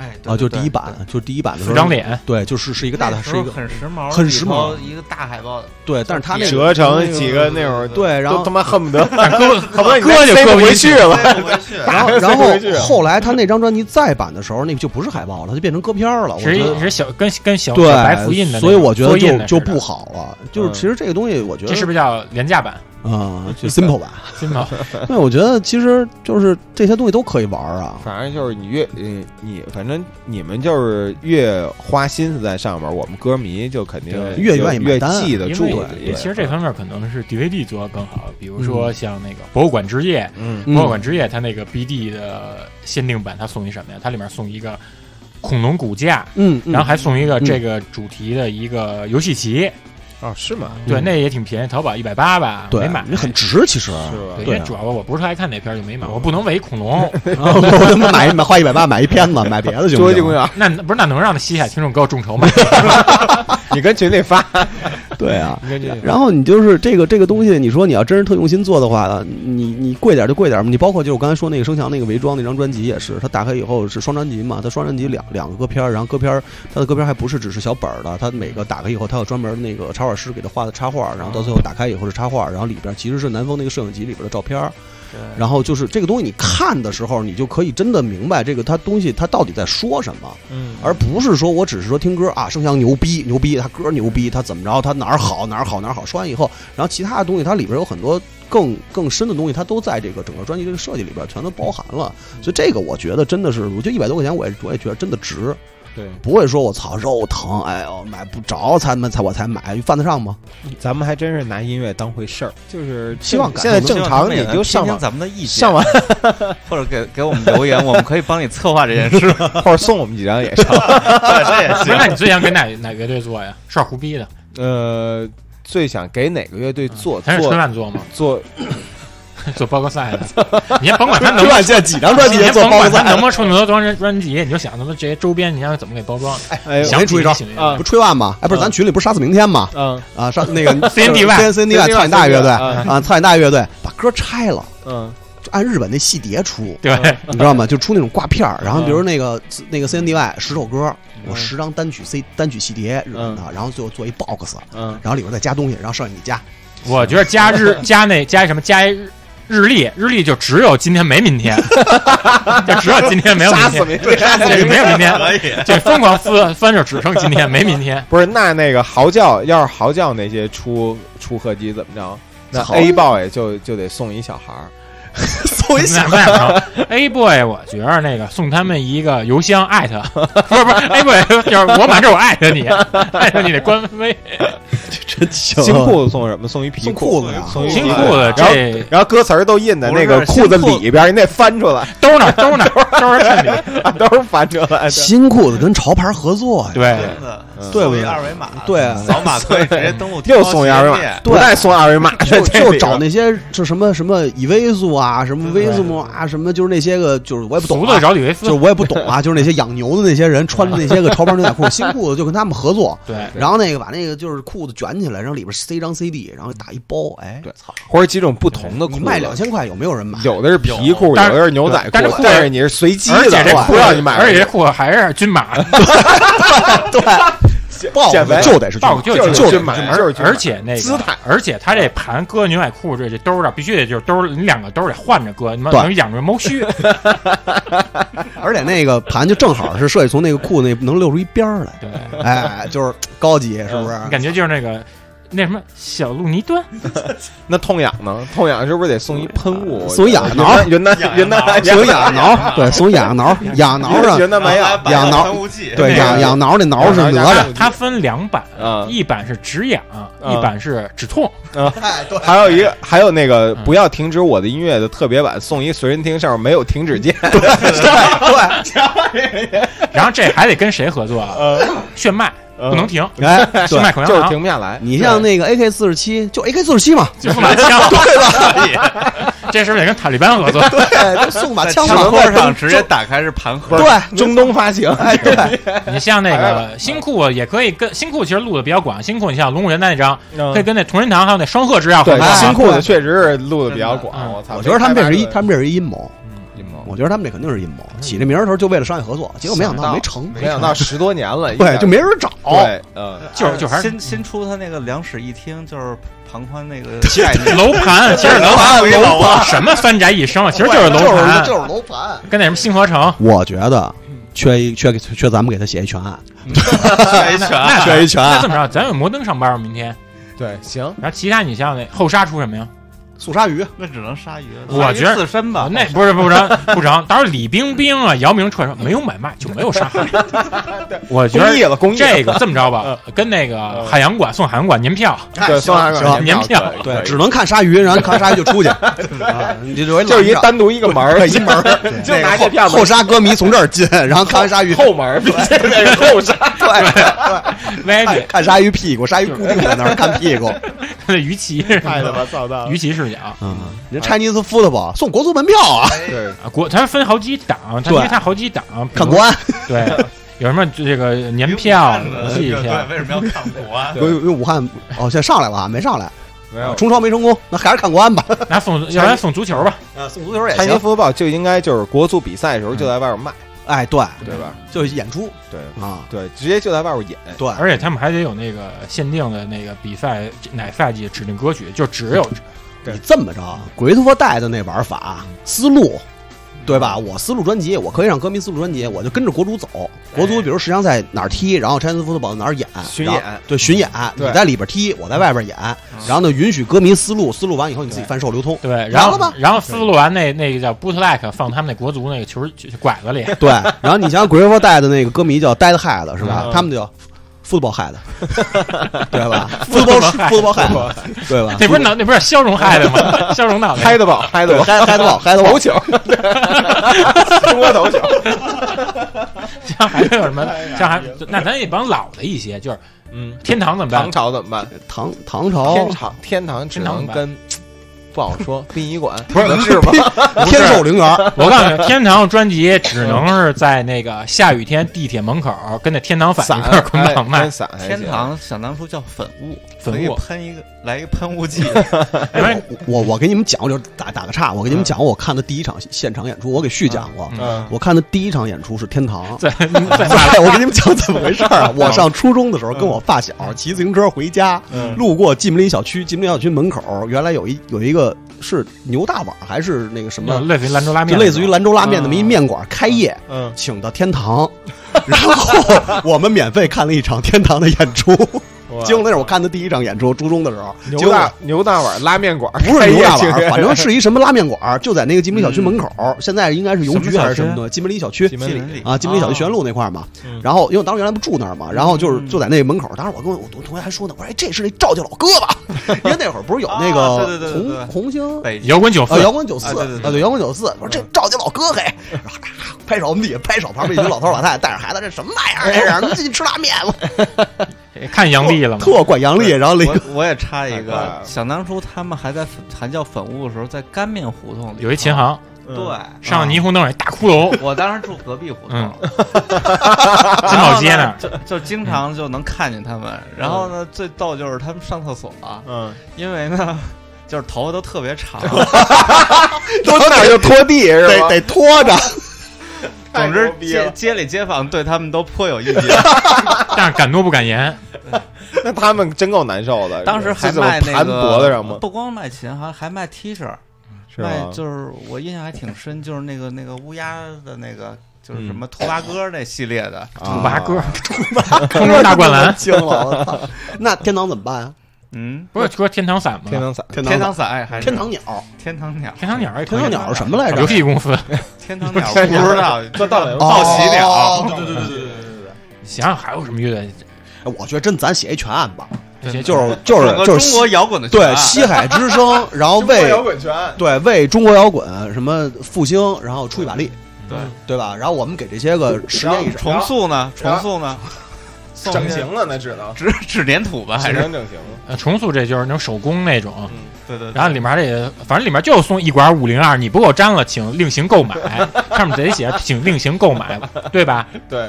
[SPEAKER 4] 哎，对
[SPEAKER 2] 啊，
[SPEAKER 4] 对
[SPEAKER 2] 就是
[SPEAKER 4] 对
[SPEAKER 2] 第一版，就是第一版的时
[SPEAKER 1] 四
[SPEAKER 2] 候，
[SPEAKER 1] 张，脸，
[SPEAKER 2] 对，就是是一
[SPEAKER 4] 一
[SPEAKER 2] 个大的，是一个
[SPEAKER 4] 很时髦，
[SPEAKER 2] 很时髦
[SPEAKER 4] 里头一个大海报，
[SPEAKER 2] 对，但是它那个
[SPEAKER 3] 折成几个那种，
[SPEAKER 2] 对，然
[SPEAKER 3] 都
[SPEAKER 2] 后
[SPEAKER 3] 他妈恨不得
[SPEAKER 1] 但 哥
[SPEAKER 3] 恨不得你
[SPEAKER 1] 哥就
[SPEAKER 3] 塞
[SPEAKER 1] 搁
[SPEAKER 3] 不回去了，
[SPEAKER 4] 塞不回去。
[SPEAKER 2] 然后
[SPEAKER 3] 还是
[SPEAKER 2] 然
[SPEAKER 3] 回去啊
[SPEAKER 2] 后后来他那张专辑再版的时候，那就不是海报了，就变成歌片了。我
[SPEAKER 1] 是
[SPEAKER 2] 觉得
[SPEAKER 1] 一是小跟跟小
[SPEAKER 2] 对
[SPEAKER 1] 小白复印的那种，
[SPEAKER 2] 所以我觉得
[SPEAKER 1] 缩印的
[SPEAKER 2] 就就
[SPEAKER 1] 似的
[SPEAKER 2] 不。好了。就是
[SPEAKER 3] 嗯
[SPEAKER 2] 其实这个东西，我觉得
[SPEAKER 1] 这是不是叫廉价版？
[SPEAKER 2] 啊，就 simple 吧。
[SPEAKER 1] 真的，
[SPEAKER 2] 对，我觉得其实就是这些东西都可以玩啊。
[SPEAKER 3] 反正就是你越嗯你反正你们就是越花心思在上面，我们歌迷就肯定
[SPEAKER 1] 对
[SPEAKER 3] 越
[SPEAKER 2] 越愿意买
[SPEAKER 3] 越
[SPEAKER 2] 单
[SPEAKER 3] 记得
[SPEAKER 1] 因
[SPEAKER 3] 住
[SPEAKER 1] 为
[SPEAKER 3] 了。对
[SPEAKER 1] 其实这方面可能是 DVD 做的更好，比
[SPEAKER 2] 嗯
[SPEAKER 1] 如说像那个博物馆之夜，
[SPEAKER 3] 嗯
[SPEAKER 1] 博物馆之夜它那个 BD 的限定版，它送你什么呀？它里面送一个恐龙骨架，
[SPEAKER 2] 嗯，嗯
[SPEAKER 1] 然后还送一个
[SPEAKER 2] 嗯
[SPEAKER 1] 这个主题的一个游戏棋，
[SPEAKER 3] 哦是吗？
[SPEAKER 1] 对，
[SPEAKER 2] 嗯
[SPEAKER 1] 那也挺便宜，淘宝一百八吧，
[SPEAKER 2] 对
[SPEAKER 1] 没买，
[SPEAKER 2] 你很值，其实
[SPEAKER 3] 是吧
[SPEAKER 1] 对，因为
[SPEAKER 2] 对哦啊
[SPEAKER 1] 主要我不是特爱看那片儿，就没买，我不能为恐龙，
[SPEAKER 2] 啊 我他妈买买花一百八买一片子，买别的行不
[SPEAKER 3] 侏罗纪
[SPEAKER 2] 行
[SPEAKER 3] 公园，
[SPEAKER 1] 那不是那能让那西海听众给我众筹吗？
[SPEAKER 3] 你跟群里 发，
[SPEAKER 2] 对啊。
[SPEAKER 3] 你跟群里发
[SPEAKER 2] 然后你就是这个这个东西，你说你要真是特用心做的话，你你贵点就贵点嘛。你包括就是我刚才说那个生强那个伪装那张专辑也是，它打开以后是双专辑嘛，它双专辑两两个歌片儿，然后歌片儿它的歌片儿还不是只是小本儿的，它每个打开以后，它有专门那个插画师给它画的插画，然后到最后打开以后是插画，然后里边其实是南方那个摄影集里边的照片儿，
[SPEAKER 4] 对，
[SPEAKER 2] 然后就是这个东西你看的时候，你就可以真的明白这个它东西它到底在说什么。
[SPEAKER 3] 嗯
[SPEAKER 2] 而不是说我只是说听歌啊，盛翔牛逼牛逼，他歌牛逼，他怎么着，他哪儿好哪儿好哪儿好。说完以后，然后其他的东西，它里边有很多 更更深的东西，它都在这个整个专辑这个设计里边全都包含了。所以这个我觉得真的是，我觉得一百多块钱，我也我也觉得真的值，
[SPEAKER 3] 对，
[SPEAKER 2] 不会说我操肉疼，哎呦买不着才才我才买，犯得上吗？
[SPEAKER 3] 咱们还真是拿音乐当回事儿，就是
[SPEAKER 2] 希望感
[SPEAKER 3] 现在正常你就上
[SPEAKER 4] 听
[SPEAKER 3] 网
[SPEAKER 4] 听咱们的意见，
[SPEAKER 3] 上网
[SPEAKER 4] 或者给给我们留言，我们可以帮你策划这件事。
[SPEAKER 3] 或者送我们几张也 上。
[SPEAKER 4] 这也
[SPEAKER 1] 那你最想跟哪哪乐队做呀？是胡逼的，
[SPEAKER 3] 呃，最想给哪个乐队嗯做
[SPEAKER 1] 嗯咱是春
[SPEAKER 3] 做
[SPEAKER 1] 晚 做吗？
[SPEAKER 3] 做？
[SPEAKER 1] 做报告赛的，你先甭管 他能
[SPEAKER 2] 这
[SPEAKER 1] 不能。
[SPEAKER 2] 现在几张专
[SPEAKER 1] 你
[SPEAKER 2] 辑
[SPEAKER 1] 先
[SPEAKER 2] 做
[SPEAKER 1] 啊甭
[SPEAKER 2] 包
[SPEAKER 1] 管他能
[SPEAKER 2] 子？
[SPEAKER 1] 不能出那么多张专辑，你就想他妈这些周边，你想怎么给包装？
[SPEAKER 3] 哎呦，
[SPEAKER 1] 想
[SPEAKER 2] 我给你出一招
[SPEAKER 1] 起你
[SPEAKER 3] 啊
[SPEAKER 2] 不吹万吗？哎，不是，咱群里不是杀死明天吗？
[SPEAKER 3] 嗯
[SPEAKER 2] 啊，杀那个
[SPEAKER 1] CNDY
[SPEAKER 2] C N D Y
[SPEAKER 3] 对
[SPEAKER 2] 苍井大乐队
[SPEAKER 3] 嗯
[SPEAKER 2] 啊，苍井大乐队把歌拆了。
[SPEAKER 3] 嗯
[SPEAKER 2] 就按日本那细碟出，
[SPEAKER 1] 对，
[SPEAKER 2] 你知道吗？就出那种挂片儿，然后比如那个那个 C N D Y 十首歌，我十张单曲 C 单曲细碟日本的，然后最后做一 box，
[SPEAKER 3] 嗯，
[SPEAKER 2] 然后里边再加东西，然后剩下你加。
[SPEAKER 1] 我觉得加日加那加什么加一日日历，日历就只有今天没明天， 就只有今天没有明
[SPEAKER 3] 杀死
[SPEAKER 1] 天，
[SPEAKER 3] 明天，
[SPEAKER 1] 对，没有明天，就疯狂撕翻就只剩今天没明天。
[SPEAKER 3] 不是那那个嚎叫，要是嚎叫那些出出合集怎么着？那
[SPEAKER 2] 好
[SPEAKER 3] A boy 就就得送一小孩儿，
[SPEAKER 1] 那那不成 A boy，我觉着那个送他们一个邮箱艾特， 不是不是 A boy，就是 我马上我艾特你， 艾特你的官微
[SPEAKER 2] 真行
[SPEAKER 3] 新裤子送什么？送一皮
[SPEAKER 5] 送裤子
[SPEAKER 3] 子
[SPEAKER 5] 呀
[SPEAKER 3] 送一
[SPEAKER 1] 新
[SPEAKER 3] 皮
[SPEAKER 1] 裤子，
[SPEAKER 3] 然后
[SPEAKER 1] 这
[SPEAKER 3] 然后歌词儿都印在那
[SPEAKER 4] 不
[SPEAKER 3] 个
[SPEAKER 4] 是
[SPEAKER 3] 裤子
[SPEAKER 4] 新裤
[SPEAKER 3] 里边儿，你得翻出来，
[SPEAKER 1] 兜呢兜呢 兜着衬里，
[SPEAKER 3] 啊都是翻出来的。
[SPEAKER 2] 新裤子跟潮牌合作呀，
[SPEAKER 1] 对，
[SPEAKER 5] 真的
[SPEAKER 3] 嗯
[SPEAKER 2] 对
[SPEAKER 5] 送
[SPEAKER 2] 不对
[SPEAKER 5] 一二维码，
[SPEAKER 2] 对啊
[SPEAKER 5] 扫码可以直接登录
[SPEAKER 3] 又送一二维
[SPEAKER 5] 天猫旗舰
[SPEAKER 3] 码，
[SPEAKER 5] 店
[SPEAKER 3] 不
[SPEAKER 2] 哎
[SPEAKER 3] 带送二维码的
[SPEAKER 2] 就，
[SPEAKER 3] 这里
[SPEAKER 2] 就
[SPEAKER 3] 边
[SPEAKER 2] 找那些就什么什么以威素啊，什么威素木啊，什么就是那些个就是我也不懂、
[SPEAKER 1] 俗
[SPEAKER 2] 啊
[SPEAKER 1] 的，找李维
[SPEAKER 2] 就是
[SPEAKER 1] 斯，
[SPEAKER 2] 我也不懂啊，就是那些养牛的那些人穿着那些个潮牌牛仔裤、新裤子，就跟他们合作，
[SPEAKER 1] 对，
[SPEAKER 2] 然后那个把那个就是裤子卷起来，然后里边塞一张 CD，然后打一包，哎，
[SPEAKER 3] 对
[SPEAKER 2] 操，
[SPEAKER 3] 或者几种不同的裤
[SPEAKER 2] 你
[SPEAKER 3] 子，
[SPEAKER 2] 卖两千块有没有人买？
[SPEAKER 3] 有的是皮裤，有
[SPEAKER 1] 但是
[SPEAKER 3] 的是牛仔裤，
[SPEAKER 1] 但是裤子
[SPEAKER 3] 但是你是随机的，
[SPEAKER 1] 而且这
[SPEAKER 3] 我
[SPEAKER 1] 裤
[SPEAKER 3] 不让你买，
[SPEAKER 1] 而且这裤子还是军码，
[SPEAKER 2] 豹
[SPEAKER 3] 显摆
[SPEAKER 2] 子就得是
[SPEAKER 1] 到
[SPEAKER 2] 军
[SPEAKER 1] 就
[SPEAKER 3] 就是
[SPEAKER 1] 就
[SPEAKER 3] 军码就是军码
[SPEAKER 1] 而且那个
[SPEAKER 3] 姿态，
[SPEAKER 1] 而且他这盘搁牛仔裤这这兜儿啊，必须得就是兜儿，你两个兜儿得换着搁，你妈
[SPEAKER 2] 对
[SPEAKER 1] 等于养着猫 须，
[SPEAKER 2] 而且那个盘就正好是设计从那个裤子那能溜出一边儿 来，
[SPEAKER 1] 对，
[SPEAKER 2] 哎，就是高级是不是？
[SPEAKER 1] 感觉就是那个那什么小鹿泥墩，
[SPEAKER 3] 那痛痒呢？痛痒是不是得送一喷雾？
[SPEAKER 2] 送痒挠
[SPEAKER 3] 云南
[SPEAKER 5] 痒
[SPEAKER 3] 云南
[SPEAKER 2] 怂痒挠，啊对，怂痒挠，痒挠上，
[SPEAKER 3] 云南没 痒
[SPEAKER 5] 白
[SPEAKER 2] 痒挠
[SPEAKER 5] 喷雾器
[SPEAKER 2] 对，
[SPEAKER 1] 那
[SPEAKER 2] 痒
[SPEAKER 1] 个
[SPEAKER 2] 痒挠那挠是哪
[SPEAKER 3] 痒
[SPEAKER 2] 吒
[SPEAKER 3] 挠，
[SPEAKER 1] 它分两版，
[SPEAKER 3] 啊。
[SPEAKER 1] 一版是止痒，
[SPEAKER 3] 嗯
[SPEAKER 1] 一版是止痛，
[SPEAKER 2] 哎，对，
[SPEAKER 3] 还有一个，还有那个
[SPEAKER 1] 嗯
[SPEAKER 3] 不要停止我的音乐的特别版，送一随身听，上面没有停止键。
[SPEAKER 1] 然后这还得跟谁合作啊？炫迈
[SPEAKER 3] 嗯
[SPEAKER 1] 不能停，
[SPEAKER 2] 哎，
[SPEAKER 1] 炫迈口
[SPEAKER 3] 就
[SPEAKER 1] 香
[SPEAKER 3] 是停
[SPEAKER 1] 糖
[SPEAKER 3] 不下来。
[SPEAKER 2] 你像那个 AK 四十七，就 AK 四十七嘛，
[SPEAKER 1] 就不拿枪，对吧？这是不是得跟塔利班合作？
[SPEAKER 2] 对，就送把
[SPEAKER 5] 在
[SPEAKER 2] 枪
[SPEAKER 5] 墙
[SPEAKER 2] 嘛，
[SPEAKER 5] 盒上直接打开是盘盒，
[SPEAKER 2] 对，
[SPEAKER 3] 中东发行，
[SPEAKER 2] 哎对，
[SPEAKER 1] 你像那个新裤也可以跟新裤，其实录的比较广。新裤你像龙虎人那张，
[SPEAKER 4] 嗯
[SPEAKER 1] 可以跟那同仁堂还有那双鹤制药合
[SPEAKER 3] 对
[SPEAKER 1] 作
[SPEAKER 3] 啊
[SPEAKER 2] 哎，
[SPEAKER 3] 新裤子确实是录的比较广。
[SPEAKER 1] 嗯
[SPEAKER 3] 我操，
[SPEAKER 2] 我觉得他们这是一，
[SPEAKER 3] 被
[SPEAKER 2] 他们这是一阴谋，
[SPEAKER 3] 阴谋
[SPEAKER 2] 我觉得他们这肯定是阴谋，起这名儿的时候就为了商业合作，结果没想到没成，
[SPEAKER 3] 没想到十多年了，一
[SPEAKER 2] 对，
[SPEAKER 3] 下
[SPEAKER 2] 就没人找，
[SPEAKER 3] 对，嗯，
[SPEAKER 1] 就是就还是
[SPEAKER 4] 啊新新出他那个两室一厅，就是庞宽那个
[SPEAKER 5] 概 念
[SPEAKER 1] 楼盘，其实楼盘楼盘什么三宅一生，啊其实就是楼盘，
[SPEAKER 2] 就是楼盘。
[SPEAKER 1] 跟那什么星河城，
[SPEAKER 2] 我觉得缺
[SPEAKER 3] 嗯
[SPEAKER 2] 一缺缺咱们给他写一全案，
[SPEAKER 5] 猜拳，
[SPEAKER 1] 那
[SPEAKER 2] 缺一全
[SPEAKER 1] 那
[SPEAKER 2] 案，
[SPEAKER 1] 这么着，咱有摩登上班吗？明天，
[SPEAKER 3] 对，行，
[SPEAKER 1] 然后其他你像那后沙出什么呀？
[SPEAKER 2] 素鲨鱼，
[SPEAKER 4] 那只能鲨鱼了，
[SPEAKER 1] 我觉得
[SPEAKER 4] 鲨鱼刺身吧
[SPEAKER 1] 啊，，那不是不成不成，到时候李冰冰啊、姚明出来说没有买卖就没有杀害，我觉
[SPEAKER 3] 公益
[SPEAKER 1] 得
[SPEAKER 3] 了，公益了
[SPEAKER 1] 这个这么着吧，呃跟那个海洋馆送海洋馆年票，
[SPEAKER 3] 对，送上
[SPEAKER 2] 行
[SPEAKER 1] 年票
[SPEAKER 3] 对，可以
[SPEAKER 2] 只能看鲨鱼，然后看鲨鱼 就出去，啊你这就
[SPEAKER 3] 就是一单独一个门儿，一门儿，就拿这票
[SPEAKER 2] 后沙歌迷从这儿进，然后看完鲨鱼，
[SPEAKER 3] 后门儿，那个后山，哎
[SPEAKER 1] ，VIP
[SPEAKER 2] 哎看鲨鱼屁股，鲨鱼固定在那儿看屁 股。
[SPEAKER 1] 那于琦
[SPEAKER 3] 太他妈操蛋了
[SPEAKER 1] 于！琦视角
[SPEAKER 3] 嗯
[SPEAKER 2] 啊，你这 Chinese football 送国足门票啊，
[SPEAKER 3] 对，
[SPEAKER 1] 啊，国它分好几档，它
[SPEAKER 2] 对
[SPEAKER 1] 因为它好几档，比如
[SPEAKER 2] 看国安，
[SPEAKER 1] 对，有什么这个年
[SPEAKER 5] 看
[SPEAKER 1] 票
[SPEAKER 5] 着、
[SPEAKER 1] 季
[SPEAKER 5] 对
[SPEAKER 1] 票
[SPEAKER 5] 对，，为什么要看国
[SPEAKER 4] 啊
[SPEAKER 5] 安？
[SPEAKER 2] 因为因为武汉哦，现在上来了啊，没上来，
[SPEAKER 3] 没有。
[SPEAKER 2] 冲超没成功，那还是看国安吧。
[SPEAKER 1] 拿送要不然送足球吧，
[SPEAKER 2] 啊，送足球也
[SPEAKER 3] 泰尼。福报就应该就是国足比赛的时候就在外边卖，
[SPEAKER 2] 哎，对，
[SPEAKER 3] 对吧？
[SPEAKER 2] 就是演出
[SPEAKER 3] 对
[SPEAKER 2] 啊，
[SPEAKER 3] 对，直接就在外边演。
[SPEAKER 2] 对，
[SPEAKER 1] 而且他们还得有那个限定的那个比赛哪赛季指定歌曲，就只有
[SPEAKER 3] 对
[SPEAKER 2] 你这么着，啊鬼托带的那玩法啊思路。对
[SPEAKER 3] 嗯
[SPEAKER 2] 吧？我思路专辑，我可以让歌迷思路专辑，我就跟着国足走。国足比如十强赛哪儿踢，然后 Chinese football 哪儿演，
[SPEAKER 3] 哎巡
[SPEAKER 2] 然后
[SPEAKER 3] 演嗯
[SPEAKER 2] 对巡演，你
[SPEAKER 3] 对嗯
[SPEAKER 2] 在里边踢，我在外边演，然后呢允许歌迷思路，思路完以后你自己贩售流通。
[SPEAKER 1] 对，
[SPEAKER 2] 完
[SPEAKER 1] 然
[SPEAKER 2] 了
[SPEAKER 1] 后
[SPEAKER 2] 吧
[SPEAKER 1] 然后斯洛完那那个叫 bootleg 放他们那国足那个球就拐子里，
[SPEAKER 2] 对，然后你想想鬼佛带的那个歌迷叫 Dead Head 是吧？
[SPEAKER 3] 嗯
[SPEAKER 2] 他们叫 Football Head，对吧？Football Football Head，对 吧？
[SPEAKER 1] 那不是脑那不是肖荣害的 吗？肖荣脑袋
[SPEAKER 3] 嗨得饱，嗨得
[SPEAKER 2] 对
[SPEAKER 3] 饱，
[SPEAKER 2] 嗨嗨得饱嗨得饱
[SPEAKER 3] 头球，对中国头球，
[SPEAKER 1] 像还有什么
[SPEAKER 2] 哎
[SPEAKER 1] 像还那咱也帮老的一些，就是
[SPEAKER 3] 嗯，
[SPEAKER 1] 天堂怎么办
[SPEAKER 3] 唐？朝怎么办？哦
[SPEAKER 2] 唐唐朝
[SPEAKER 3] 天堂天堂只能
[SPEAKER 1] 天堂
[SPEAKER 3] 跟不好说，殡仪馆 不是吧？
[SPEAKER 2] 天寿陵园，
[SPEAKER 1] 我告诉 你，天堂专辑只能是在那个下雨天地铁门口跟那天堂
[SPEAKER 3] 伞
[SPEAKER 1] 反 一块捆绑
[SPEAKER 3] 哎
[SPEAKER 1] 卖
[SPEAKER 3] 跟伞还行
[SPEAKER 4] 天堂想当初叫粉雾，
[SPEAKER 1] 粉
[SPEAKER 4] 可以
[SPEAKER 1] 雾
[SPEAKER 4] 喷一个来一个喷雾剂，
[SPEAKER 2] 哎
[SPEAKER 1] 因为
[SPEAKER 2] 我我给你们讲，我就打打个岔，我给你们讲，我看的第一场现场演出，我给续讲过。
[SPEAKER 3] 嗯，
[SPEAKER 2] 我看的第一场演出是天堂。
[SPEAKER 1] 在在马
[SPEAKER 2] 哎，我跟你们讲怎么回事
[SPEAKER 3] 嗯
[SPEAKER 2] 儿啊！我上初中的时候，跟嗯
[SPEAKER 3] 嗯
[SPEAKER 2] 我发小骑自行车回家，路过进门林小区，进门林小区门口原来有一有一个个是牛大碗还是那个什么，
[SPEAKER 1] 类似于兰州拉
[SPEAKER 2] 嗯就
[SPEAKER 1] 面，
[SPEAKER 2] 类似于兰州拉面那么一
[SPEAKER 3] 嗯
[SPEAKER 2] 面馆开业，
[SPEAKER 3] 嗯，
[SPEAKER 2] 请到天堂，然后我们免费看了一场天堂的演出。
[SPEAKER 1] 嗯
[SPEAKER 2] 结果那是我看的第一场演出，初中的时候。结
[SPEAKER 3] 牛
[SPEAKER 2] 果
[SPEAKER 3] 大牛大碗拉面馆，
[SPEAKER 2] 不
[SPEAKER 5] 哎
[SPEAKER 2] 是牛大碗
[SPEAKER 3] 开业庆
[SPEAKER 2] 儿，
[SPEAKER 3] 典
[SPEAKER 2] 反 正是一什么拉面馆儿，就在那个金门小区门口儿。现在应该是邮局还是什么
[SPEAKER 1] 什么小区
[SPEAKER 2] 东西，金门里小区
[SPEAKER 3] 西门
[SPEAKER 5] 西嗯
[SPEAKER 3] 里
[SPEAKER 5] 门里
[SPEAKER 2] 啊，金门里小区学院路那块儿嘛。
[SPEAKER 3] 嗯
[SPEAKER 2] 然后因为我当时原来不住那儿嘛，然后就是
[SPEAKER 5] 嗯
[SPEAKER 2] 就在那门口儿。当时我跟我我同学还说呢，我说哎，这是那赵家老哥吧？因为那会儿不是有那
[SPEAKER 5] 啊对
[SPEAKER 2] 个
[SPEAKER 5] 对对对对
[SPEAKER 2] 红红星
[SPEAKER 5] 北京
[SPEAKER 1] 嗯摇滚九
[SPEAKER 2] 啊，
[SPEAKER 1] 四，
[SPEAKER 2] 摇滚九四
[SPEAKER 5] 啊对对对
[SPEAKER 2] 啊，对，摇滚九四。我说这赵家老哥嘿，然后咔拍手我们底下拍手，旁边一群老头老太太带着孩子，这什么玩意儿？这哎是我们进去吃拉面，我
[SPEAKER 1] 看杨笠了吗？
[SPEAKER 2] 特管杨笠，然后那个
[SPEAKER 4] 我我也插一
[SPEAKER 3] 太快
[SPEAKER 4] 个
[SPEAKER 3] 了，
[SPEAKER 4] 想当初他们还在粉还叫粉屋的时候，在干面胡同里
[SPEAKER 1] 有一琴，行
[SPEAKER 3] 嗯
[SPEAKER 4] 对，
[SPEAKER 2] 啊
[SPEAKER 4] 啊
[SPEAKER 1] 上霓虹灯那大骷 髅，
[SPEAKER 4] 我当时住隔壁胡同
[SPEAKER 1] 嗯，金宝街那儿，
[SPEAKER 4] 就就经常就能看见他们。然后呢，最逗就是他们上厕所啊，
[SPEAKER 3] 嗯，
[SPEAKER 4] 因为呢，就是头发都特别长，
[SPEAKER 2] 都
[SPEAKER 3] 到哪儿就拖地是
[SPEAKER 2] 得
[SPEAKER 3] 吧？
[SPEAKER 2] 得拖着。
[SPEAKER 3] 太牛
[SPEAKER 4] 总之
[SPEAKER 3] 逼
[SPEAKER 4] 街
[SPEAKER 3] 了
[SPEAKER 4] 街里街坊对他们都颇有意见。
[SPEAKER 2] 啊
[SPEAKER 1] 但是敢怒不敢言，
[SPEAKER 3] 那他们真够难受的。
[SPEAKER 4] 当时还
[SPEAKER 3] 这怎么
[SPEAKER 4] 卖那
[SPEAKER 3] 盘
[SPEAKER 4] 个
[SPEAKER 3] 脖子上吗？
[SPEAKER 4] 不光卖琴，还还卖 T 恤，
[SPEAKER 3] 是
[SPEAKER 4] 卖
[SPEAKER 3] 吗？
[SPEAKER 4] 就是我印象还挺深，就是那个那个乌鸦的那个。就是什么兔八哥那系列的，
[SPEAKER 3] 啊
[SPEAKER 1] 土八哥， 空中大灌篮，
[SPEAKER 2] 惊了，我操！那天堂怎么办啊？
[SPEAKER 4] 嗯，
[SPEAKER 1] 不是说天堂伞吗？
[SPEAKER 3] 天堂伞，
[SPEAKER 2] 天
[SPEAKER 4] 天
[SPEAKER 2] 堂
[SPEAKER 4] 堂伞还是
[SPEAKER 2] 天堂鸟，
[SPEAKER 4] 天堂鸟？
[SPEAKER 1] 天堂鸟也可以，
[SPEAKER 2] 天堂鸟是什么来着？
[SPEAKER 1] 游戏公司，
[SPEAKER 4] 天堂鸟不知道，
[SPEAKER 3] 这到底是
[SPEAKER 2] 哦
[SPEAKER 4] 报喜鸟。
[SPEAKER 2] 对对对对对
[SPEAKER 1] 想想还有什么乐队？
[SPEAKER 2] 对，哎我觉得真咱写一全案吧，
[SPEAKER 1] 这些
[SPEAKER 2] 就是就是
[SPEAKER 4] 整个
[SPEAKER 2] 就是
[SPEAKER 4] 中国摇滚的啊
[SPEAKER 2] 对
[SPEAKER 4] 全
[SPEAKER 2] 西海之声， 然后为
[SPEAKER 3] 摇滚拳，
[SPEAKER 2] 对为中国摇滚什么复兴，然后出一把力，嗯
[SPEAKER 4] 对
[SPEAKER 2] 对吧？然后我们给这些个十年以上，
[SPEAKER 4] 重塑呢，重塑呢，送
[SPEAKER 3] 整形了那只能，
[SPEAKER 4] 纸纸粘土吧，还
[SPEAKER 3] 只
[SPEAKER 4] 是
[SPEAKER 3] 能整形了。
[SPEAKER 1] 呃重塑，这就是那种手工那种。
[SPEAKER 4] 对对对
[SPEAKER 1] 然后里面还得，反正里面就送一管五零二，你不给我粘了，请另行购买，上面得写请另行购买，对吧？
[SPEAKER 3] 对，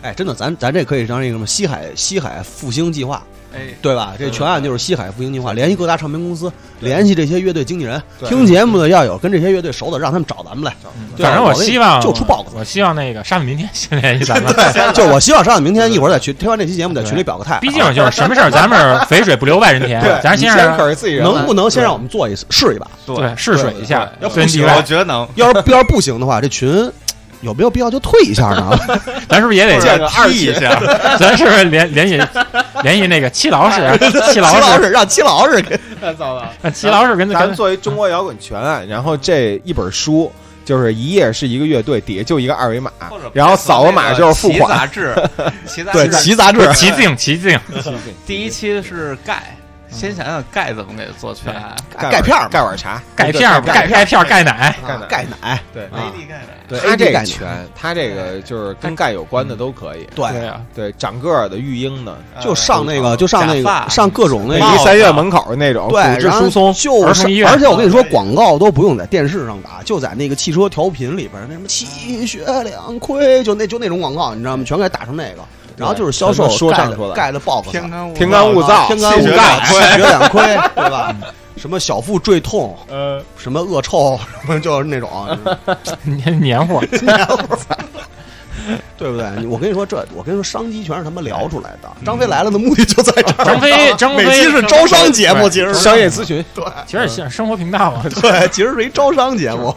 [SPEAKER 2] 哎，真的，咱咱这可以当一个什么西海西海复兴计划，
[SPEAKER 4] 哎，
[SPEAKER 2] 对吧？这全案就是西海复兴计划，联系各大唱片公司，联系这些乐队经纪人，
[SPEAKER 3] 对
[SPEAKER 2] 听节目的要有跟这些乐队熟的，让他们找咱们来。对
[SPEAKER 1] 反正我
[SPEAKER 2] 我那
[SPEAKER 1] 希望
[SPEAKER 2] 就出豹子
[SPEAKER 1] 我希望那个沙子明天先联系咱们，
[SPEAKER 2] 就我希望上海明天一会儿在群听完这期节目在群里表个态，啊
[SPEAKER 1] 毕竟就是什么事儿，咱们是肥水不流外人田，咱
[SPEAKER 3] 你
[SPEAKER 1] 先
[SPEAKER 3] 先
[SPEAKER 1] 是
[SPEAKER 3] 可是自己人了，
[SPEAKER 2] 能不能先让我们做一次试一把？
[SPEAKER 1] 对试水一下，
[SPEAKER 2] 对对对
[SPEAKER 1] 分地
[SPEAKER 4] 我
[SPEAKER 1] 外，
[SPEAKER 4] 觉得能
[SPEAKER 2] 要是要是不行的话，这群有没有必要就退一下呢？
[SPEAKER 1] 咱是不是也得，
[SPEAKER 3] 见个二
[SPEAKER 4] 踢一
[SPEAKER 3] 姐，
[SPEAKER 4] 下，
[SPEAKER 1] 咱是不是联联系联系那个七老师，啊七
[SPEAKER 2] 齐
[SPEAKER 1] 老
[SPEAKER 2] 老
[SPEAKER 1] 师，
[SPEAKER 2] 师让齐老 师给
[SPEAKER 3] 太糟了。
[SPEAKER 1] 让七老师跟
[SPEAKER 3] 咱们
[SPEAKER 1] 跟
[SPEAKER 3] 作为中国摇滚全案，然后这一本书就是一页是一个乐队，底下就一个二维码，然后扫个码就是付
[SPEAKER 4] 骑
[SPEAKER 3] 款。
[SPEAKER 4] 杂志，骑杂
[SPEAKER 2] 对
[SPEAKER 4] 志
[SPEAKER 2] 齐杂志，
[SPEAKER 1] 齐静齐静，
[SPEAKER 4] 第一期是钙，先想想钙怎么给做全
[SPEAKER 5] 哎
[SPEAKER 4] 来。
[SPEAKER 2] 钙片儿嘛
[SPEAKER 3] 盖碗茶，
[SPEAKER 1] 钙片儿钙钙片儿钙奶，
[SPEAKER 2] 啊
[SPEAKER 3] 钙奶
[SPEAKER 2] 钙奶，
[SPEAKER 3] 对
[SPEAKER 2] 啊
[SPEAKER 4] 地钙的，
[SPEAKER 3] 对，
[SPEAKER 2] 对
[SPEAKER 3] 他
[SPEAKER 2] AD
[SPEAKER 3] 这
[SPEAKER 2] 钙
[SPEAKER 3] 个
[SPEAKER 2] 奶
[SPEAKER 3] 全，他这个就是跟钙有关的都可以。
[SPEAKER 1] 对
[SPEAKER 2] 对，
[SPEAKER 1] 啊，
[SPEAKER 3] 对，长个儿的、育婴的，
[SPEAKER 2] 就上那个就上那
[SPEAKER 4] 假发
[SPEAKER 2] 个上各种那
[SPEAKER 3] 那
[SPEAKER 2] 个
[SPEAKER 3] 离三院门口呃那种
[SPEAKER 2] 对，
[SPEAKER 3] 骨质
[SPEAKER 2] 然后
[SPEAKER 3] 疏松，
[SPEAKER 1] 儿
[SPEAKER 2] 就
[SPEAKER 1] 童医
[SPEAKER 2] 是
[SPEAKER 1] 院
[SPEAKER 2] 而且我跟你说，广告都不用在电视上打，就在那个汽车调频里边儿，那什么气血两亏，就那就那种广告，你知道吗？全给打成那个，然后就是销
[SPEAKER 3] 全
[SPEAKER 2] 售
[SPEAKER 3] 都说
[SPEAKER 2] 钙
[SPEAKER 3] 唱出
[SPEAKER 2] 的
[SPEAKER 3] 来
[SPEAKER 2] 钙的 box，
[SPEAKER 4] 天干物
[SPEAKER 3] 天干物燥，
[SPEAKER 2] 天干物
[SPEAKER 3] 气血
[SPEAKER 2] 燥，
[SPEAKER 3] 两
[SPEAKER 2] 气
[SPEAKER 3] 亏
[SPEAKER 2] 血两 亏，对吧？什么小腹坠痛，
[SPEAKER 3] 呃，
[SPEAKER 2] 什么恶臭，什么就是那种，啊
[SPEAKER 1] 年年 货，
[SPEAKER 2] 对不对？我跟你说，这我跟你说，商机全是他妈聊出来的。张飞来了的目的就在这儿。
[SPEAKER 1] 张飞张飞
[SPEAKER 2] 每期是招商节目，其实是
[SPEAKER 3] 商业咨询，
[SPEAKER 2] 对
[SPEAKER 1] 其实像生活频道啊，
[SPEAKER 2] 对，其实是一招商节目。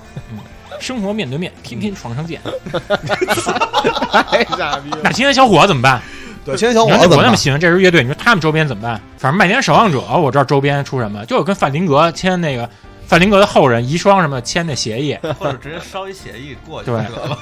[SPEAKER 1] 生活面对面，天天床上见。
[SPEAKER 3] 太傻逼了
[SPEAKER 1] 那。青年小伙怎么办？
[SPEAKER 2] 对，青年小
[SPEAKER 1] 你
[SPEAKER 2] 伙
[SPEAKER 1] 说
[SPEAKER 2] 子
[SPEAKER 1] 那
[SPEAKER 2] 怎
[SPEAKER 1] 我
[SPEAKER 2] 么
[SPEAKER 1] 那么
[SPEAKER 2] 办？
[SPEAKER 1] 喜欢这支乐队，你说他们周边怎么办？反正《麦田守望者》，我知道周边出什么，就有跟范林格签那个范林格的后人遗孀什么签的协议。
[SPEAKER 4] 或者直接烧一协议过去
[SPEAKER 1] 对
[SPEAKER 4] 得 了。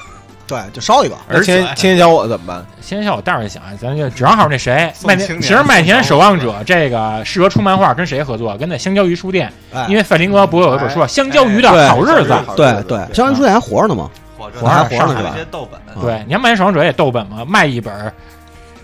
[SPEAKER 2] 对，就烧一个。
[SPEAKER 3] 而且青年小伙子怎么办？
[SPEAKER 1] 青年小伙，待会儿想，咱就正好那谁，
[SPEAKER 4] 宋
[SPEAKER 1] 麦
[SPEAKER 4] 青
[SPEAKER 1] 田，
[SPEAKER 4] 年
[SPEAKER 1] 其实《麦田守望者》这个适合出漫画，跟谁合作？跟那香蕉鱼书店，
[SPEAKER 2] 哎，
[SPEAKER 1] 因为范林格不是有一本书《香蕉鱼的
[SPEAKER 2] 哎
[SPEAKER 1] 好日子》？
[SPEAKER 2] 对对，香云书店还活着呢嘛？
[SPEAKER 4] 火着
[SPEAKER 2] 我还活着呢
[SPEAKER 4] 上
[SPEAKER 2] 对吧
[SPEAKER 4] 海这些豆本，
[SPEAKER 2] 啊
[SPEAKER 1] 对，你看《麦田守望者》也逗本嘛，卖一本儿，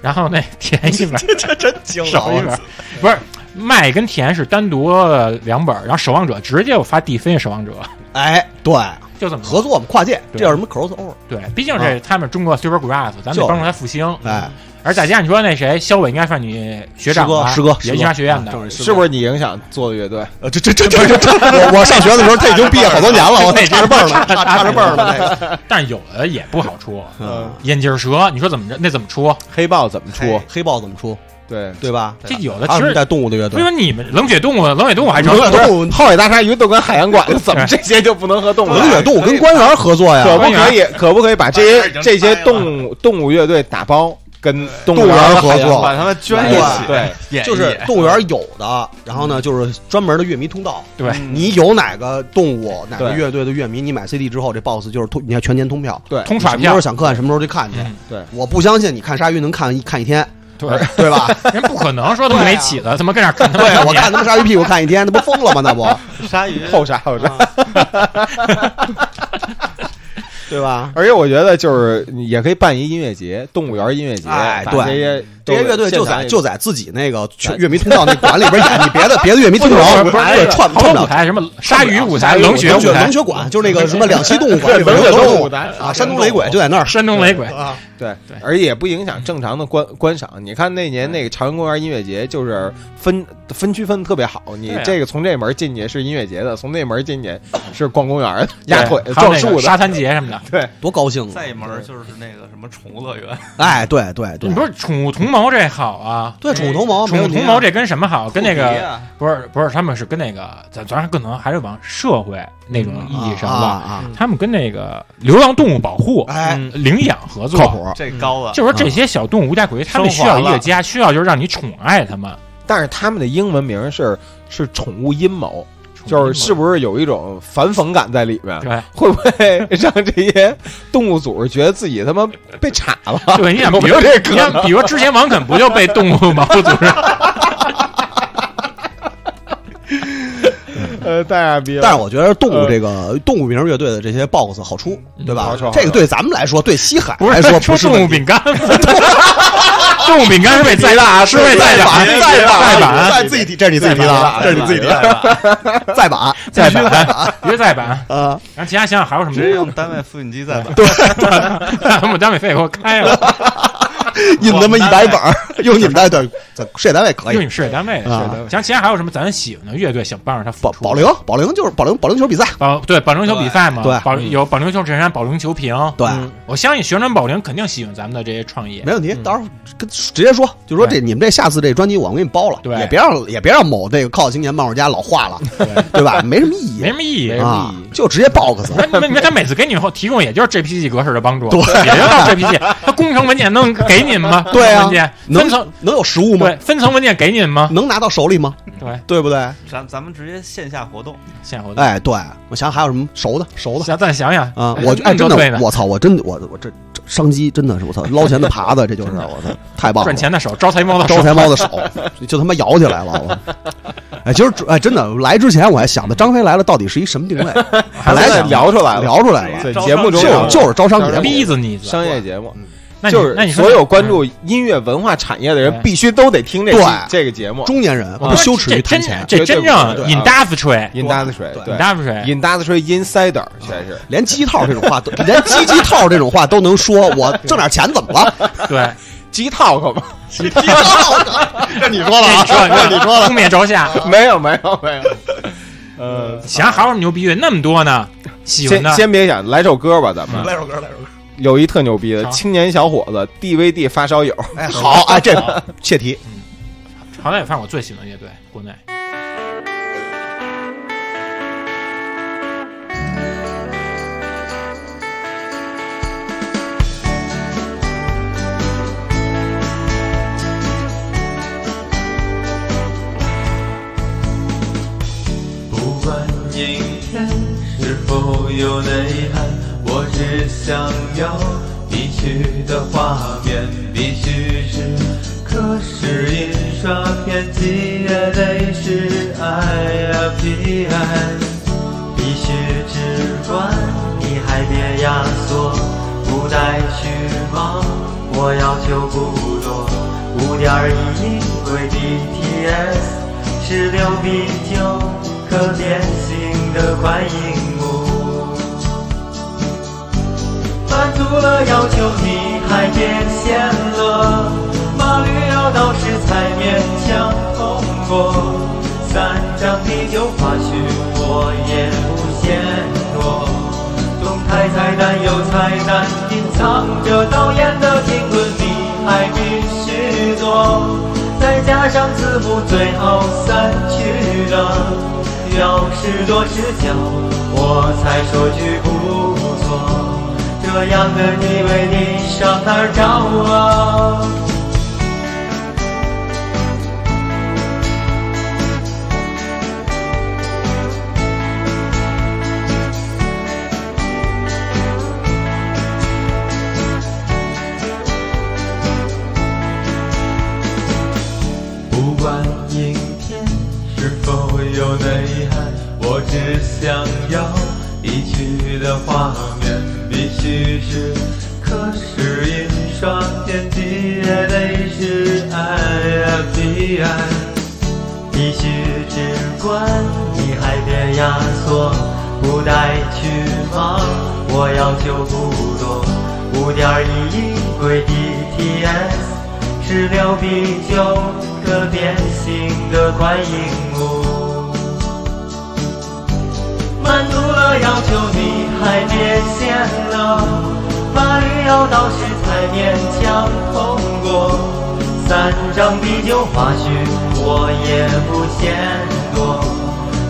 [SPEAKER 1] 然后那填一本儿，
[SPEAKER 2] 这真惊
[SPEAKER 1] 少一本儿，不是麦跟甜是单独的两本儿，然后守望者直接我发地分守望者，
[SPEAKER 2] 哎，对，
[SPEAKER 1] 就这么
[SPEAKER 2] 合作我们跨界，这
[SPEAKER 1] 对
[SPEAKER 2] 叫什么 crossover？
[SPEAKER 1] 对，毕竟这他们中国 Super Grass，咱们得
[SPEAKER 2] 就是
[SPEAKER 1] 帮助他复兴。
[SPEAKER 2] 哎，
[SPEAKER 1] 而再加上你说那谁，肖伟应该算你学长吧？
[SPEAKER 2] 师哥，师哥，
[SPEAKER 1] 也印刷学院的。
[SPEAKER 3] 是不
[SPEAKER 2] 是？
[SPEAKER 3] 是你影响做的乐队？
[SPEAKER 2] 呃，这这这 这这，我我上学的时候他已经毕业好多年了，我差着辈儿呢，差差着辈儿呢。那个
[SPEAKER 1] 但是有的也不好出，
[SPEAKER 2] 嗯，
[SPEAKER 1] 眼镜蛇，你说怎么着？那怎么出？
[SPEAKER 2] 哎
[SPEAKER 3] 黑豹怎么出？
[SPEAKER 2] 黑豹怎么出？
[SPEAKER 3] 对，
[SPEAKER 2] 对吧？
[SPEAKER 1] 这有的
[SPEAKER 2] 还
[SPEAKER 1] 呃其实
[SPEAKER 2] 有什么带动物的乐
[SPEAKER 1] 不是
[SPEAKER 2] 队，
[SPEAKER 1] 说你们冷血动物，冷血动物还成
[SPEAKER 3] 不是不是
[SPEAKER 2] 动物
[SPEAKER 3] 浩伟大鲨鱼都跟海洋馆了，怎么这些就不能和动物
[SPEAKER 2] 冷血动物跟官员合作哎呀，啊
[SPEAKER 3] 可不可以？可不可以把这
[SPEAKER 5] 把这已经
[SPEAKER 3] 些这些
[SPEAKER 5] 拆了
[SPEAKER 3] 动物动物乐队打包，跟动
[SPEAKER 2] 动物园
[SPEAKER 3] 园
[SPEAKER 2] 合
[SPEAKER 3] 海洋
[SPEAKER 2] 作
[SPEAKER 3] 馆
[SPEAKER 5] 把他们捐
[SPEAKER 2] 对
[SPEAKER 5] 一起，
[SPEAKER 3] 对，
[SPEAKER 5] 演
[SPEAKER 2] 就
[SPEAKER 5] 一
[SPEAKER 2] 是
[SPEAKER 5] 演
[SPEAKER 2] 动物园有的，然后呢，就是专门的乐迷通道。
[SPEAKER 1] 对
[SPEAKER 2] 你有哪个动物、哪个
[SPEAKER 3] 对
[SPEAKER 2] 乐队的乐迷，你买 CD 之后，这 boss 就是通，你要全年通票，
[SPEAKER 3] 对
[SPEAKER 1] 通耍
[SPEAKER 2] 什么时
[SPEAKER 1] 票
[SPEAKER 2] 候，想看什么时候就看去
[SPEAKER 1] 嗯。
[SPEAKER 3] 对，
[SPEAKER 2] 我不相信你看鲨鱼能看一看一天，
[SPEAKER 1] 对，
[SPEAKER 2] 对吧？
[SPEAKER 1] 人不可能说他们没起子，他妈跟那儿看他
[SPEAKER 2] 对啊
[SPEAKER 1] 妈，
[SPEAKER 2] 我看他们鲨鱼屁股看一天，那不疯了吗？那不，
[SPEAKER 5] 鲨 鱼
[SPEAKER 3] 后杀后杀。
[SPEAKER 2] 嗯对吧？
[SPEAKER 3] 而且我觉得就是你也可以办一音乐节，动物园音乐节，
[SPEAKER 2] 哎
[SPEAKER 3] 把
[SPEAKER 2] 对
[SPEAKER 3] 这些
[SPEAKER 2] 这些乐队就
[SPEAKER 3] 现场
[SPEAKER 2] 在
[SPEAKER 3] 也
[SPEAKER 2] 就在自己那个去乐迷通道那馆里边演，你别的别的乐迷听不着，
[SPEAKER 1] 不是
[SPEAKER 2] 哎串
[SPEAKER 1] 好多
[SPEAKER 2] 串不
[SPEAKER 1] 舞
[SPEAKER 2] 了。
[SPEAKER 1] 台，什么鲨鱼舞台、
[SPEAKER 3] 鲨鱼舞台
[SPEAKER 1] 冷血
[SPEAKER 2] 啊冷
[SPEAKER 1] 舞
[SPEAKER 2] 血
[SPEAKER 1] 台
[SPEAKER 2] 冷、血馆就是那个什么两栖动物馆，
[SPEAKER 3] 对冷血
[SPEAKER 2] 动
[SPEAKER 3] 动物馆
[SPEAKER 2] 啊，山东雷鬼就在那儿。
[SPEAKER 1] 山东雷鬼，
[SPEAKER 2] 啊，
[SPEAKER 3] 对
[SPEAKER 1] 对，
[SPEAKER 3] 而且也不影响正常的观观赏。你看那年那个朝阳公园音乐节，就是分分区分得特别好，你
[SPEAKER 1] 对啊
[SPEAKER 3] 这个从这门进去是音乐节的，从那门进去是逛公园的、压腿
[SPEAKER 1] 对
[SPEAKER 3] 的、
[SPEAKER 1] 还有
[SPEAKER 3] 撞
[SPEAKER 1] 那
[SPEAKER 3] 树
[SPEAKER 1] 个
[SPEAKER 3] 的。
[SPEAKER 1] 沙滩节什么的。
[SPEAKER 2] 多高兴啊！
[SPEAKER 5] 再一门儿就是那个什么宠物乐园，
[SPEAKER 2] 哎，对对对
[SPEAKER 1] 你，不是宠物同谋这好啊？
[SPEAKER 2] 对宠物同谋没
[SPEAKER 1] 宠物
[SPEAKER 2] 问题啊
[SPEAKER 1] 同谋这跟什么好？跟那
[SPEAKER 5] 蝴蝶
[SPEAKER 1] 个
[SPEAKER 5] 啊
[SPEAKER 1] 不是不是，他们是跟那个咱咱可能还是往社会那种意义上
[SPEAKER 2] 啊
[SPEAKER 1] 吧。
[SPEAKER 2] 啊，
[SPEAKER 1] 他们跟那个流浪动物保护、
[SPEAKER 2] 哎，
[SPEAKER 1] 嗯领养合作
[SPEAKER 2] 靠谱。嗯
[SPEAKER 5] 这高了，
[SPEAKER 1] 就说这些小动物无家可归，他们需要一个家，需要就是让你宠爱他们。
[SPEAKER 3] 但是他们的英文名是是宠物阴谋，就是是
[SPEAKER 1] 是？
[SPEAKER 3] 不是有一种反讽感在里面？
[SPEAKER 1] 对
[SPEAKER 3] 会不会让这些动物组觉得自己他妈被铲了？
[SPEAKER 1] 对， 你想，
[SPEAKER 3] 有
[SPEAKER 1] 比
[SPEAKER 3] 没
[SPEAKER 1] 如
[SPEAKER 3] 有这可
[SPEAKER 1] 你想，比如之前王肯不就被动物保护组织？
[SPEAKER 3] 呃，太傻逼了。
[SPEAKER 2] 但是我觉得动
[SPEAKER 1] 嗯
[SPEAKER 2] 物这个动物名乐队的这些 BOSS 好出，对吧
[SPEAKER 3] 好出好？出
[SPEAKER 2] 这个对咱们来说，对西海
[SPEAKER 1] 不
[SPEAKER 2] 来
[SPEAKER 1] 是
[SPEAKER 2] 哎说不
[SPEAKER 1] 说
[SPEAKER 2] 是
[SPEAKER 1] 动物
[SPEAKER 2] 问题
[SPEAKER 1] 饼干， 动物饼干是被再大，是被再版，
[SPEAKER 2] 再
[SPEAKER 1] 再
[SPEAKER 2] 版版
[SPEAKER 1] 版，
[SPEAKER 2] 再自己提，这是你自己提的啊，这是你自己提的，
[SPEAKER 1] 啊
[SPEAKER 2] 再版
[SPEAKER 1] 再 版，别再版。
[SPEAKER 2] 啊，
[SPEAKER 1] 然后其他想想还有什么
[SPEAKER 5] 直接用单位复印机再打，
[SPEAKER 1] 我们单位非得给我开了，
[SPEAKER 2] 印他妈一百本儿， 用你们单位对事业单位可
[SPEAKER 1] 用你
[SPEAKER 2] 以。
[SPEAKER 1] 们事业单位的。
[SPEAKER 2] 啊
[SPEAKER 1] 是的想其他还有什么咱喜欢的乐队，想帮着他复
[SPEAKER 2] 保
[SPEAKER 1] 出
[SPEAKER 2] 保龄，保龄就是保龄保龄球比赛，
[SPEAKER 1] 保对保龄球比赛嘛，
[SPEAKER 2] 对对
[SPEAKER 1] 保有保龄球衬衫、保龄球瓶。
[SPEAKER 2] 对，
[SPEAKER 1] 我相信旋转保龄肯定喜欢咱们的这些创业
[SPEAKER 2] 没。问题。到时候跟直接说，就说这
[SPEAKER 1] 嗯对
[SPEAKER 2] 你们这下次这专辑我给你包了，
[SPEAKER 1] 对
[SPEAKER 2] 也别让也别让某这个靠青年漫画家老画了，对吧？没什么意义，
[SPEAKER 1] 没什么意义，
[SPEAKER 2] 啊，就直接 box
[SPEAKER 1] 那那那他每次给你后提供也就是 JPG 格式的帮助，也就到 JPG。他 工程文件能给您吗？
[SPEAKER 2] 对啊
[SPEAKER 1] 工程文件
[SPEAKER 2] 能
[SPEAKER 1] 分层
[SPEAKER 2] 能有实物吗
[SPEAKER 1] 对？分层文件给您吗？
[SPEAKER 2] 能拿到手里吗？
[SPEAKER 1] 对，
[SPEAKER 2] 对不对？
[SPEAKER 5] 咱咱们直接线下活动，
[SPEAKER 1] 现活动。
[SPEAKER 2] 哎，对，我想还有什么熟的熟的
[SPEAKER 1] 想再想想，
[SPEAKER 2] 啊？我就哎，
[SPEAKER 1] 那
[SPEAKER 2] 真
[SPEAKER 1] 就对
[SPEAKER 2] 的
[SPEAKER 1] 了，
[SPEAKER 2] 我操，我真的我我这这商机真的是我操，捞钱的耙子，这就是我操，太棒了
[SPEAKER 1] 赚！钱的手，招财猫的
[SPEAKER 2] 招
[SPEAKER 1] 手，
[SPEAKER 2] 财猫的手就他妈摇起来了，我哎，其实哎，真的来之前我还想的，张飞来了到底是一什么定位？本来
[SPEAKER 3] 现在
[SPEAKER 2] 想
[SPEAKER 3] 聊出来了，
[SPEAKER 2] 聊出来了，
[SPEAKER 3] 对
[SPEAKER 5] 招
[SPEAKER 3] 节目
[SPEAKER 5] 商
[SPEAKER 3] 中
[SPEAKER 5] 节
[SPEAKER 2] 就
[SPEAKER 5] 目
[SPEAKER 2] 就是招商
[SPEAKER 3] 招商
[SPEAKER 2] 节
[SPEAKER 1] 逼
[SPEAKER 2] 目，
[SPEAKER 1] 死你！
[SPEAKER 3] 商业节目，
[SPEAKER 1] 那你
[SPEAKER 3] 就是
[SPEAKER 1] 那你说
[SPEAKER 3] 所有关注音乐文化产业的人
[SPEAKER 1] 对
[SPEAKER 3] 必须都得听这期
[SPEAKER 2] 对
[SPEAKER 3] 这个节目。
[SPEAKER 2] 中年人
[SPEAKER 1] 嗯
[SPEAKER 2] 不羞耻
[SPEAKER 1] 这
[SPEAKER 2] 于谈
[SPEAKER 1] 真
[SPEAKER 2] 钱，
[SPEAKER 1] 这真正
[SPEAKER 3] 绝对不是
[SPEAKER 1] industry
[SPEAKER 3] Industry，
[SPEAKER 2] 对
[SPEAKER 3] 对啊
[SPEAKER 1] industry
[SPEAKER 3] ，Industry Insider 全是。
[SPEAKER 2] 连鸡套这种话都，连鸡鸡套这种话都能说，我挣点钱怎么了？
[SPEAKER 1] 对，
[SPEAKER 3] 鸡套可吗？
[SPEAKER 2] 这你说 了
[SPEAKER 1] 你说你说你说了，负面朝下。
[SPEAKER 3] 没有没有没有。呃，
[SPEAKER 1] 想还有什么牛逼乐那么多呢？喜欢
[SPEAKER 3] 先
[SPEAKER 1] 的
[SPEAKER 3] 先别想，来首歌吧，咱们
[SPEAKER 2] 首歌，来首歌。
[SPEAKER 3] 有一特牛逼的
[SPEAKER 1] 好
[SPEAKER 3] 青年小伙子 DVD 发烧友，
[SPEAKER 2] 哎，好，哎，这切题，
[SPEAKER 1] 好歹也算我最喜欢的乐队，国内。
[SPEAKER 6] 不管今天是否有内涵，我只想要必须的画面，必须是。可是印刷片几页内是爱呀彼岸。必须直观，你还别压缩，不带虚妄，我要求不多。五点一对 BTS，十六比九，可变形的快荧幕。满足了要求，你还变现了。码率要到时才勉强通过，三张啤酒花絮我也不嫌多。动态彩蛋有彩蛋，隐藏着导演的评论，你还必须做。在加上字母，最后散去了。要是多是巧，我才说句不错。这样的你为你上哪儿找啊？不管影片是否有内涵，我只想要一曲的画面，必须是。可是印刷天地也得是爱啊呀、比爱，必须直观，你还别压缩，不带去忙，我要求不多，五点一一轨 DTS。十六比九个变形的观影幕，满足了要求，你还变现了。马里奥倒是才勉强通过，三张啤酒花絮我也不嫌多。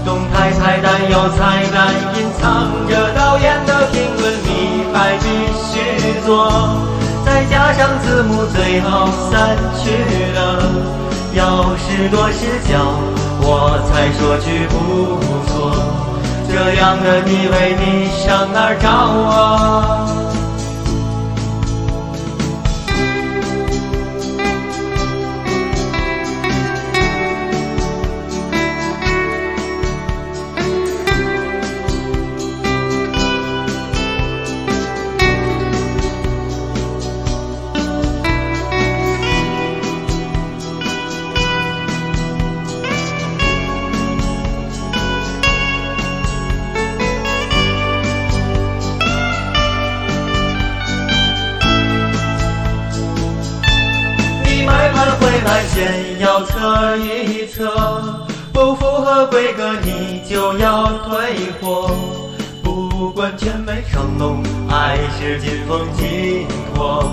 [SPEAKER 6] 动态彩蛋有彩蛋隐藏着导演的评论，你还必须做。再加上字幕，最后散去了。要是多是巧，我才说句不错。这样的你为你上哪儿找啊？你买盘回来先要测一测，不符合规格你就要退货。不管全美成龙，还是金风金火，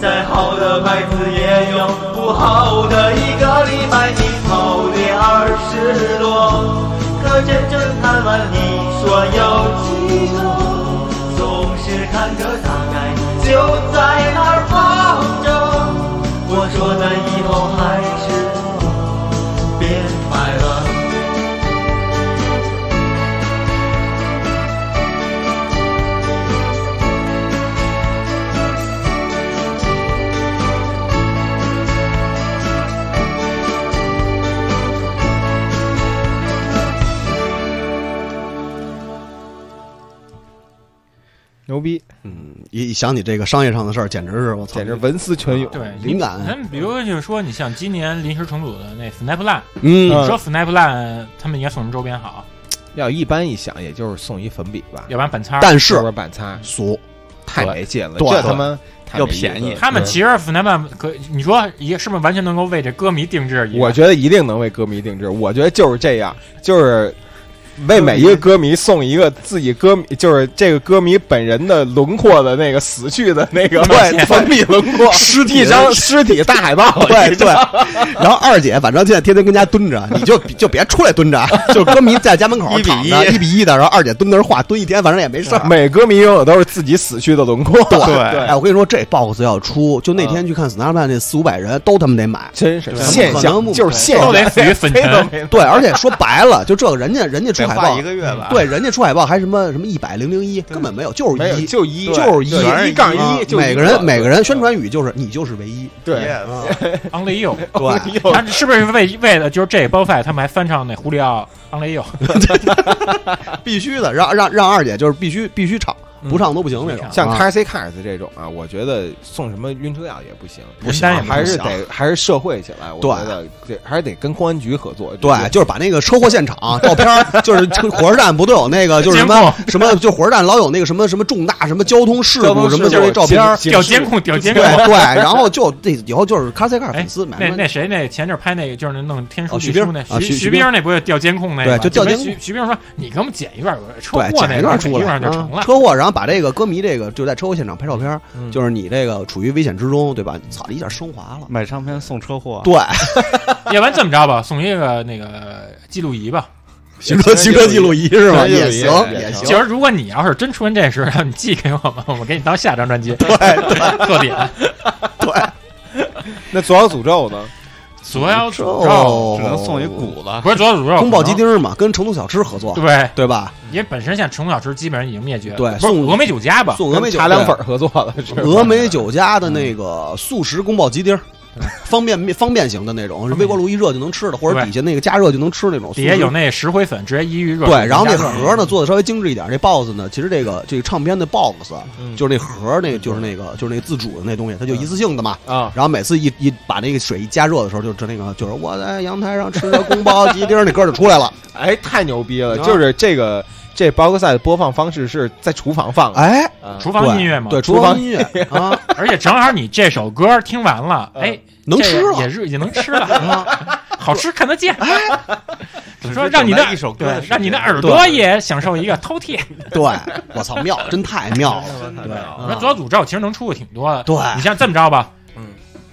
[SPEAKER 6] 再好的牌子也有不好的。一个礼拜你跑的二十多，可真正看完你说有几多？总是看个大概，就在那儿放着。我说咱以后还是别买了。
[SPEAKER 3] 牛逼，
[SPEAKER 2] 一一想起这个商业上的事儿，简直是我操，
[SPEAKER 3] 简直文思泉涌。
[SPEAKER 1] 对，
[SPEAKER 2] 灵感
[SPEAKER 1] 咱比如就是说，你像今年临时重组的那 Snap Line，
[SPEAKER 2] 嗯
[SPEAKER 1] 你
[SPEAKER 3] 嗯
[SPEAKER 1] 说 Snap Line 他们应该送什么周边好？
[SPEAKER 3] 要一般一想，也就是送一粉笔吧，
[SPEAKER 1] 要不然板擦儿。
[SPEAKER 2] 但
[SPEAKER 3] 是不
[SPEAKER 2] 是
[SPEAKER 3] 是板擦？
[SPEAKER 2] 俗，
[SPEAKER 3] 太没劲了，
[SPEAKER 2] 对
[SPEAKER 3] 这他妈太
[SPEAKER 4] 又
[SPEAKER 3] 没意思
[SPEAKER 4] 便宜
[SPEAKER 3] 了
[SPEAKER 1] 他们其实 Snap Line 可，你说也是不是完全能够为这歌迷定制一个？
[SPEAKER 3] 我觉得一定能为歌迷定制。我觉得就是这样，就是为每一个歌迷送一个自己歌迷，就是这个歌迷本人的轮廓的那个死去的那个外 粉笔轮廓，尸 体一张尸体大海报。
[SPEAKER 2] 对对。然后二姐，反正现在天天跟家蹲着，你就就别出来蹲 着，就是歌迷在家门口躺着一比一的，然后二姐蹲那儿画，蹲一天，反正也没事儿。
[SPEAKER 3] 每歌迷拥有都是自己死去的轮廓，
[SPEAKER 2] 哎，我跟你说，这 box 要出，就那天去看 Snapchat 那四五百人都他们得买。
[SPEAKER 3] 真是
[SPEAKER 2] 对
[SPEAKER 3] 现
[SPEAKER 2] 可能
[SPEAKER 3] 象，
[SPEAKER 2] 不
[SPEAKER 3] 就是现象，
[SPEAKER 1] 都得死于粉
[SPEAKER 3] 谁都
[SPEAKER 1] 尘。
[SPEAKER 3] 没
[SPEAKER 2] 对，而且说白了，就这个人家人家出
[SPEAKER 5] 得
[SPEAKER 2] 海
[SPEAKER 5] 画
[SPEAKER 2] 报
[SPEAKER 5] 一，个月吧。
[SPEAKER 2] 对，人家出海报还什么什么一百零零一，根本没有，就是
[SPEAKER 3] 没有
[SPEAKER 2] 一，
[SPEAKER 3] 就一
[SPEAKER 2] 就是一
[SPEAKER 3] 对一杠
[SPEAKER 2] 啊
[SPEAKER 3] 一，就一
[SPEAKER 2] 每个人每个人宣传语就是你就是唯一，
[SPEAKER 3] 对。
[SPEAKER 2] 啊
[SPEAKER 1] Only You，
[SPEAKER 2] 对，
[SPEAKER 3] 又
[SPEAKER 1] 他是不是为为了就是这包赛，他们还翻唱那胡里奥 Only You？
[SPEAKER 2] 必须的，让让让二姐就是必须必须唱，
[SPEAKER 1] 嗯
[SPEAKER 2] 不唱都不行那种。
[SPEAKER 3] 像
[SPEAKER 2] 啊
[SPEAKER 3] Car C Cars 这种啊，我觉得送什么晕车药也不行，啊
[SPEAKER 1] 不行啊也不
[SPEAKER 3] 还是
[SPEAKER 2] 行
[SPEAKER 3] 得还是社会起来，我
[SPEAKER 2] 对
[SPEAKER 3] 觉得对，还是得跟公安局合作。
[SPEAKER 2] 对，就是把那个车祸现场照片儿，就是就火车站不都有那个，就是什
[SPEAKER 1] 监
[SPEAKER 2] 么什么，就火车站老有那个什么什么重大什么交通事
[SPEAKER 3] 交
[SPEAKER 2] 故
[SPEAKER 3] 通
[SPEAKER 2] 什么，
[SPEAKER 3] 事
[SPEAKER 2] 就是那
[SPEAKER 3] 故
[SPEAKER 2] 照片儿。
[SPEAKER 3] 警
[SPEAKER 1] 调监控，调监
[SPEAKER 2] 对
[SPEAKER 1] 控。
[SPEAKER 2] 对，然后就这以后就是卡 C 卡
[SPEAKER 1] 哎
[SPEAKER 2] 粉丝，买
[SPEAKER 1] 那
[SPEAKER 2] 卖
[SPEAKER 1] 那谁那前阵儿拍那个就是那弄天书
[SPEAKER 2] 哦徐
[SPEAKER 1] 地
[SPEAKER 2] 冰
[SPEAKER 1] 书那
[SPEAKER 2] 啊徐
[SPEAKER 1] 徐
[SPEAKER 2] 徐冰
[SPEAKER 1] 冰那不是调监控那
[SPEAKER 2] 对
[SPEAKER 1] 个吗？
[SPEAKER 2] 就调
[SPEAKER 1] 跟
[SPEAKER 2] 监控
[SPEAKER 1] 徐徐冰说：“你给我们剪一段儿车
[SPEAKER 2] 对
[SPEAKER 1] 祸
[SPEAKER 2] 剪
[SPEAKER 1] 那
[SPEAKER 2] 一
[SPEAKER 1] 个
[SPEAKER 2] 段
[SPEAKER 1] 剪
[SPEAKER 2] 出
[SPEAKER 1] 一
[SPEAKER 2] 来
[SPEAKER 1] 段就成
[SPEAKER 2] 啊
[SPEAKER 1] 了。
[SPEAKER 2] 车祸，然后把这个歌迷这个就在车祸现场拍照片，
[SPEAKER 3] 嗯
[SPEAKER 2] 就是你这个处于危险之中，对吧？操，一下升华了。
[SPEAKER 5] 买唱片送车祸，
[SPEAKER 2] 对，嗯
[SPEAKER 1] 要不然这么着吧，送一个那个记录仪吧。
[SPEAKER 2] 行车行车记录仪是吧？
[SPEAKER 3] 行车记录仪
[SPEAKER 2] 也行
[SPEAKER 3] 哎
[SPEAKER 2] 也
[SPEAKER 3] 行
[SPEAKER 1] 就
[SPEAKER 2] 行，
[SPEAKER 1] 是如果你要是真出现这事儿，你寄给我们，我们给你当下张专辑。对特点。
[SPEAKER 3] 那左小诅咒呢？
[SPEAKER 1] 左小诅咒
[SPEAKER 2] 哦
[SPEAKER 5] 只能送一骨子。
[SPEAKER 1] 不是左小诅咒，
[SPEAKER 2] 宫保鸡丁嘛，跟成都小吃合作，
[SPEAKER 1] 哦对，
[SPEAKER 2] 对吧？
[SPEAKER 1] 因为本身现在虫小吃基本上已经灭绝了，
[SPEAKER 2] 对
[SPEAKER 1] 不是
[SPEAKER 2] 送
[SPEAKER 1] 峨眉酒家吧？
[SPEAKER 2] 送峨眉
[SPEAKER 3] 跟
[SPEAKER 2] 酒
[SPEAKER 3] 茶凉粉儿合作了，是吧
[SPEAKER 2] 对峨眉酒家
[SPEAKER 1] 嗯
[SPEAKER 2] 的那个速食宫保鸡丁儿。方便面方便型的那种，是微波炉一热就能吃的，或者
[SPEAKER 1] 对
[SPEAKER 2] 底下那个加热就能吃那种。
[SPEAKER 1] 底下
[SPEAKER 2] 速食
[SPEAKER 1] 有那石灰粉，直接一遇热
[SPEAKER 2] 对，然后那
[SPEAKER 1] 加热
[SPEAKER 2] 盒呢做的稍微精致一点。这 box 呢，其实这个这个唱片的 box
[SPEAKER 1] 嗯
[SPEAKER 2] 就是那盒儿，那个就是那个就是那个自主的那东西，它就一次性的嘛。
[SPEAKER 1] 嗯
[SPEAKER 3] 啊，
[SPEAKER 2] 然后每次一一把那个水一加热的时候，就就那个就是我在阳台上吃着宫保鸡丁儿，那歌儿就出来了。
[SPEAKER 3] 哎，太牛逼了！
[SPEAKER 2] 啊
[SPEAKER 3] 就是这个这包哥赛的播放方式是在厨房放的，
[SPEAKER 2] 哎，
[SPEAKER 3] 啊
[SPEAKER 1] 嗯厨房音乐嘛，
[SPEAKER 2] 对，
[SPEAKER 3] 厨
[SPEAKER 2] 厨
[SPEAKER 3] 房
[SPEAKER 2] 房音乐啊，
[SPEAKER 1] 而且正好你这首歌听完了，
[SPEAKER 3] 嗯
[SPEAKER 1] 哎，
[SPEAKER 2] 能
[SPEAKER 1] 这
[SPEAKER 2] 吃
[SPEAKER 1] 也
[SPEAKER 2] 了。
[SPEAKER 1] 热也能吃了，啊好吃看得见。
[SPEAKER 2] 哎
[SPEAKER 5] 只是
[SPEAKER 1] 说让你
[SPEAKER 5] 等
[SPEAKER 1] 的
[SPEAKER 5] 待一首歌的
[SPEAKER 1] 对
[SPEAKER 5] 时，间
[SPEAKER 1] 让你的耳朵也享受一个饕餮。
[SPEAKER 2] 对，我操，妙，真太妙了。
[SPEAKER 5] 对
[SPEAKER 1] 我说左诅咒其实能出的挺多的。
[SPEAKER 2] 啊对
[SPEAKER 1] 你像这么着吧，
[SPEAKER 5] 嗯，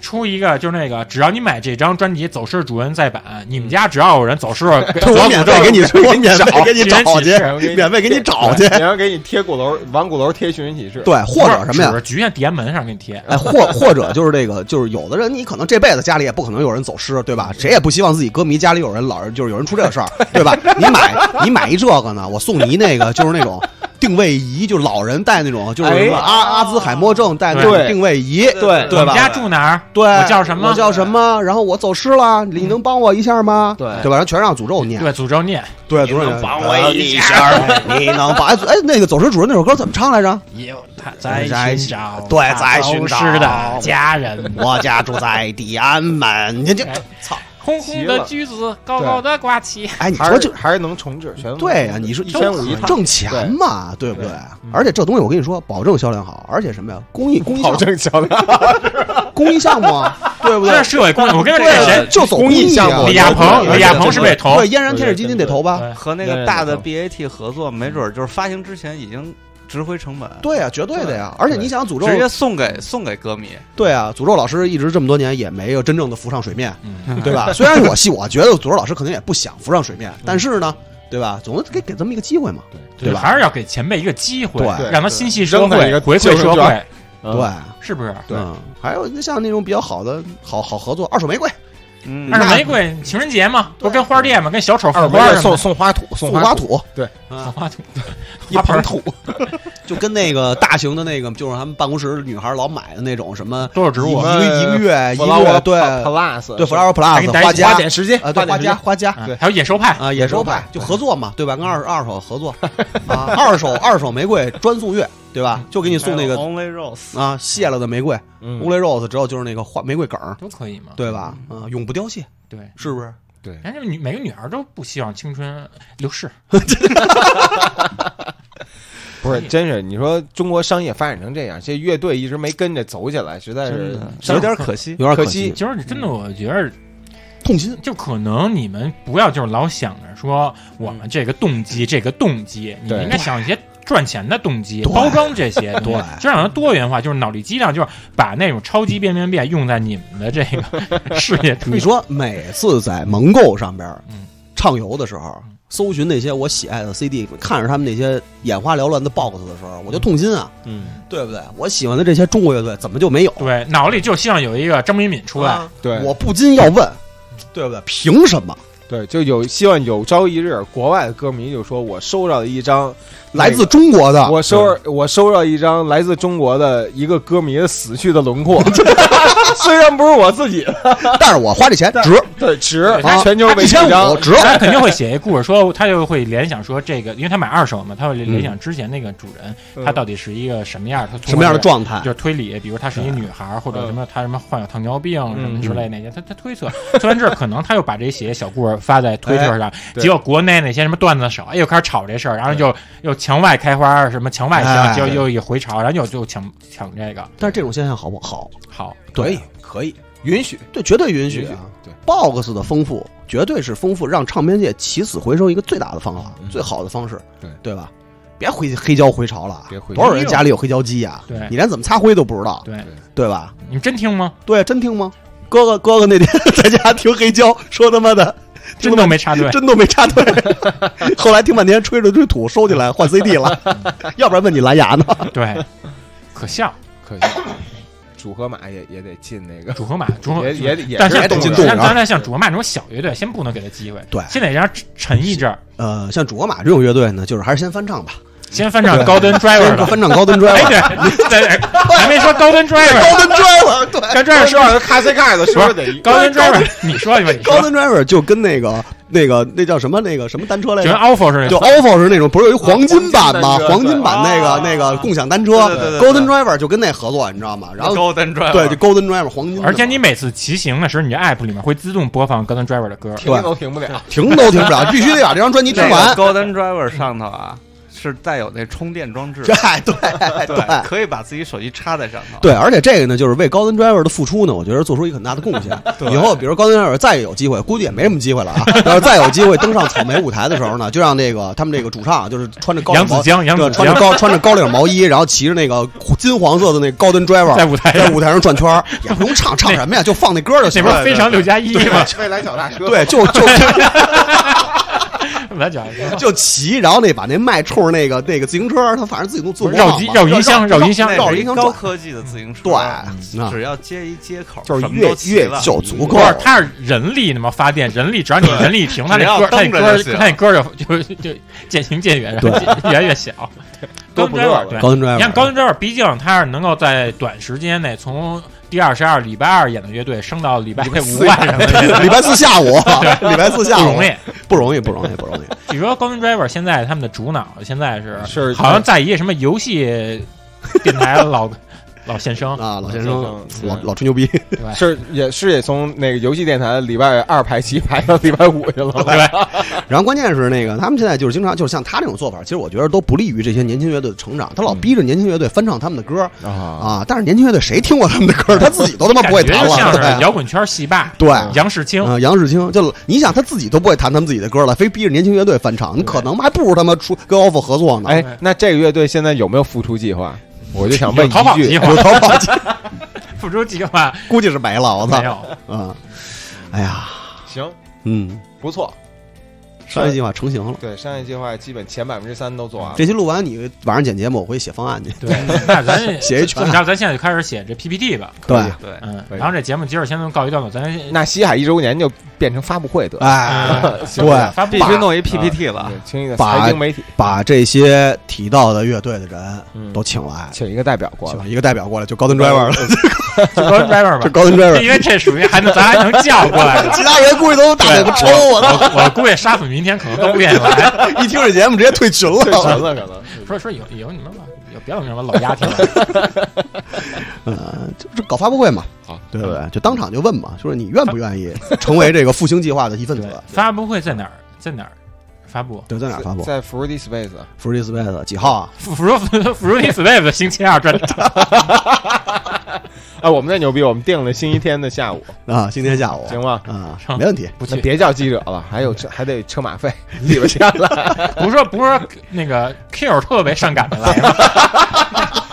[SPEAKER 1] 出一个就是那个，只要你买这张专辑《走失主人再版》，你们家只要有人走 失，
[SPEAKER 2] 嗯我
[SPEAKER 1] 左
[SPEAKER 2] 免
[SPEAKER 1] 诅咒
[SPEAKER 2] 费给你，我免费给你
[SPEAKER 1] 寻人
[SPEAKER 2] 找
[SPEAKER 1] 启事我给
[SPEAKER 2] 去，
[SPEAKER 1] 你
[SPEAKER 2] 免费给你找去。
[SPEAKER 3] 然后给你贴鼓楼，往鼓楼贴寻人启事。
[SPEAKER 2] 对，或者什么呀
[SPEAKER 1] 只？局限地安门上给你贴。
[SPEAKER 2] 哎，或或者就是这个，就是有的人你可能这辈子家里也不可能有人走失，对吧？谁也不希望自己歌迷家里有人老是就是有人出这个事儿，对吧？你买你买一这个呢，我送你一那个就是那种定位仪，就是老人戴那种，就是什么
[SPEAKER 3] 哎
[SPEAKER 2] 阿阿兹海默症戴那种
[SPEAKER 3] 对
[SPEAKER 2] 定位仪，
[SPEAKER 3] 对
[SPEAKER 1] 我
[SPEAKER 2] 对
[SPEAKER 1] 们
[SPEAKER 2] 吧
[SPEAKER 1] 家住哪儿？
[SPEAKER 2] 对，
[SPEAKER 1] 我叫什么
[SPEAKER 2] 我叫什么？然后我走失了，你能帮我一下吗？
[SPEAKER 4] 对
[SPEAKER 2] 对吧？然后全让诅咒啊念，
[SPEAKER 1] 对，诅咒念
[SPEAKER 2] 对，诅咒念，帮我一下，你能帮？哎，那个走失主任那首歌怎么唱来着？
[SPEAKER 1] 也有他在
[SPEAKER 2] 在
[SPEAKER 1] 寻
[SPEAKER 2] 寻
[SPEAKER 1] 找
[SPEAKER 2] 对
[SPEAKER 1] 他
[SPEAKER 2] 在寻
[SPEAKER 1] 消失的
[SPEAKER 2] 找
[SPEAKER 1] 家人。
[SPEAKER 2] 我家住在地安门，你这操！
[SPEAKER 1] 红红的橘子高高的挂 起，
[SPEAKER 2] 哎，你
[SPEAKER 3] 还
[SPEAKER 2] 说
[SPEAKER 3] 是
[SPEAKER 2] 就
[SPEAKER 3] 还是能重置全。
[SPEAKER 2] 对啊，你说
[SPEAKER 3] 一千五一套，
[SPEAKER 2] 挣钱嘛，对不对
[SPEAKER 3] 对？
[SPEAKER 2] 而且这东西我跟你说，保证销量好，而且什么呀，公益公益
[SPEAKER 3] 保
[SPEAKER 2] 项
[SPEAKER 3] 证销量。
[SPEAKER 2] 公益项目啊，对不
[SPEAKER 1] 这
[SPEAKER 2] 对
[SPEAKER 1] 是？社会公益。我跟你说，
[SPEAKER 2] 对
[SPEAKER 1] 这
[SPEAKER 2] 啊
[SPEAKER 1] 谁？
[SPEAKER 2] 就走
[SPEAKER 3] 公益
[SPEAKER 2] 益
[SPEAKER 3] 项
[SPEAKER 2] 啊
[SPEAKER 3] 目
[SPEAKER 1] 李亚鹏，
[SPEAKER 3] 对
[SPEAKER 1] 李亚鹏
[SPEAKER 3] 对
[SPEAKER 1] 是不是得投
[SPEAKER 2] 对？燕山天使基金得投吧？
[SPEAKER 1] 对
[SPEAKER 5] 和那
[SPEAKER 3] 对
[SPEAKER 5] 个大的
[SPEAKER 3] 没
[SPEAKER 5] BAT 合作，没准儿就是发行之前已经值回成本，
[SPEAKER 2] 对啊，绝对的呀！而且你想，诅咒
[SPEAKER 5] 直接送给送给歌迷。
[SPEAKER 2] 对啊，诅咒老师一直这么多年也没有真正的浮上水面，
[SPEAKER 1] 嗯
[SPEAKER 2] 对吧？虽然我戏，我觉得诅咒老师可能也不想浮上水面，但是呢，对吧？总得给给这么一个机会嘛，
[SPEAKER 1] 对
[SPEAKER 2] 对
[SPEAKER 1] 吧？
[SPEAKER 2] 吧
[SPEAKER 1] 还是要给前辈一个机会，
[SPEAKER 2] 对
[SPEAKER 1] 让他心系社
[SPEAKER 3] 扔他一
[SPEAKER 1] 会，
[SPEAKER 3] 个
[SPEAKER 1] 回馈
[SPEAKER 3] 救生
[SPEAKER 1] 社
[SPEAKER 3] 圈
[SPEAKER 1] 会，
[SPEAKER 2] 对。
[SPEAKER 1] 是不是？
[SPEAKER 3] 对
[SPEAKER 2] 嗯，还有像那种比较好的、好好合作，二手玫瑰、
[SPEAKER 5] 嗯，
[SPEAKER 1] 但是玫瑰情人节嘛，不是跟花店嘛，跟小丑
[SPEAKER 3] 二
[SPEAKER 1] 送
[SPEAKER 3] 玫
[SPEAKER 1] 花什
[SPEAKER 3] 瑰
[SPEAKER 1] 么
[SPEAKER 3] 送
[SPEAKER 1] 的
[SPEAKER 3] 送花土，送
[SPEAKER 2] 送花
[SPEAKER 3] 土，
[SPEAKER 2] 土，
[SPEAKER 3] 对，
[SPEAKER 1] 送
[SPEAKER 2] 啊，
[SPEAKER 1] 花土，
[SPEAKER 2] 一盆土，就跟那个大型的那个，就是他们办公室女孩老买的那种什么
[SPEAKER 1] 多少植
[SPEAKER 2] 一
[SPEAKER 1] 物？
[SPEAKER 3] 们
[SPEAKER 2] 个一个月一个月，对
[SPEAKER 3] plus
[SPEAKER 2] 对，flower
[SPEAKER 1] 还给你带
[SPEAKER 2] plus
[SPEAKER 1] 一
[SPEAKER 2] 花
[SPEAKER 1] 花
[SPEAKER 2] 家
[SPEAKER 1] 点
[SPEAKER 3] 时间
[SPEAKER 2] 啊，对花家花家
[SPEAKER 1] 啊
[SPEAKER 3] 对
[SPEAKER 1] 还有野兽派，
[SPEAKER 2] 啊，野兽派就合作嘛，对吧？跟二二手合作啊，二手二手玫瑰专送月，对吧？就给你送那
[SPEAKER 5] 还
[SPEAKER 2] 个
[SPEAKER 5] 有 Only Rose，
[SPEAKER 2] 啊谢了的玫瑰
[SPEAKER 3] 嗯，
[SPEAKER 2] ，only rose 之后就是那个花玫瑰梗儿，
[SPEAKER 1] 都可以嘛？
[SPEAKER 2] 对吧？啊，永不凋谢，
[SPEAKER 1] 对，
[SPEAKER 2] 是不是？
[SPEAKER 1] 人家女每个女孩都不希望青春流逝，
[SPEAKER 3] 不是，真是你说中国商业发展成这样，这乐队一直没跟着走起来，实在是
[SPEAKER 5] 真的
[SPEAKER 1] 上
[SPEAKER 5] 有点可惜。
[SPEAKER 2] 有点
[SPEAKER 3] 可
[SPEAKER 2] 惜
[SPEAKER 3] 惜，
[SPEAKER 1] 就是真的，我觉得
[SPEAKER 2] 嗯痛心。
[SPEAKER 1] 就可能你们不要就是老想着说我们这个动
[SPEAKER 2] 嗯
[SPEAKER 1] 机，这个动机，你
[SPEAKER 3] 对
[SPEAKER 1] 们应该想一些赚钱的动机，
[SPEAKER 2] 对
[SPEAKER 1] 包装这些东西，
[SPEAKER 2] 对
[SPEAKER 1] 就让它多元化，就是脑力激荡，就是把那种超级变变变用在你们的这个 事业推
[SPEAKER 2] 你 说每次在蒙购上边儿
[SPEAKER 1] 嗯
[SPEAKER 2] 畅游的时候
[SPEAKER 1] 嗯，
[SPEAKER 2] 搜寻那些我喜爱的 CD，看着他们那些眼花缭乱的 box 的时候，我就痛心啊，
[SPEAKER 3] 嗯，
[SPEAKER 2] 对不对？我喜欢的这些中国乐队怎么就没有？
[SPEAKER 1] 对，脑里就希望有一个张敏敏出来，
[SPEAKER 2] 啊
[SPEAKER 3] 对
[SPEAKER 2] 我不禁要问，对不对？凭什么
[SPEAKER 3] 对，就有希望有朝一日，国外的歌迷就说我收到了一张
[SPEAKER 2] 来自中国的？
[SPEAKER 3] 我收我收到一张来自中国的一个歌迷的死去的轮廓， 虽然不是我自己的，
[SPEAKER 2] 但是我花这钱值，
[SPEAKER 3] 对，值啊
[SPEAKER 1] 对
[SPEAKER 2] 他
[SPEAKER 3] 全球
[SPEAKER 2] 他
[SPEAKER 3] 唯一一
[SPEAKER 2] 1500
[SPEAKER 3] 张
[SPEAKER 2] 我，值。
[SPEAKER 1] 他肯定会写一故事，说他就会联想说这个，因为他买二手嘛，他会联想之前那个主人，他到底是一个什么样，他
[SPEAKER 2] 嗯什么样的
[SPEAKER 1] 状。
[SPEAKER 2] 状态
[SPEAKER 3] 啊
[SPEAKER 1] 就？是推理，比如她是一女孩儿，或
[SPEAKER 3] 嗯
[SPEAKER 1] 者什么她什么患有糖尿病什么之类那些，她她推测。做完这儿，可能她又把这些小故事发在推特上，
[SPEAKER 3] 哎对
[SPEAKER 1] 结果国内那些什么段子手哎又开始炒这事儿，然后又又墙外开花，什么墙外香，
[SPEAKER 2] 哎
[SPEAKER 1] 就
[SPEAKER 2] 对
[SPEAKER 1] 又一回潮，然后又就抢抢这个。
[SPEAKER 2] 但是这种现象好不好？
[SPEAKER 1] 好，
[SPEAKER 2] 对，可以，
[SPEAKER 3] 允许
[SPEAKER 2] 对，绝对允许
[SPEAKER 3] 允许
[SPEAKER 2] 啊。，
[SPEAKER 3] 对，
[SPEAKER 2] box 的丰富绝对是丰富让唱片界起死回生一个最大的方法，
[SPEAKER 3] 嗯
[SPEAKER 2] 最好的方式，
[SPEAKER 3] 对
[SPEAKER 2] 对吧？别回黑胶回潮了
[SPEAKER 3] 别回，
[SPEAKER 2] 多少人家里有黑胶机呀、
[SPEAKER 1] 对
[SPEAKER 2] 你连怎么擦灰都不知道，
[SPEAKER 1] 对，
[SPEAKER 2] 对吧？
[SPEAKER 1] 你们真听吗？
[SPEAKER 2] 对，真听吗？哥哥，哥哥那天在家听黑胶，说他妈的
[SPEAKER 1] 真
[SPEAKER 2] 听不懂
[SPEAKER 1] 都没插队，
[SPEAKER 2] 真都没插队，后来听半天，吹着堆土收起来换 CD 了，要不然问你蓝牙呢？
[SPEAKER 1] 对，可笑。
[SPEAKER 3] 可惜，主河马也也得进那个，
[SPEAKER 1] 主河马，主河
[SPEAKER 3] 也也也
[SPEAKER 1] 但
[SPEAKER 3] 是
[SPEAKER 1] 像
[SPEAKER 2] 得
[SPEAKER 1] 主
[SPEAKER 3] 动
[SPEAKER 2] 进
[SPEAKER 3] 啊
[SPEAKER 2] 动
[SPEAKER 3] 员
[SPEAKER 1] 但
[SPEAKER 2] 物
[SPEAKER 1] 咱俩像主河马这种小乐队，先不能给他机会，
[SPEAKER 2] 对
[SPEAKER 1] 先得让他沉一阵儿，
[SPEAKER 2] 呃，像主河马这种乐队呢，就是还是先翻唱吧，
[SPEAKER 1] 先翻唱 高登 driver
[SPEAKER 2] 先
[SPEAKER 1] 了。
[SPEAKER 2] 翻唱高登
[SPEAKER 1] 哎，
[SPEAKER 2] driver，
[SPEAKER 1] 对，对， 对还没说 高登 driver，
[SPEAKER 2] 高登 driver，对，
[SPEAKER 1] 高登 driver
[SPEAKER 3] 说
[SPEAKER 1] 说
[SPEAKER 3] 话 的咖啡盖子是不是得
[SPEAKER 1] 高登
[SPEAKER 2] 高登
[SPEAKER 1] driver，你说一吧，你
[SPEAKER 2] 高
[SPEAKER 1] 说，
[SPEAKER 2] 登 driver 就跟那个那个那叫什么那个什么单车来
[SPEAKER 1] 就跟
[SPEAKER 2] 着？
[SPEAKER 1] offer 似的，
[SPEAKER 2] 就 ofo 是那种，不是有一黄金版吗？
[SPEAKER 3] 黄
[SPEAKER 2] 黄
[SPEAKER 3] 金单车
[SPEAKER 2] 金版那个那个共享单车
[SPEAKER 5] 啊对对对对对
[SPEAKER 2] ，Golden Driver 就跟那合作，你知道吗？然后
[SPEAKER 5] 高登转
[SPEAKER 2] 对，就 Golden Driver 黄金的嘛，
[SPEAKER 1] 而且你每次骑行的时候，你这 app 里面会自动播放 g o l d e n Driver 的歌。
[SPEAKER 3] 停都停不了，
[SPEAKER 2] 停都停 不了，必须得把这张专辑听
[SPEAKER 5] 那个
[SPEAKER 2] 完。
[SPEAKER 5] Golden Driver 上头啊，是带有那充电装置，
[SPEAKER 2] 哎，对对
[SPEAKER 5] 对，可以把自己手机插在上头。
[SPEAKER 2] 对，而且这个呢，就是为 Golden Driver 的付出呢，我觉得做出一个很大的贡 献。以后比如 Golden Driver 再有机会，估计也没什么机会了啊。要是再有机会登上草莓舞台的时候呢，就让那个他们这个主唱就是穿着高领
[SPEAKER 1] 杨子
[SPEAKER 2] 毛
[SPEAKER 1] 江杨
[SPEAKER 2] 对
[SPEAKER 1] 子
[SPEAKER 2] 穿着
[SPEAKER 1] 江
[SPEAKER 2] 高穿着高领毛衣，然后骑着那个金黄色的那个 Golden Driver
[SPEAKER 1] 在舞台上
[SPEAKER 2] 啊在舞台上转圈儿，也不用唱唱什么呀，就放那歌就
[SPEAKER 1] 那
[SPEAKER 2] 行
[SPEAKER 1] 不是
[SPEAKER 2] 了。
[SPEAKER 1] 非常六加一 吗？
[SPEAKER 3] 未来脚踏车
[SPEAKER 2] 对，就就
[SPEAKER 1] 我讲一下
[SPEAKER 2] 就骑，然后那把那麦冲着那个那个自行车，他反正自己弄自
[SPEAKER 1] 不
[SPEAKER 2] 我
[SPEAKER 1] 是绕机 绕音箱绕音箱
[SPEAKER 5] 那
[SPEAKER 2] 绕着
[SPEAKER 5] 是
[SPEAKER 2] 音
[SPEAKER 5] 一
[SPEAKER 2] 箱
[SPEAKER 5] 高
[SPEAKER 2] 转。
[SPEAKER 5] 科技的自行车，
[SPEAKER 2] 对，
[SPEAKER 1] 嗯
[SPEAKER 2] 啊
[SPEAKER 5] 只要接一接口，
[SPEAKER 2] 就是
[SPEAKER 5] 什么
[SPEAKER 2] 越
[SPEAKER 5] 都齐
[SPEAKER 2] 越
[SPEAKER 5] 了
[SPEAKER 2] 就足够
[SPEAKER 1] 不。是，它是人力那么发电，人力只要你人力停，它那歌，它那歌，它那歌就就就渐行渐远，然后越来越 小。高登 driver，对，
[SPEAKER 2] 高登 driver，
[SPEAKER 1] 你看高登 driver，毕竟他是能够在短时间内从第二十二礼拜二演的乐队升到礼拜五晚上的乐队，
[SPEAKER 2] 礼拜四下 午，礼拜四下
[SPEAKER 1] 不
[SPEAKER 2] 午
[SPEAKER 1] 容易。
[SPEAKER 2] 不容易，不容易，不容 易。
[SPEAKER 1] 据说 Golden Driver 现在他们的主脑现在是
[SPEAKER 3] 是
[SPEAKER 1] 好像在一个什么游戏电台老老先生，
[SPEAKER 2] 啊，老先
[SPEAKER 3] 生
[SPEAKER 2] 生，
[SPEAKER 3] 是
[SPEAKER 2] 老老吹牛逼，
[SPEAKER 1] 对吧？
[SPEAKER 3] 是也是也从那个游戏电台礼拜二排期排到礼拜五去了，
[SPEAKER 1] 对吧？
[SPEAKER 2] 然后关键是那个他们现在就是经常就是像他这种做法，其实我觉得都不利于这些年轻乐队的成长。他
[SPEAKER 1] 嗯
[SPEAKER 2] 老逼着年轻乐队翻唱他们的歌
[SPEAKER 3] 啊，
[SPEAKER 2] 啊，但是年轻乐队谁听过他们的歌？他自己都他妈
[SPEAKER 1] 感
[SPEAKER 2] 不会
[SPEAKER 1] 觉
[SPEAKER 2] 弹
[SPEAKER 1] 就像
[SPEAKER 2] 了，
[SPEAKER 1] 是
[SPEAKER 2] 对
[SPEAKER 1] 摇滚圈戏霸，
[SPEAKER 2] 对
[SPEAKER 1] 杨世清，
[SPEAKER 2] 啊，杨世清就你想他自己都不会弹他们自己的歌了，非逼着年轻乐队翻唱，你可能还不如他妈出跟 ofo 合作呢。
[SPEAKER 3] 哎，那这个乐队现在有没有复出计划？我就想问
[SPEAKER 1] 有逃跑
[SPEAKER 3] 一
[SPEAKER 1] 计
[SPEAKER 3] 句，
[SPEAKER 1] 划
[SPEAKER 2] 有，逃跑计，
[SPEAKER 1] 复出计划
[SPEAKER 2] 哎估计是没了，我操
[SPEAKER 1] 没有。
[SPEAKER 2] 啊！哎呀，
[SPEAKER 3] 行，
[SPEAKER 2] 嗯，
[SPEAKER 3] 不错，
[SPEAKER 2] 商业计划成型了。
[SPEAKER 3] 对商业计划基本前百分之三都做完了。
[SPEAKER 2] 这期录完，你晚上剪节目，我回去写方案去。
[SPEAKER 1] 对，那咱
[SPEAKER 2] 写一
[SPEAKER 1] 这么
[SPEAKER 2] 圈
[SPEAKER 1] 着，咱现在就开始写这 PPT 吧。
[SPEAKER 2] 对，
[SPEAKER 5] 对，
[SPEAKER 1] 嗯，
[SPEAKER 3] 可以
[SPEAKER 1] 然后这节目今儿先能告一段落，咱
[SPEAKER 3] 那西海一周年就变成发布会得了，
[SPEAKER 2] 哎，
[SPEAKER 1] 呃
[SPEAKER 2] 对
[SPEAKER 1] 发布
[SPEAKER 5] 必须弄一 PPT 了。
[SPEAKER 3] 对，请一个
[SPEAKER 2] 把
[SPEAKER 3] 财经媒体，
[SPEAKER 2] 把这些提到的乐队的人
[SPEAKER 3] 嗯
[SPEAKER 2] 都请来，
[SPEAKER 3] 请一个代表过来
[SPEAKER 2] 请。一个代表过来，就高登 driver 了，
[SPEAKER 1] 就 Golden Driver
[SPEAKER 2] 就
[SPEAKER 1] 吧，
[SPEAKER 2] 高 登 driver，。
[SPEAKER 1] 因为这属于还能咱还能叫过来的
[SPEAKER 2] 其他人估计都大嘴巴抽我操！
[SPEAKER 1] 我我估计杀死明天可能都不愿意来。
[SPEAKER 2] 一听这节目直接退群
[SPEAKER 3] 退群
[SPEAKER 2] 了。
[SPEAKER 3] 了，可
[SPEAKER 1] 说
[SPEAKER 3] 能
[SPEAKER 1] 说有有你们老有别有什么老丫头了，
[SPEAKER 2] 嗯，就是搞发布会嘛，
[SPEAKER 3] 好，
[SPEAKER 2] 对不对？就当场就问嘛，就是你愿不愿意成为这个复兴计划的一份
[SPEAKER 1] 对
[SPEAKER 2] 子？，
[SPEAKER 1] 发布会在哪儿？在哪儿发 布？
[SPEAKER 2] 对，在哪儿发布
[SPEAKER 3] 在 Fruity Space，
[SPEAKER 2] ？Free Space 几号啊？
[SPEAKER 1] f r u f r u i Slave 星期二专场，
[SPEAKER 3] 啊，我们这牛逼，我们定了星期天的下午，
[SPEAKER 2] 啊，今天下午
[SPEAKER 3] 行吗？
[SPEAKER 2] 啊
[SPEAKER 1] 成，
[SPEAKER 2] 没问题。
[SPEAKER 1] 不
[SPEAKER 3] 那
[SPEAKER 1] 去，
[SPEAKER 3] 别叫记者了，还有车还得车马费，里边钱了，
[SPEAKER 1] 不是说不是说那个 Q 特别上赶着来吗？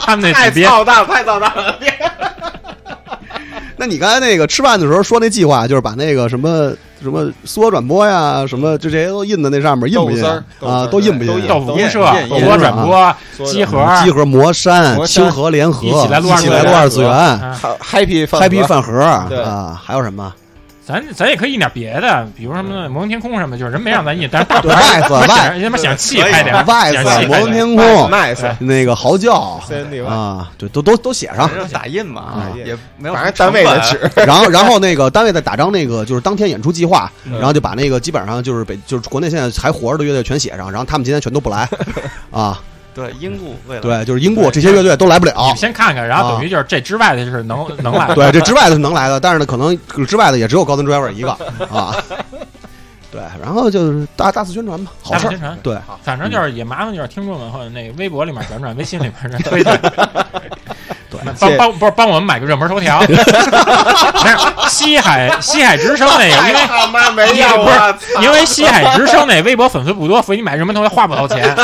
[SPEAKER 1] 他们那
[SPEAKER 3] 太
[SPEAKER 1] 组别
[SPEAKER 3] 操蛋了，太操蛋了。
[SPEAKER 2] 那你刚才那个吃饭的时候说那计划，就是把那个什么什么缩转播呀，什么就这些都印在那上面，印
[SPEAKER 3] 豆
[SPEAKER 2] 不
[SPEAKER 3] 腐
[SPEAKER 2] 印
[SPEAKER 3] 丝儿
[SPEAKER 2] 啊啊？
[SPEAKER 3] 豆
[SPEAKER 2] 都
[SPEAKER 3] 腐丝儿
[SPEAKER 2] 印不
[SPEAKER 3] 都印
[SPEAKER 2] 印啊？嗯
[SPEAKER 1] 豆腐公社、
[SPEAKER 3] 演
[SPEAKER 1] 火
[SPEAKER 2] 演
[SPEAKER 1] 锅转播、
[SPEAKER 3] 说
[SPEAKER 1] 集
[SPEAKER 3] 的
[SPEAKER 1] 合、
[SPEAKER 2] 集合魔山、
[SPEAKER 3] 魔山
[SPEAKER 2] 清河联合
[SPEAKER 1] 一起来录
[SPEAKER 2] 一起来录
[SPEAKER 3] 二
[SPEAKER 2] 二
[SPEAKER 3] 次
[SPEAKER 2] 次
[SPEAKER 3] 元
[SPEAKER 2] 元、
[SPEAKER 1] 啊
[SPEAKER 3] Happy 饭盒
[SPEAKER 2] Happy 饭盒
[SPEAKER 3] 对
[SPEAKER 2] 啊，还有什么
[SPEAKER 1] 咱咱也可以印点别的，比如什么摩登天空什么，就是人没让咱印，但是大
[SPEAKER 2] 嗯对
[SPEAKER 1] 牌儿
[SPEAKER 2] Vice，
[SPEAKER 1] 他妈
[SPEAKER 2] Vice
[SPEAKER 1] 想他妈想气派点儿，想
[SPEAKER 2] ？Vice、
[SPEAKER 1] 气
[SPEAKER 2] 摩
[SPEAKER 1] 派
[SPEAKER 2] 登
[SPEAKER 1] 点儿。
[SPEAKER 2] 天
[SPEAKER 3] 哎
[SPEAKER 2] 空、
[SPEAKER 1] 哎
[SPEAKER 3] Nice，
[SPEAKER 2] 那个嚎叫
[SPEAKER 3] CNDY
[SPEAKER 2] 啊，对，都都都写上
[SPEAKER 5] 反。正打印嘛
[SPEAKER 2] 啊，
[SPEAKER 5] 也没有
[SPEAKER 3] 反正单位的纸，
[SPEAKER 2] 然后，然后那个单位再打张那个就是当天演出计划，
[SPEAKER 3] 嗯
[SPEAKER 2] 然后就把那个基本上就是北就是国内现在还活着的乐队全写上，然后他们今天全都不 来啊，
[SPEAKER 5] 对英固为了
[SPEAKER 2] 对，就是英国这些乐队都来不了
[SPEAKER 1] 你。们先看看，然后等于就是这之外的是 能能来，
[SPEAKER 2] 对，这之外的是能来的，但是呢，可能之外的也只有高登 driver 一个 啊。对，然后就是大大肆宣传吧，好
[SPEAKER 1] 大
[SPEAKER 2] 事
[SPEAKER 1] 肆
[SPEAKER 2] 儿
[SPEAKER 1] 宣。传。
[SPEAKER 2] 对，
[SPEAKER 1] 反正就是也麻烦，就是听众们或者那微博里面转转，微信里面 推推，
[SPEAKER 2] 对
[SPEAKER 1] 帮帮不是帮我们买个热门头条。 没有西海西海之声那个，因为
[SPEAKER 3] 他哎妈没啊
[SPEAKER 1] 因为 不是因为西海之声那微博粉丝不多，所以你买热门头条花不着钱。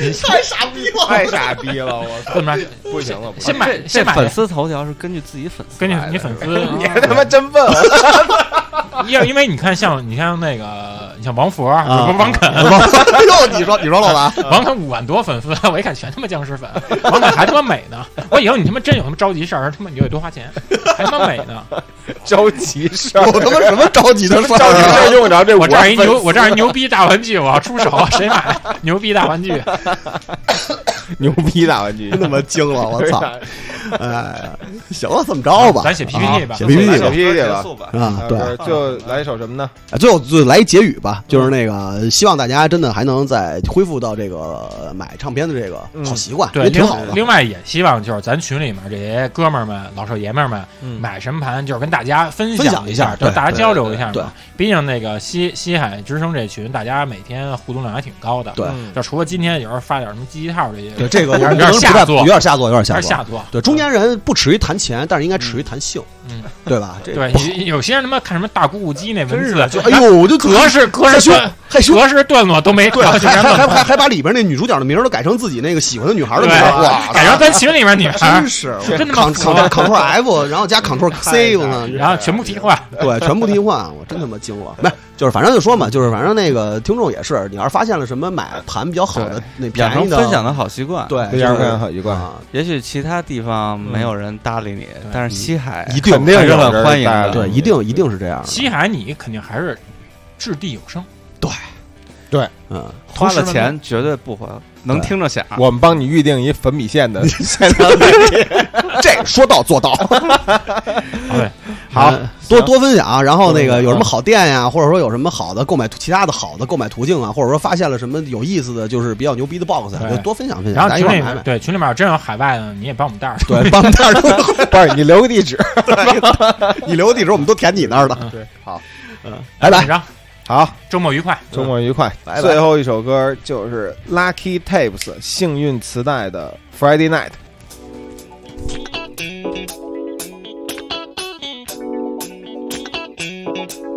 [SPEAKER 1] 您先
[SPEAKER 2] 太傻逼 了，
[SPEAKER 3] 太傻逼了，我操！
[SPEAKER 1] 这么着，
[SPEAKER 3] 不行了，不行
[SPEAKER 1] 先
[SPEAKER 3] 了，
[SPEAKER 1] 买
[SPEAKER 5] 这这
[SPEAKER 1] 先买
[SPEAKER 5] 粉丝哎头条是根据自己粉丝
[SPEAKER 1] 根据
[SPEAKER 5] 来的
[SPEAKER 1] 你粉丝，
[SPEAKER 3] 你还他妈真啊问我，
[SPEAKER 1] 因为因为你看像你像那个你像王佛，
[SPEAKER 2] 啊
[SPEAKER 1] 不是王 肯，
[SPEAKER 2] 又你说你说老板，
[SPEAKER 1] 王肯五万多粉丝，啊我一看全他妈僵尸粉，王肯还他妈美呢。我以后你他妈真有他妈着急事儿，他妈你就得多花钱，还他妈美 呢。
[SPEAKER 3] 着急事儿
[SPEAKER 2] 有，他妈什么着急的事
[SPEAKER 3] 着急事
[SPEAKER 2] 儿
[SPEAKER 3] 儿
[SPEAKER 2] 啊？
[SPEAKER 3] 用不着这
[SPEAKER 1] 我这儿一
[SPEAKER 3] 一
[SPEAKER 1] 牛，我这儿一牛逼大玩具，我要出手，谁买牛逼大玩 具？
[SPEAKER 3] 牛逼打玩具
[SPEAKER 2] 真，他妈惊了，我操！ 哎，行了，这么着吧，
[SPEAKER 1] 咱写 PPT 吧
[SPEAKER 2] 啊写 PPT
[SPEAKER 3] 写
[SPEAKER 2] 吧
[SPEAKER 3] PPT
[SPEAKER 5] 结
[SPEAKER 3] 了。
[SPEAKER 5] 束吧。
[SPEAKER 2] 啊，对，
[SPEAKER 3] 呃就来一首什么呢？
[SPEAKER 2] 啊最后就来一结语吧，就是那个，希望大家真的还能再恢复到这个呃买唱片的这个
[SPEAKER 3] 嗯
[SPEAKER 2] 好习惯，
[SPEAKER 1] 对，
[SPEAKER 2] 也挺好
[SPEAKER 1] 另
[SPEAKER 2] 的。
[SPEAKER 1] 另外也希望就是咱群里面这些哥们儿们、老少爷们儿们，
[SPEAKER 3] 嗯
[SPEAKER 1] 买什么盘就是跟大家分
[SPEAKER 2] 分享一
[SPEAKER 1] 一
[SPEAKER 2] 下
[SPEAKER 1] 就
[SPEAKER 2] 对
[SPEAKER 1] 大家
[SPEAKER 2] 对
[SPEAKER 1] 交流一下
[SPEAKER 2] 对
[SPEAKER 1] 嘛。毕竟那个西西海之声这群，大家每天互动量还挺高的。
[SPEAKER 2] 对
[SPEAKER 3] 嗯
[SPEAKER 1] 就除了今天有时候发点什么鸡套这些，
[SPEAKER 2] 对，这个
[SPEAKER 1] 有点
[SPEAKER 2] 我
[SPEAKER 1] 有点
[SPEAKER 2] 不太
[SPEAKER 1] 下作
[SPEAKER 2] 有点下作，有点
[SPEAKER 1] 还
[SPEAKER 2] 下
[SPEAKER 1] 是
[SPEAKER 2] 作。
[SPEAKER 1] 下作。
[SPEAKER 2] 对，中年人不耻于谈钱，但是应该耻于谈性，
[SPEAKER 1] 嗯，
[SPEAKER 2] 对吧？这
[SPEAKER 1] 对，
[SPEAKER 2] 不好
[SPEAKER 1] 有有些人他妈看什么大姑姑鸡那文字，啊就
[SPEAKER 2] 哎呦，哎我就
[SPEAKER 1] 格式格
[SPEAKER 2] 害
[SPEAKER 1] 式
[SPEAKER 2] 羞
[SPEAKER 1] 段
[SPEAKER 2] 害羞，
[SPEAKER 1] 格式段落都没
[SPEAKER 2] 对，
[SPEAKER 1] 搞，
[SPEAKER 2] 还
[SPEAKER 1] 就
[SPEAKER 2] 还
[SPEAKER 1] 让
[SPEAKER 2] 还
[SPEAKER 1] 弄
[SPEAKER 2] 还还把里边那女主角的名儿都改成自己那个喜欢的女孩的
[SPEAKER 1] 对
[SPEAKER 2] 名儿，哇，
[SPEAKER 1] 改成咱群里面女孩儿
[SPEAKER 2] 真，是
[SPEAKER 1] 啊真他妈
[SPEAKER 2] Ctrl
[SPEAKER 1] 服了
[SPEAKER 2] Ctrl F，然后加 Ctrl C，我操！
[SPEAKER 1] 然后全部替换。
[SPEAKER 2] 对，全部替换，我真他妈惊了。没，就是反正就说嘛，就是反正那个听众也是，你要是发现了什么买盘比较好的那
[SPEAKER 4] 养
[SPEAKER 2] 便
[SPEAKER 4] 成
[SPEAKER 2] 宜的，
[SPEAKER 4] 分享的好习惯。，
[SPEAKER 2] 对，
[SPEAKER 3] 非常非常好，一贯
[SPEAKER 2] 啊，
[SPEAKER 4] 也许其他地方没有人搭理你，但是西海
[SPEAKER 2] 一定
[SPEAKER 3] 肯定
[SPEAKER 4] 是
[SPEAKER 3] 有
[SPEAKER 4] 很
[SPEAKER 3] 人
[SPEAKER 4] 欢迎
[SPEAKER 3] 带
[SPEAKER 4] 的
[SPEAKER 3] 来
[SPEAKER 2] 对，一定一定是这样的。
[SPEAKER 1] 西海，你肯定还是掷地有声，
[SPEAKER 2] 嗯，
[SPEAKER 4] 花
[SPEAKER 1] 同
[SPEAKER 4] 了
[SPEAKER 1] 时呢
[SPEAKER 4] 钱绝对不还，能
[SPEAKER 2] 对
[SPEAKER 4] 听着
[SPEAKER 1] 啊
[SPEAKER 4] 响。
[SPEAKER 3] 我们帮你预定一粉笔线的线条。
[SPEAKER 2] 这说到做 到。
[SPEAKER 1] 对，
[SPEAKER 3] 好
[SPEAKER 2] 嗯，多
[SPEAKER 3] 行
[SPEAKER 2] 多分享啊。然后
[SPEAKER 3] 多
[SPEAKER 2] 那
[SPEAKER 3] 分
[SPEAKER 2] 个
[SPEAKER 3] 享
[SPEAKER 2] 有什
[SPEAKER 1] 嗯
[SPEAKER 2] 么好店呀，或者说有什么好的购买途其他的好的购买途径啊，或者说发现了什么有意思的，就是比较牛逼的 box，
[SPEAKER 1] 对
[SPEAKER 2] 就多分享分享，
[SPEAKER 1] 然
[SPEAKER 2] 大
[SPEAKER 1] 后
[SPEAKER 2] 家
[SPEAKER 1] 群
[SPEAKER 2] 一块
[SPEAKER 1] 里
[SPEAKER 2] 儿买
[SPEAKER 1] 面
[SPEAKER 2] 买。
[SPEAKER 1] 对群里面真有海外的，你也帮我们带着。
[SPEAKER 2] 对，帮我 们那儿都，
[SPEAKER 3] 不是你留个地 址。
[SPEAKER 2] 你留的地址我们都填你那儿的。
[SPEAKER 3] 对，好，
[SPEAKER 2] 拜拜
[SPEAKER 1] 紧。张，
[SPEAKER 3] 好，
[SPEAKER 1] 周末愉快。
[SPEAKER 3] 周末愉快。
[SPEAKER 2] 拜拜
[SPEAKER 3] 最后一首歌就是 Lucky Tapes 幸运磁带的 Friday Night。
[SPEAKER 7] Friday night,